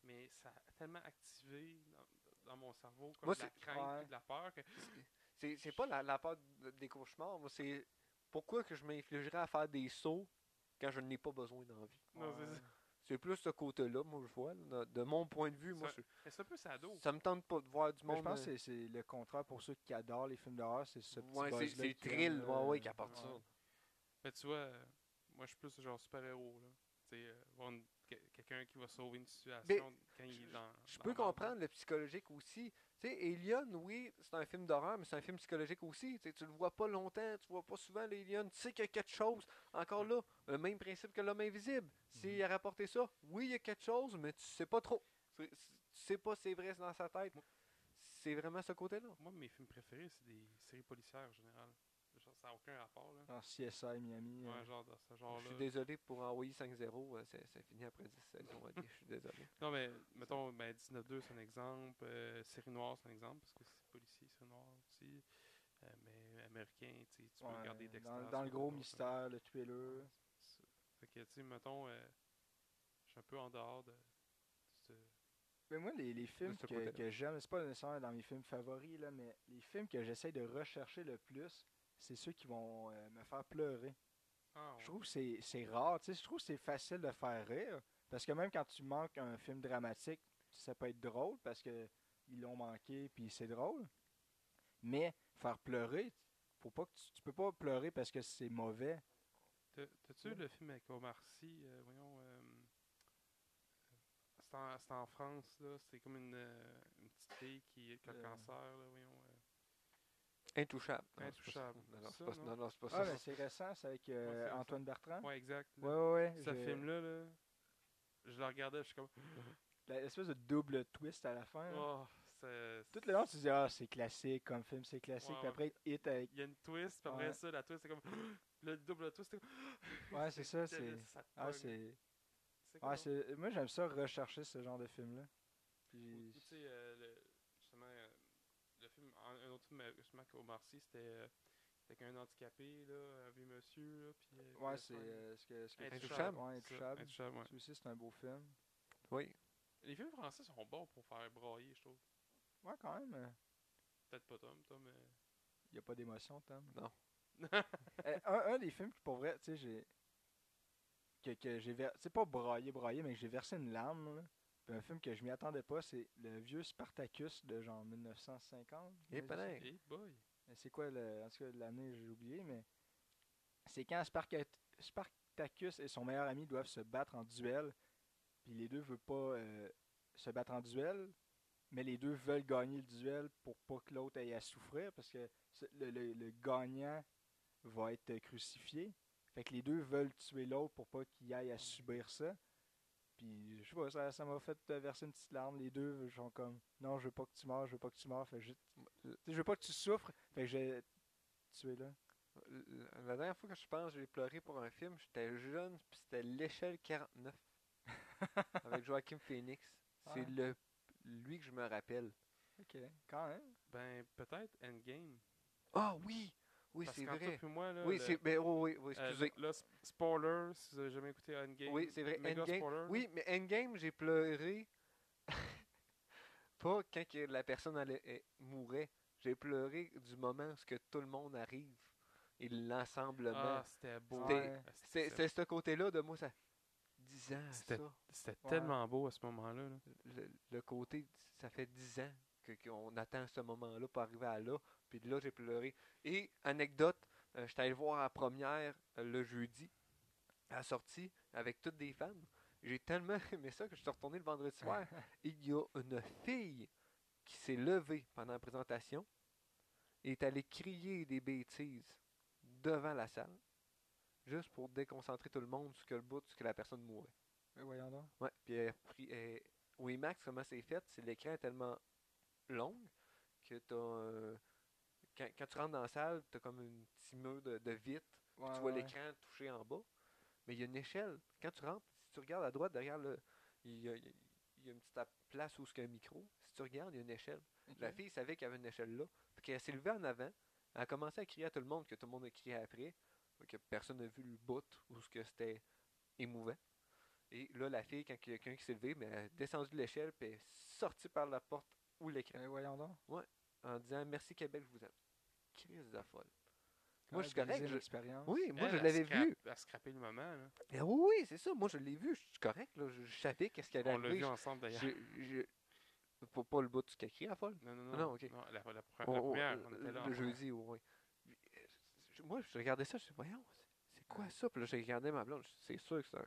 Mais ça a tellement activé dans, dans mon cerveau comme
Moi,
de la
c'est-
crainte
ouais.
et de la peur que
C'est c'est pas la, la peur de- des cauchemars, moi, c'est pourquoi que je m'infligerais à faire des sauts quand je n'ai pas besoin d'envie.
Non, c'est
Ouais.
ça.
C'est plus ce côté-là, moi, je vois. là, de- de mon point de vue, moi,
Ça- Mais c'est un peu sado.
je- ça me tente pas de voir du
Mais
monde.
je pense
euh,
que c'est- c'est le contraire pour ceux qui adorent les films d'horreur, c'est ce petit
ouais, c'est
buzz-là euh,
c'est le
qu'ils aiment,
thrill,
là.
ouais, ouais, qui apporte ça.
Mais tu vois, euh, moi je suis plus genre super-héros. là. Tu tu sais, euh, voir une- que- quelqu'un qui va sauver une situation
Mais
quand il est dans.
Je
dans
peux
la merde.
comprendre le psychologique aussi. Tu sais, Alien, oui, c'est un film d'horreur, mais c'est un film psychologique aussi. Tu sais, tu le vois pas longtemps, tu vois pas souvent les aliens, tu sais qu'il y a quelque chose. Encore là, le même principe que l'homme invisible. S'il a rapporté ça, oui, il y a quelque chose, mais tu sais pas trop. Tu tu sais pas c'est vrai, c'est dans sa tête. C'est vraiment ce côté-là.
Moi, mes films préférés, c'est des séries policières en général. Genre, ça n'a aucun rapport. Là.
Dans CSI Miami. euh,
Ouais, genre dans ce
Je
genre-là.
suis désolé pour envoyer 5-0, euh, c'est c'est fini après 10 saisons. Ali, Je suis désolé.
Non, mais mettons, ben, 19-2, c'est un exemple. euh, série noire, c'est un exemple, parce que c'est policier, série noire aussi. Euh, mais américain, tu sais, tu peux
ouais,
regarder Dexter.
dans,
c'est
dans le
pas
gros
drôle, ça.
mystère, le tuer-le.
euh, C'est- Fait que, tu sais, mettons, euh, je suis un peu en dehors de. de-
Mais moi, les, les films
De ce
que,
côté-là.
que j'aime, c'est pas nécessairement dans mes films favoris, là, mais les films que j'essaie de rechercher le plus, c'est ceux qui vont euh, me faire pleurer.
Ah, ouais.
Je trouve que c'est- c'est rare, tu sais, je trouve que c'est facile de faire rire. Parce que même quand tu manques un film dramatique, ça peut être drôle parce que ils l'ont manqué puis c'est drôle. Mais faire pleurer, pour pas que tu, tu peux pas pleurer parce que c'est mauvais.
T'as- T'as-tu vu le film avec Omar Sy euh, Voyons. euh, c'est en, c'est en France, là. C'est comme une, euh, une petite fille qui qui a le
Euh.
cancer, là, voyons. euh.
Intouchable. Non,
Intouchable.
c'est pas ça. Non, non, c'est
Ça,
pas ça.
non?
Non, non, c'est pas ça.
Ah, mais c'est récent, c'est avec euh,
Ouais, c'est récent.
Antoine Bertrand.
Ouais, exact. là.
Ouais, ouais, ouais.
Ce
je-
film-là, là, je le regardais, je suis comme.
la- L'espèce de double twist à la fin. là.
Oh, c'est-
Tout le long, tu dis, ah, c'est classique comme film, c'est classique.
Ouais,
puis
ouais.
après, hit avec.
Il y a une twist, puis après
Ouais.
ça, la twist, c'est comme. [GASPS] Le double twist, c'est comme.
Ouais, c'est
[GASPS]
ça, c'est.
ça te
Ah,
pogne.
c'est.
C'est
Ah,
comme-
c'est. Moi, j'aime ça rechercher ce genre de film-là.
Ou-
Puis.
ou Tu sais, euh, le- justement, euh, le film, un, un autre film, euh, justement, qu'Omar Sy, c'était euh, c'était avec un handicapé, là, un vieux monsieur, là, puis... euh,
Ouais,
puis
c'est.
la femme.
euh, ce que, ce que tu-
Intouchable.
Ouais,
ça,
intouchable.
Intouchable, ouais.
Celui-ci, c'est un beau film.
Oui.
Les films français sont bons pour faire brailler, je trouve.
Ouais, quand même.
Peut-être pas Tom, Tom, euh, mais...
Il n'y a pas d'émotion, Tom.
Non.
[LAUGHS] Euh, un, un des films qui, pour vrai, tu sais, j'ai. Que, que j'ai ver... C'est pas braillé, braillé, mais que j'ai versé une larme. là. Puis un film que je m'y attendais pas, c'est le vieux Spartacus de genre 1950.
Et
mais-
pareil.
Hey boy!
Mais C'est quoi le. En tout cas, l'année, j'ai oublié, mais. C'est quand Sparca- Spartacus et son meilleur ami doivent se battre en duel. Puis les deux veulent pas euh, se battre en duel. Mais les deux veulent gagner le duel pour pas que l'autre aille à souffrir. Parce que ce- le, le- le gagnant va être crucifié. Fait que les deux veulent tuer l'autre pour pas qu'il aille à subir ça. Puis je sais pas, ça ça m'a fait euh, verser une petite larme. Les deux sont comme Non, je veux pas que tu meurs, je veux pas que tu meurs. Fait que je- tu sais, je veux pas que tu souffres. Fait que j'ai tué là.
La la dernière fois que je pense, j'ai pleuré pour un film, j'étais jeune, puis c'était L'échelle
[LAUGHS]
49 avec Joachim Phoenix. C'est
Ouais.
le lui que je me rappelle.
Ok. Quand même.
Ben, peut-être Endgame.
Ah oui, oui
Parce
c'est
qu'entre
vrai.
toi et moi, là,
Oui
le-
c'est, mais oh, oui oui
euh,
excusez.
là, sp- spoiler, si vous avez jamais écouté Endgame.
oui c'est vrai.
méga
Endgame.
spoiler, là.
Oui mais Endgame j'ai pleuré [LAUGHS] pas quand que la personne allait, eh, mourait. J'ai pleuré du moment où ce que tout le monde arrive et l'ensemblement.
Ah, c'était beau.
Ben, C'était-
Ouais.
Ah,
c'est, c'est ce côté-là de moi ça. 10 ans
C'était-
ça.
C'était
Ouais.
tellement beau à ce moment-là. là.
le, le côté, ça fait 10 ans que- qu'on attend ce moment-là pour arriver à là. Puis là, j'ai pleuré. Et anecdote, euh, j'étais allé voir à la première euh, le jeudi, à la sortie, avec toutes des femmes. J'ai tellement [LAUGHS] aimé ça que je suis retourné le vendredi soir. Et il y a une fille qui s'est levée pendant la présentation et est allée crier des bêtises devant la salle, juste pour déconcentrer tout le monde sur que le bout, sur que la personne mourait.
Mais Ben, voyons donc.
Ouais, puis euh, elle a pris- elle- oui, Max, comment c'est fait? C'est l'écran est tellement long que t'as. euh, quand, quand tu rentres dans la salle, t'as comme une petite mur de, de vitre. puis
Ouais,
tu vois
Ah, ouais.
l'écran touché en bas. Mais il y a une échelle. Quand tu rentres, si tu regardes à droite, derrière le. Il y a, il y a une petite place où il y a un micro. Si tu regardes, il y a une échelle. La fille savait qu'il y avait une échelle là. Puis qu'elle s'est levée en avant. Elle a commencé à crier à tout le monde, que tout le monde a crié après. Que personne n'a vu le bout ou ce que c'était émouvant. Et là, la fille, quand il y a quelqu'un qui s'est levé, mais elle a descendu l'échelle puis elle est sortie par la porte ou l'écran
Mais Ben, voyons donc.
en disant Merci Québec, je vous aime. Crise de folle.
Quand
Moi,
même,
je suis correct.
briser
je-
l'expérience.
Oui, moi,
Elle,
je
elle
l'avais
scrape-
vu.
Elle a scrappé le moment. là.
Eh oui, oui, c'est ça. Moi, je l'ai vu. Je suis correct. Là. Je, je savais qu'est-ce qu'elle
On l'a
allait
vu ensemble d'ailleurs.
Faut pas le bout du cacri à folle.
Non, non,
Ah
non.
non, ok.
la, la, pre- la
Oh, oh,
première,
euh,
on était là.
le jeudi, oui. Moi, je regardais ça, je me voyons, c'est quoi ça? Puis là, je regardais ma blonde, je- c'est sûr que c'est un,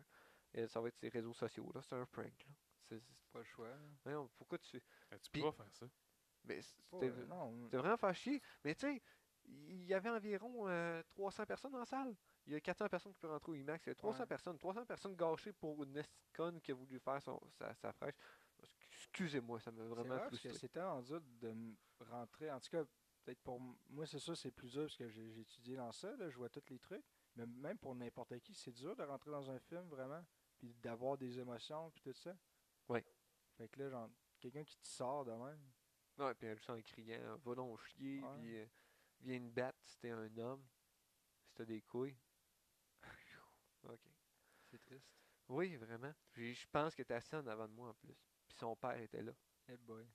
Et ça va être ses réseaux sociaux, là. C'est un prank, là. C'est- c'est-
Pas le choix.
Hum.
voyons, pourquoi tu.
Ah, tu
Puis-
peux pas faire ça.
Mais c'est-
Pas,
c'était-
euh, non,
c'était vraiment faire chier. Mais tu sais, il y avait environ euh, 300 personnes dans la salle. Il y a 400 personnes qui peuvent rentrer au IMAX. Il y a 300
Ouais.
personnes. 300 personnes gâchées pour une esti de conne qui a voulu faire son, sa, sa fraîche. Excusez-moi, ça m'a
C'est
vraiment
rare, parce
frustré.
que c'est tellement dur de m- rentrer. En tout cas, peut-être pour m- moi, c'est sûr, c'est plus dur parce que j'ai j'ai étudié dans ça, là, je vois tous les trucs. Mais même pour n'importe qui, c'est dur de rentrer dans un film vraiment, puis d'avoir des émotions, puis tout ça.
Ouais.
Fait que là, genre, quelqu'un qui te sort de même.
Ouais, puis elle en criant Va donc chier,
Ouais.
puis euh, viens te battre si t'es un homme, si t'as des couilles. ok.
C'est triste.
Oui, vraiment. Puis je pense que t'as assis en avant de moi en plus. Puis son père était là.
Hey boy.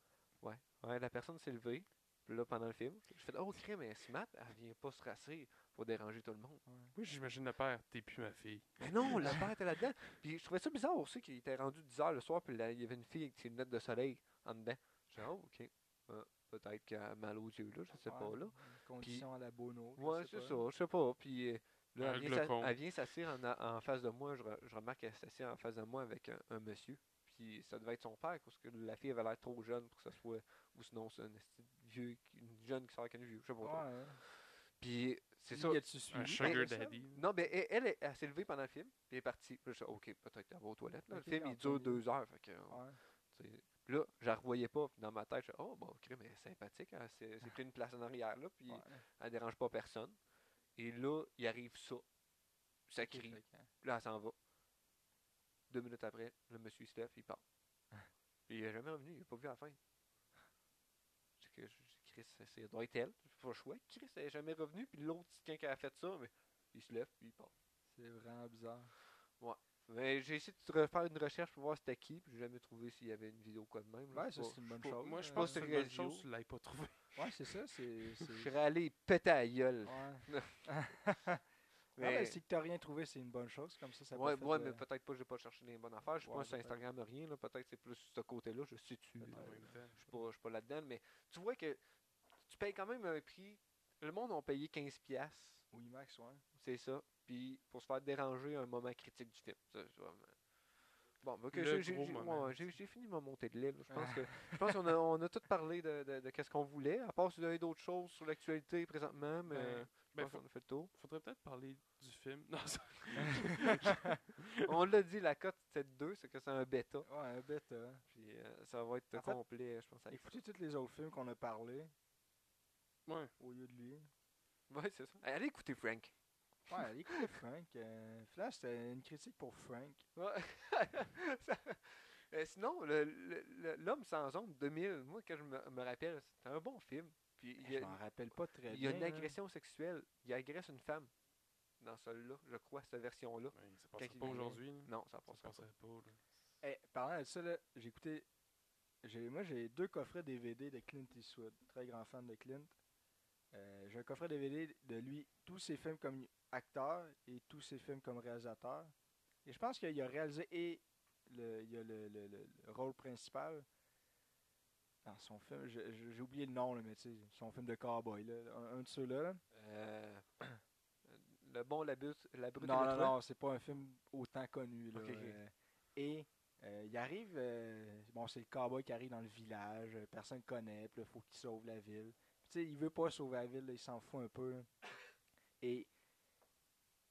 Ouais. Ouais, la personne s'est levée, puis là, pendant le film, je fais Oh, crème, mais Smart, elle vient pas se rasser pour déranger tout le monde.
Oui, j'imagine le père, t'es plus ma fille.
Mais non,
[LAUGHS]
le père était là-dedans. Puis je trouvais ça bizarre aussi qu'il était rendu 10h le soir, puis là, il y avait une fille avec ses lunettes de soleil en dedans. J'ai Oh, ok. Ouais, Peut-être qu'elle a mal aux yeux, là, je sais pas,
Ouais,
là.
une Condition à la Bono. je
Ouais,
sais
c'est
pas.
ça, je sais pas. Puis euh, là,
Un
elle vient s'a-
glaucome.
elle vient s'asseoir en, a- en face de moi. Je, re- je remarque qu'elle s'assied en face de moi avec un, un monsieur. Puis ça devait être son père, parce que la fille avait l'air trop jeune pour que ce soit. Ou sinon, c'est un esti de vieux, qui- une jeune qui sort avec un vieux, je sais pas. trop.
Ouais, ouais.
Puis c'est
Lui,
ça.
as-tu suivi?
Un sugar
ça?
daddy.
Non, mais elle, elle, elle s'est levée pendant le film, puis elle est partie. Puis je dis, ok, peut-être qu'elle va aux toilettes. là.
Ok,
le film, il
en
dure
premier. Ah.
deux heures. Fait que, on-
Ouais.
tu sais. Puis là, je la revoyais pas. Puis dans ma tête, je dis, oh, bon, crème, elle est sympathique. Elle s'est s'est pris une place en arrière, là. Puis
Ouais.
elle dérange pas personne. Et là, il arrive ça. Ça crie.
Fait que, hein.
Là, elle s'en va. Deux minutes après, le monsieur se lève, il
[LAUGHS]
part. Puis il est jamais revenu, il n'a pas vu à la fin. C'est que je- je- Chris, ça- ça doit être elle. C'est pas le choix. Chris, elle n'est jamais revenue. Puis l'autre, c'est quelqu'un qui a fait ça, mais il se lève, puis il part.
C'est vraiment bizarre.
Mais j'ai essayé de refaire une recherche pour voir c'était qui, puis j'ai jamais trouvé s'il y avait une vidéo quoi de même. là.
Ouais,
Je sais
ça,
pas.
c'est une bonne
je sais pas.
chose.
Moi, je
euh,
pense que Ah, c'est une bonne
Sergio.
chose, tu l'aies pas trouvé.
Ouais, c'est ça, c'est.
[LAUGHS]
c'est-
Je serais allé péter à la gueule.
Ouais.
Mais-
[LAUGHS] Non, mais c'est que t'as rien trouvé, c'est une bonne chose. Comme ça, euh, ça
ouais,
pas fait
ouais,
de-
mais peut-être pas, j'ai pas cherché les bonnes affaires. Je suis
Ouais,
pas sur
peut-être.
Instagram, rien. là. Peut-être c'est plus ce côté-là. Je situe.
Peut-être.
euh,
En même temps.
Je suis pas, je suis pas là-dedans, mais tu vois que tu payes quand même un prix. Le monde a payé 15$, piastres,
Oui, Max, ouais.
c'est ça. Puis pour se faire déranger à un moment critique du film. Ça, c'est vraiment- Bon, ben, ok,
Le
j'ai- j'ai
gros
j'ai-
moment. Ah.
ouais, j'ai- j'ai fini ma montée de l'île. Je pense que je pense qu'on a, on a tout parlé de, de, de qu'est-ce qu'on voulait, à part si vous avez d'autres choses sur l'actualité présentement, mais
Ben,
je
ben,
pense
faut-
qu'on a fait le tour.
faudrait peut-être parler du film. Non, ça-
on l'a dit, la cote c'était 2, c'est que c'est un bêta.
Ouais, un bête. hein.
Puis euh, ça va être
En fait,
complet, je pense. à
Écoutez tous les autres films qu'on a parlé
ouais.
au lieu de lui.
Ouais, c'est ça. Allez écouter Frank.
Ouais, allez écouter Frank. Euh, Flash, c'était une critique pour Frank.
Ouais. [LAUGHS] Ça- Euh, sinon, le- le- le- L'homme sans ombre 2000, moi, quand je me, me rappelle, c'est un bon film. Puis il y
Eh, Je m'en
a,
rappelle pas très bien. hein.
il y a une
là.
agression sexuelle. Il agresse une femme dans celle-là, je crois, cette version-là.
Ben, ça
Quand
passera
il
pas
est né.
aujourd'hui. là.
Non, ça
Ça
passe pas.
passerait pas. là.
Eh, parlant de ça, là, j'ai écouté. j'ai- Moi, j'ai deux coffrets DVD de Clint Eastwood. Très grand fan de Clint. Euh, j'ai un coffret DVD de lui, tous ses films comme acteur et tous ses films comme réalisateur. Et je pense qu'il a réalisé et le, il a le, le- le- le rôle principal dans son film. Je- je- J'ai oublié le nom, là, mais tu sais, son film de cowboy. Là, un, un de ceux-là. là.
Euh, [CLEARS THROAT] le bon, la brute, la brute et
Non,
le
non,
truand.
non, c'est pas un film autant connu. Là,
Ok, ok.
euh, et euh, il arrive, euh, bon, c'est le cowboy qui arrive dans le village, euh, personne ne connaît, puis là, faut qu'il sauve la ville. Puis, tu sais, il veut pas sauver la ville, là, il s'en fout un peu. là. Et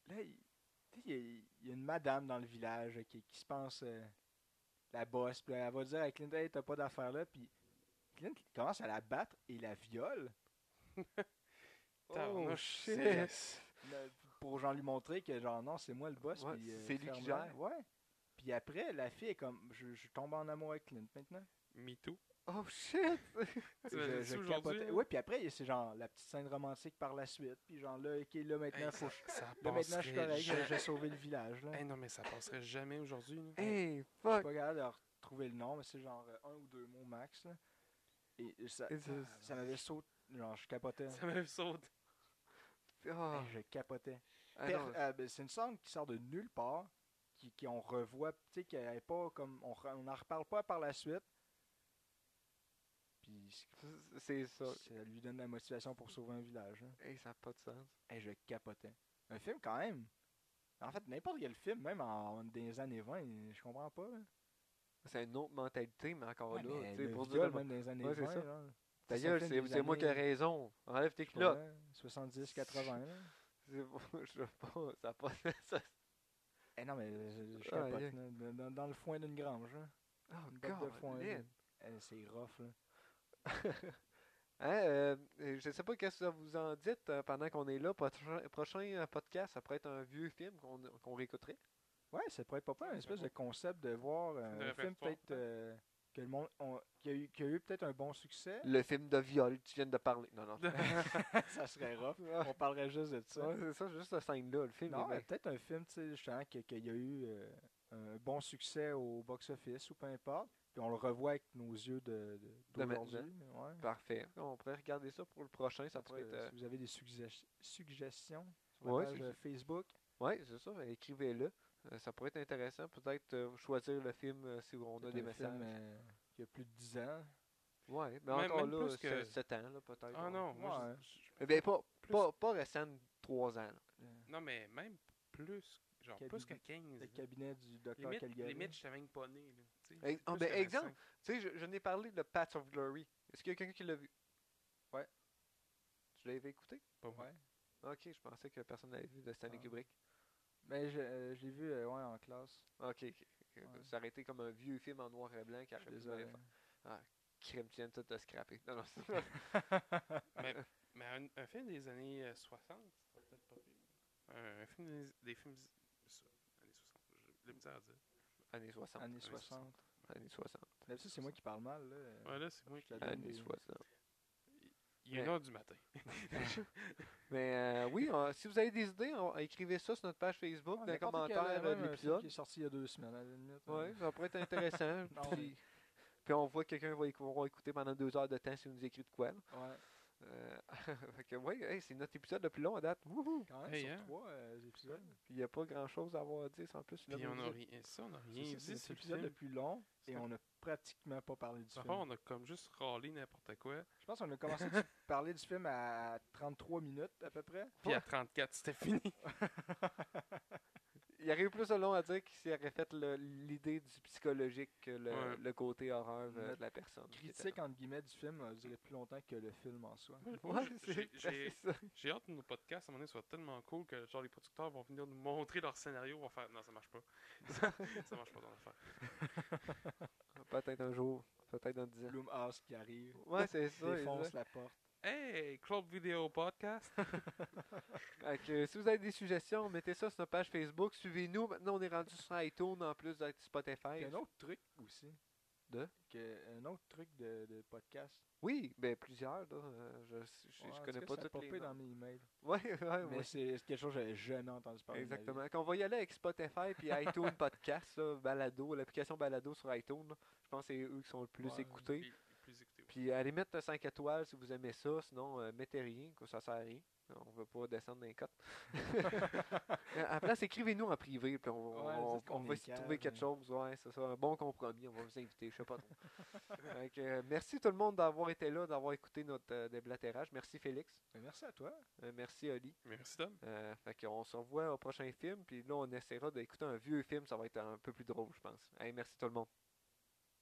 là, il, tu sais, il y a- il y a une madame dans le village euh, qui, qui se pense euh, la bosse, puis là, elle va dire à Clint, hey, t'as pas d'affaires là, puis Clint commence à la battre et la viole.
Tabarnouche,
c'est-
c'est-
Le- pour genre lui montrer que genre non c'est moi le boss
Ouais,
puis, euh,
c'est lui qui
ferme-la.
gère.
ouais puis après la fille est comme je, je tombe en amour avec Clint maintenant
Me too.
Oh shit!
Tu l'as dit aujourd'hui. hein.
capotais.
là?
ouais puis après il- c'est genre la petite scène romantique par la suite puis genre là ok là maintenant
Hey,
faut
ça,
que
ça
je- là maintenant je suis correct
passerait
j'ai-
ja-
j'ai sauvé le village là
Hey, Eh, non, mais ça passerait jamais aujourd'hui. là.
Eh,
hey,
je suis
fuck!
pas capable de retrouver le nom mais c'est genre euh, un ou deux mots max là. et ça
Et ça-
ça m'avait sauté genre je capotais
Ça me saute.
Ah,
Hey, je capotais
ah
eh, Per-
non,
euh, ben, c'est une scène qui sort de nulle part, qui, qui on revoit, tu sais, qu'elle est pas comme on re- on n'en reparle pas par la suite. Puis c-
c'est ça.
ça lui donne la motivation pour sauver un village. hein.
Hey, ça n'a pas de sens.
Hey, je capotais. Un film quand même En fait, n'importe quel film, même en, des années 20, je comprends pas. là.
C'est une autre mentalité, mais encore
Ouais,
là,
Ah, mais
tu sais,
le
pour
viol,
dire.
même dans les années
Ouais, c'est
20,
ça.
là,
Ta
ça
gueule,
sortait
c'est
des
c'est moi qui ai
années-
raison. Enlève tes
je
culottes.
comprends, 70, 80. là.
C'est bon, [LAUGHS] je sais pas, ça a pas. ça-
Eh non, mais je, je
Ah,
capote,
yeah.
là, dans- dans, dans le foin d'une grange. là.
Oh,
Une botte de
God,
foin.
man.
là. Eh, c'est rough. Là.
Hein, euh, euh, je sais pas qu'est-ce que vous en dites euh, pendant qu'on est là. Prochain, prochain, euh, podcast, ça pourrait être un vieux film qu'on qu'on réécouterait.
Ouais, ça pourrait être pas mal, un espèce de concept de voir euh,
de
un film
répertoire,
peut-être euh, que le monde on- qui a eu, qui a eu peut-être un
[LAUGHS]
bon succès.
Le film de viol, tu viens de parler. Non, [LAUGHS] non.
ça serait rough. [LAUGHS] On parlerait juste de ça.
Ouais, c'est ça, ben. juste cette scène-là, le film.
Non,
est
mais peut-être un film, tu sais, justement, que- qu'il y a eu euh, un bon succès au box-office ou peu importe. Puis on le revoit avec nos yeux de, de-
De maintenant.
d'aujourd'hui. ouais.
bien parfait. On pourrait regarder ça pour le prochain, ça
En tout
pourrait
cas,
être. euh,
Si vous avez des sugge- suggestions sur la
Ouais,
page
c'est-
euh, Facebook,
Oui, c'est ça. ben, Écrivez-le. Euh, Ça pourrait être intéressant. Peut-être euh, choisir le film euh, si on a
c'est
des
un
messages.
film, euh, qui a plus de 10 ans.
Ouais, mais
Même-
encore
même
là,
plus que-
7 ans, là, peut-être.
Ah
ouais.
non, moi,
Ouais.
je- je-
Eh bien, pas, pas, pas récent de 3 ans. là.
non, mais même plus, genre
Cabinet-
plus que 15.
Le
là.
cabinet du docteur
Limite,
Caligari.
limite, je savais même pas né. là, tu sais,
Eh,
plus
ah, ben,
que
exemple,
25.
Tu sais, je, je n'ai parlé de Path of Glory. Est-ce qu'il y a quelqu'un qui l'a vu?
Ouais.
Tu l'avais écouté?
Pas moi.
Ouais.
Ok, je pensais que personne n'avait vu de Stanley
Ah.
Kubrick.
Mais je, euh, je l'ai vu euh, ouais, en classe.
Ok, ok, ok.
Ouais.
ça aurait été comme un vieux film en noir et blanc qui
Je
aurait
suis
pu
désolé.
faire crime, tu viens de tout te scraper. Non, non, c'est-
Mais un, un film des années euh, 60, c'est peut-être pas pire. Un, un film des, des films. Ça, années 60, j'ai de la misère à dire.
années 60.
Années
Années,
60.
années 60.
D'habitude, c'est moi qui parle mal. Là.
Ouais, là, c'est moi qui.
Je te donne
Années
des-
60.
Il est une
Mais-
heure du matin.
Mais euh, oui, on- si vous avez des idées, on- écrivez ça sur notre page Facebook, dans
Ouais,
les
n'importe quel,
commentaires euh,
euh, même
de
un film
l'épisode.
qui est sorti il y a deux semaines, à la limite. hein.
Oui, ça pourrait être intéressant.
[LAUGHS] Non,
puis, puis on voit quelqu'un va, éc- va écouter pendant deux heures de temps s'il nous écrit de quoi. là.
Ouais.
Euh, [LAUGHS] fait que oui, hey, c'est notre épisode le plus long à date. Wouhou!
Quand même,
Hey,
sur
hein.
trois euh, épisodes.
Puis il n'y a pas grand chose à avoir à dire en plus. la
Puis on a
musique.
rien. Ça, on a
C'est
rien
ça,
dit
C'est
sur le
l'épisode le
film.
plus long
C'est
et
ça.
on n'a pratiquement pas parlé du
Dans le
film.
fond, on a comme juste râlé n'importe quoi.
Je pense qu'on a commencé à [LAUGHS] parler du film à 33 minutes à peu près.
Puis à 34, c'était
[LAUGHS]
fini.
Il y aurait eu plus de long à dire s'il aurait fait le- l'idée du psychologique que le,
Ouais.
le côté horreur euh, de
Notre
la personne. qui était
Critique entre guillemets du film a duré plus longtemps que le film en soi.
là. Ouais, c'est
J'ai- j'ai-
c'est ça.
J'ai hâte que nos podcasts, à un moment donné, soient tellement cool que genre les producteurs vont venir nous montrer leur scénario. On va faire Non, ça marche pas. [LAUGHS] ça, ça marche pas ton affaire.
Peut-être un jour, peut-être dans 10 ans.
Bloomhouse qui arrive,
Ouais, c'est ça.
[LAUGHS] défonce
exact.
la porte.
Hey, Club Vidéo Podcast.
Fait que, euh, si vous avez des suggestions, mettez ça sur notre page Facebook. Suivez-nous. Maintenant, on est rendu sur iTunes en plus d'être
Puis
Spotify.
un autre truc aussi.
De?
Que, un autre truc de, de podcast.
Oui, ben plusieurs. là. Euh, Je, je,
Ouais,
je
en
connais
tout
pas
cas, ça a
toutes les
popé
noms.
dans mes emails.
Ouais, [LAUGHS] ouais,
Mais
ouais.
c'est c'est quelque chose que j'avais jamais entendu parler. de ma vie.
Exactement. Quand on va y aller avec Spotify
[LAUGHS]
puis iTunes Podcast, là, Balado, l'application Balado sur iTunes, là, je pense que c'est eux qui sont le plus
Ouais.
écoutés.
Puis, plus écouté, ouais.
Puis allez mettre 5 étoiles si vous aimez ça, sinon euh, mettez rien, que ça sert à rien. On veut pas descendre dans les
[LAUGHS]
cotes. Euh, à la place, écrivez-nous en privé, puis on,
Ouais,
on-
dites qu'on
on va
est hein.
s'y
cave,
trouver quelque
mais-
chose. Ouais, ça sera un bon compromis. On va vous inviter, je sais pas
[LAUGHS]
trop. Fait que, euh, merci tout le monde d'avoir été là, d'avoir écouté notre euh, déblatérage. Merci Félix.
Mais merci à toi.
Euh, merci Oli.
Merci, Dom.
Euh, fait qu'on se revoit au prochain film, puis là on essaiera d'écouter un vieux film, ça va être un peu plus drôle, je pense. Hey, merci tout le monde.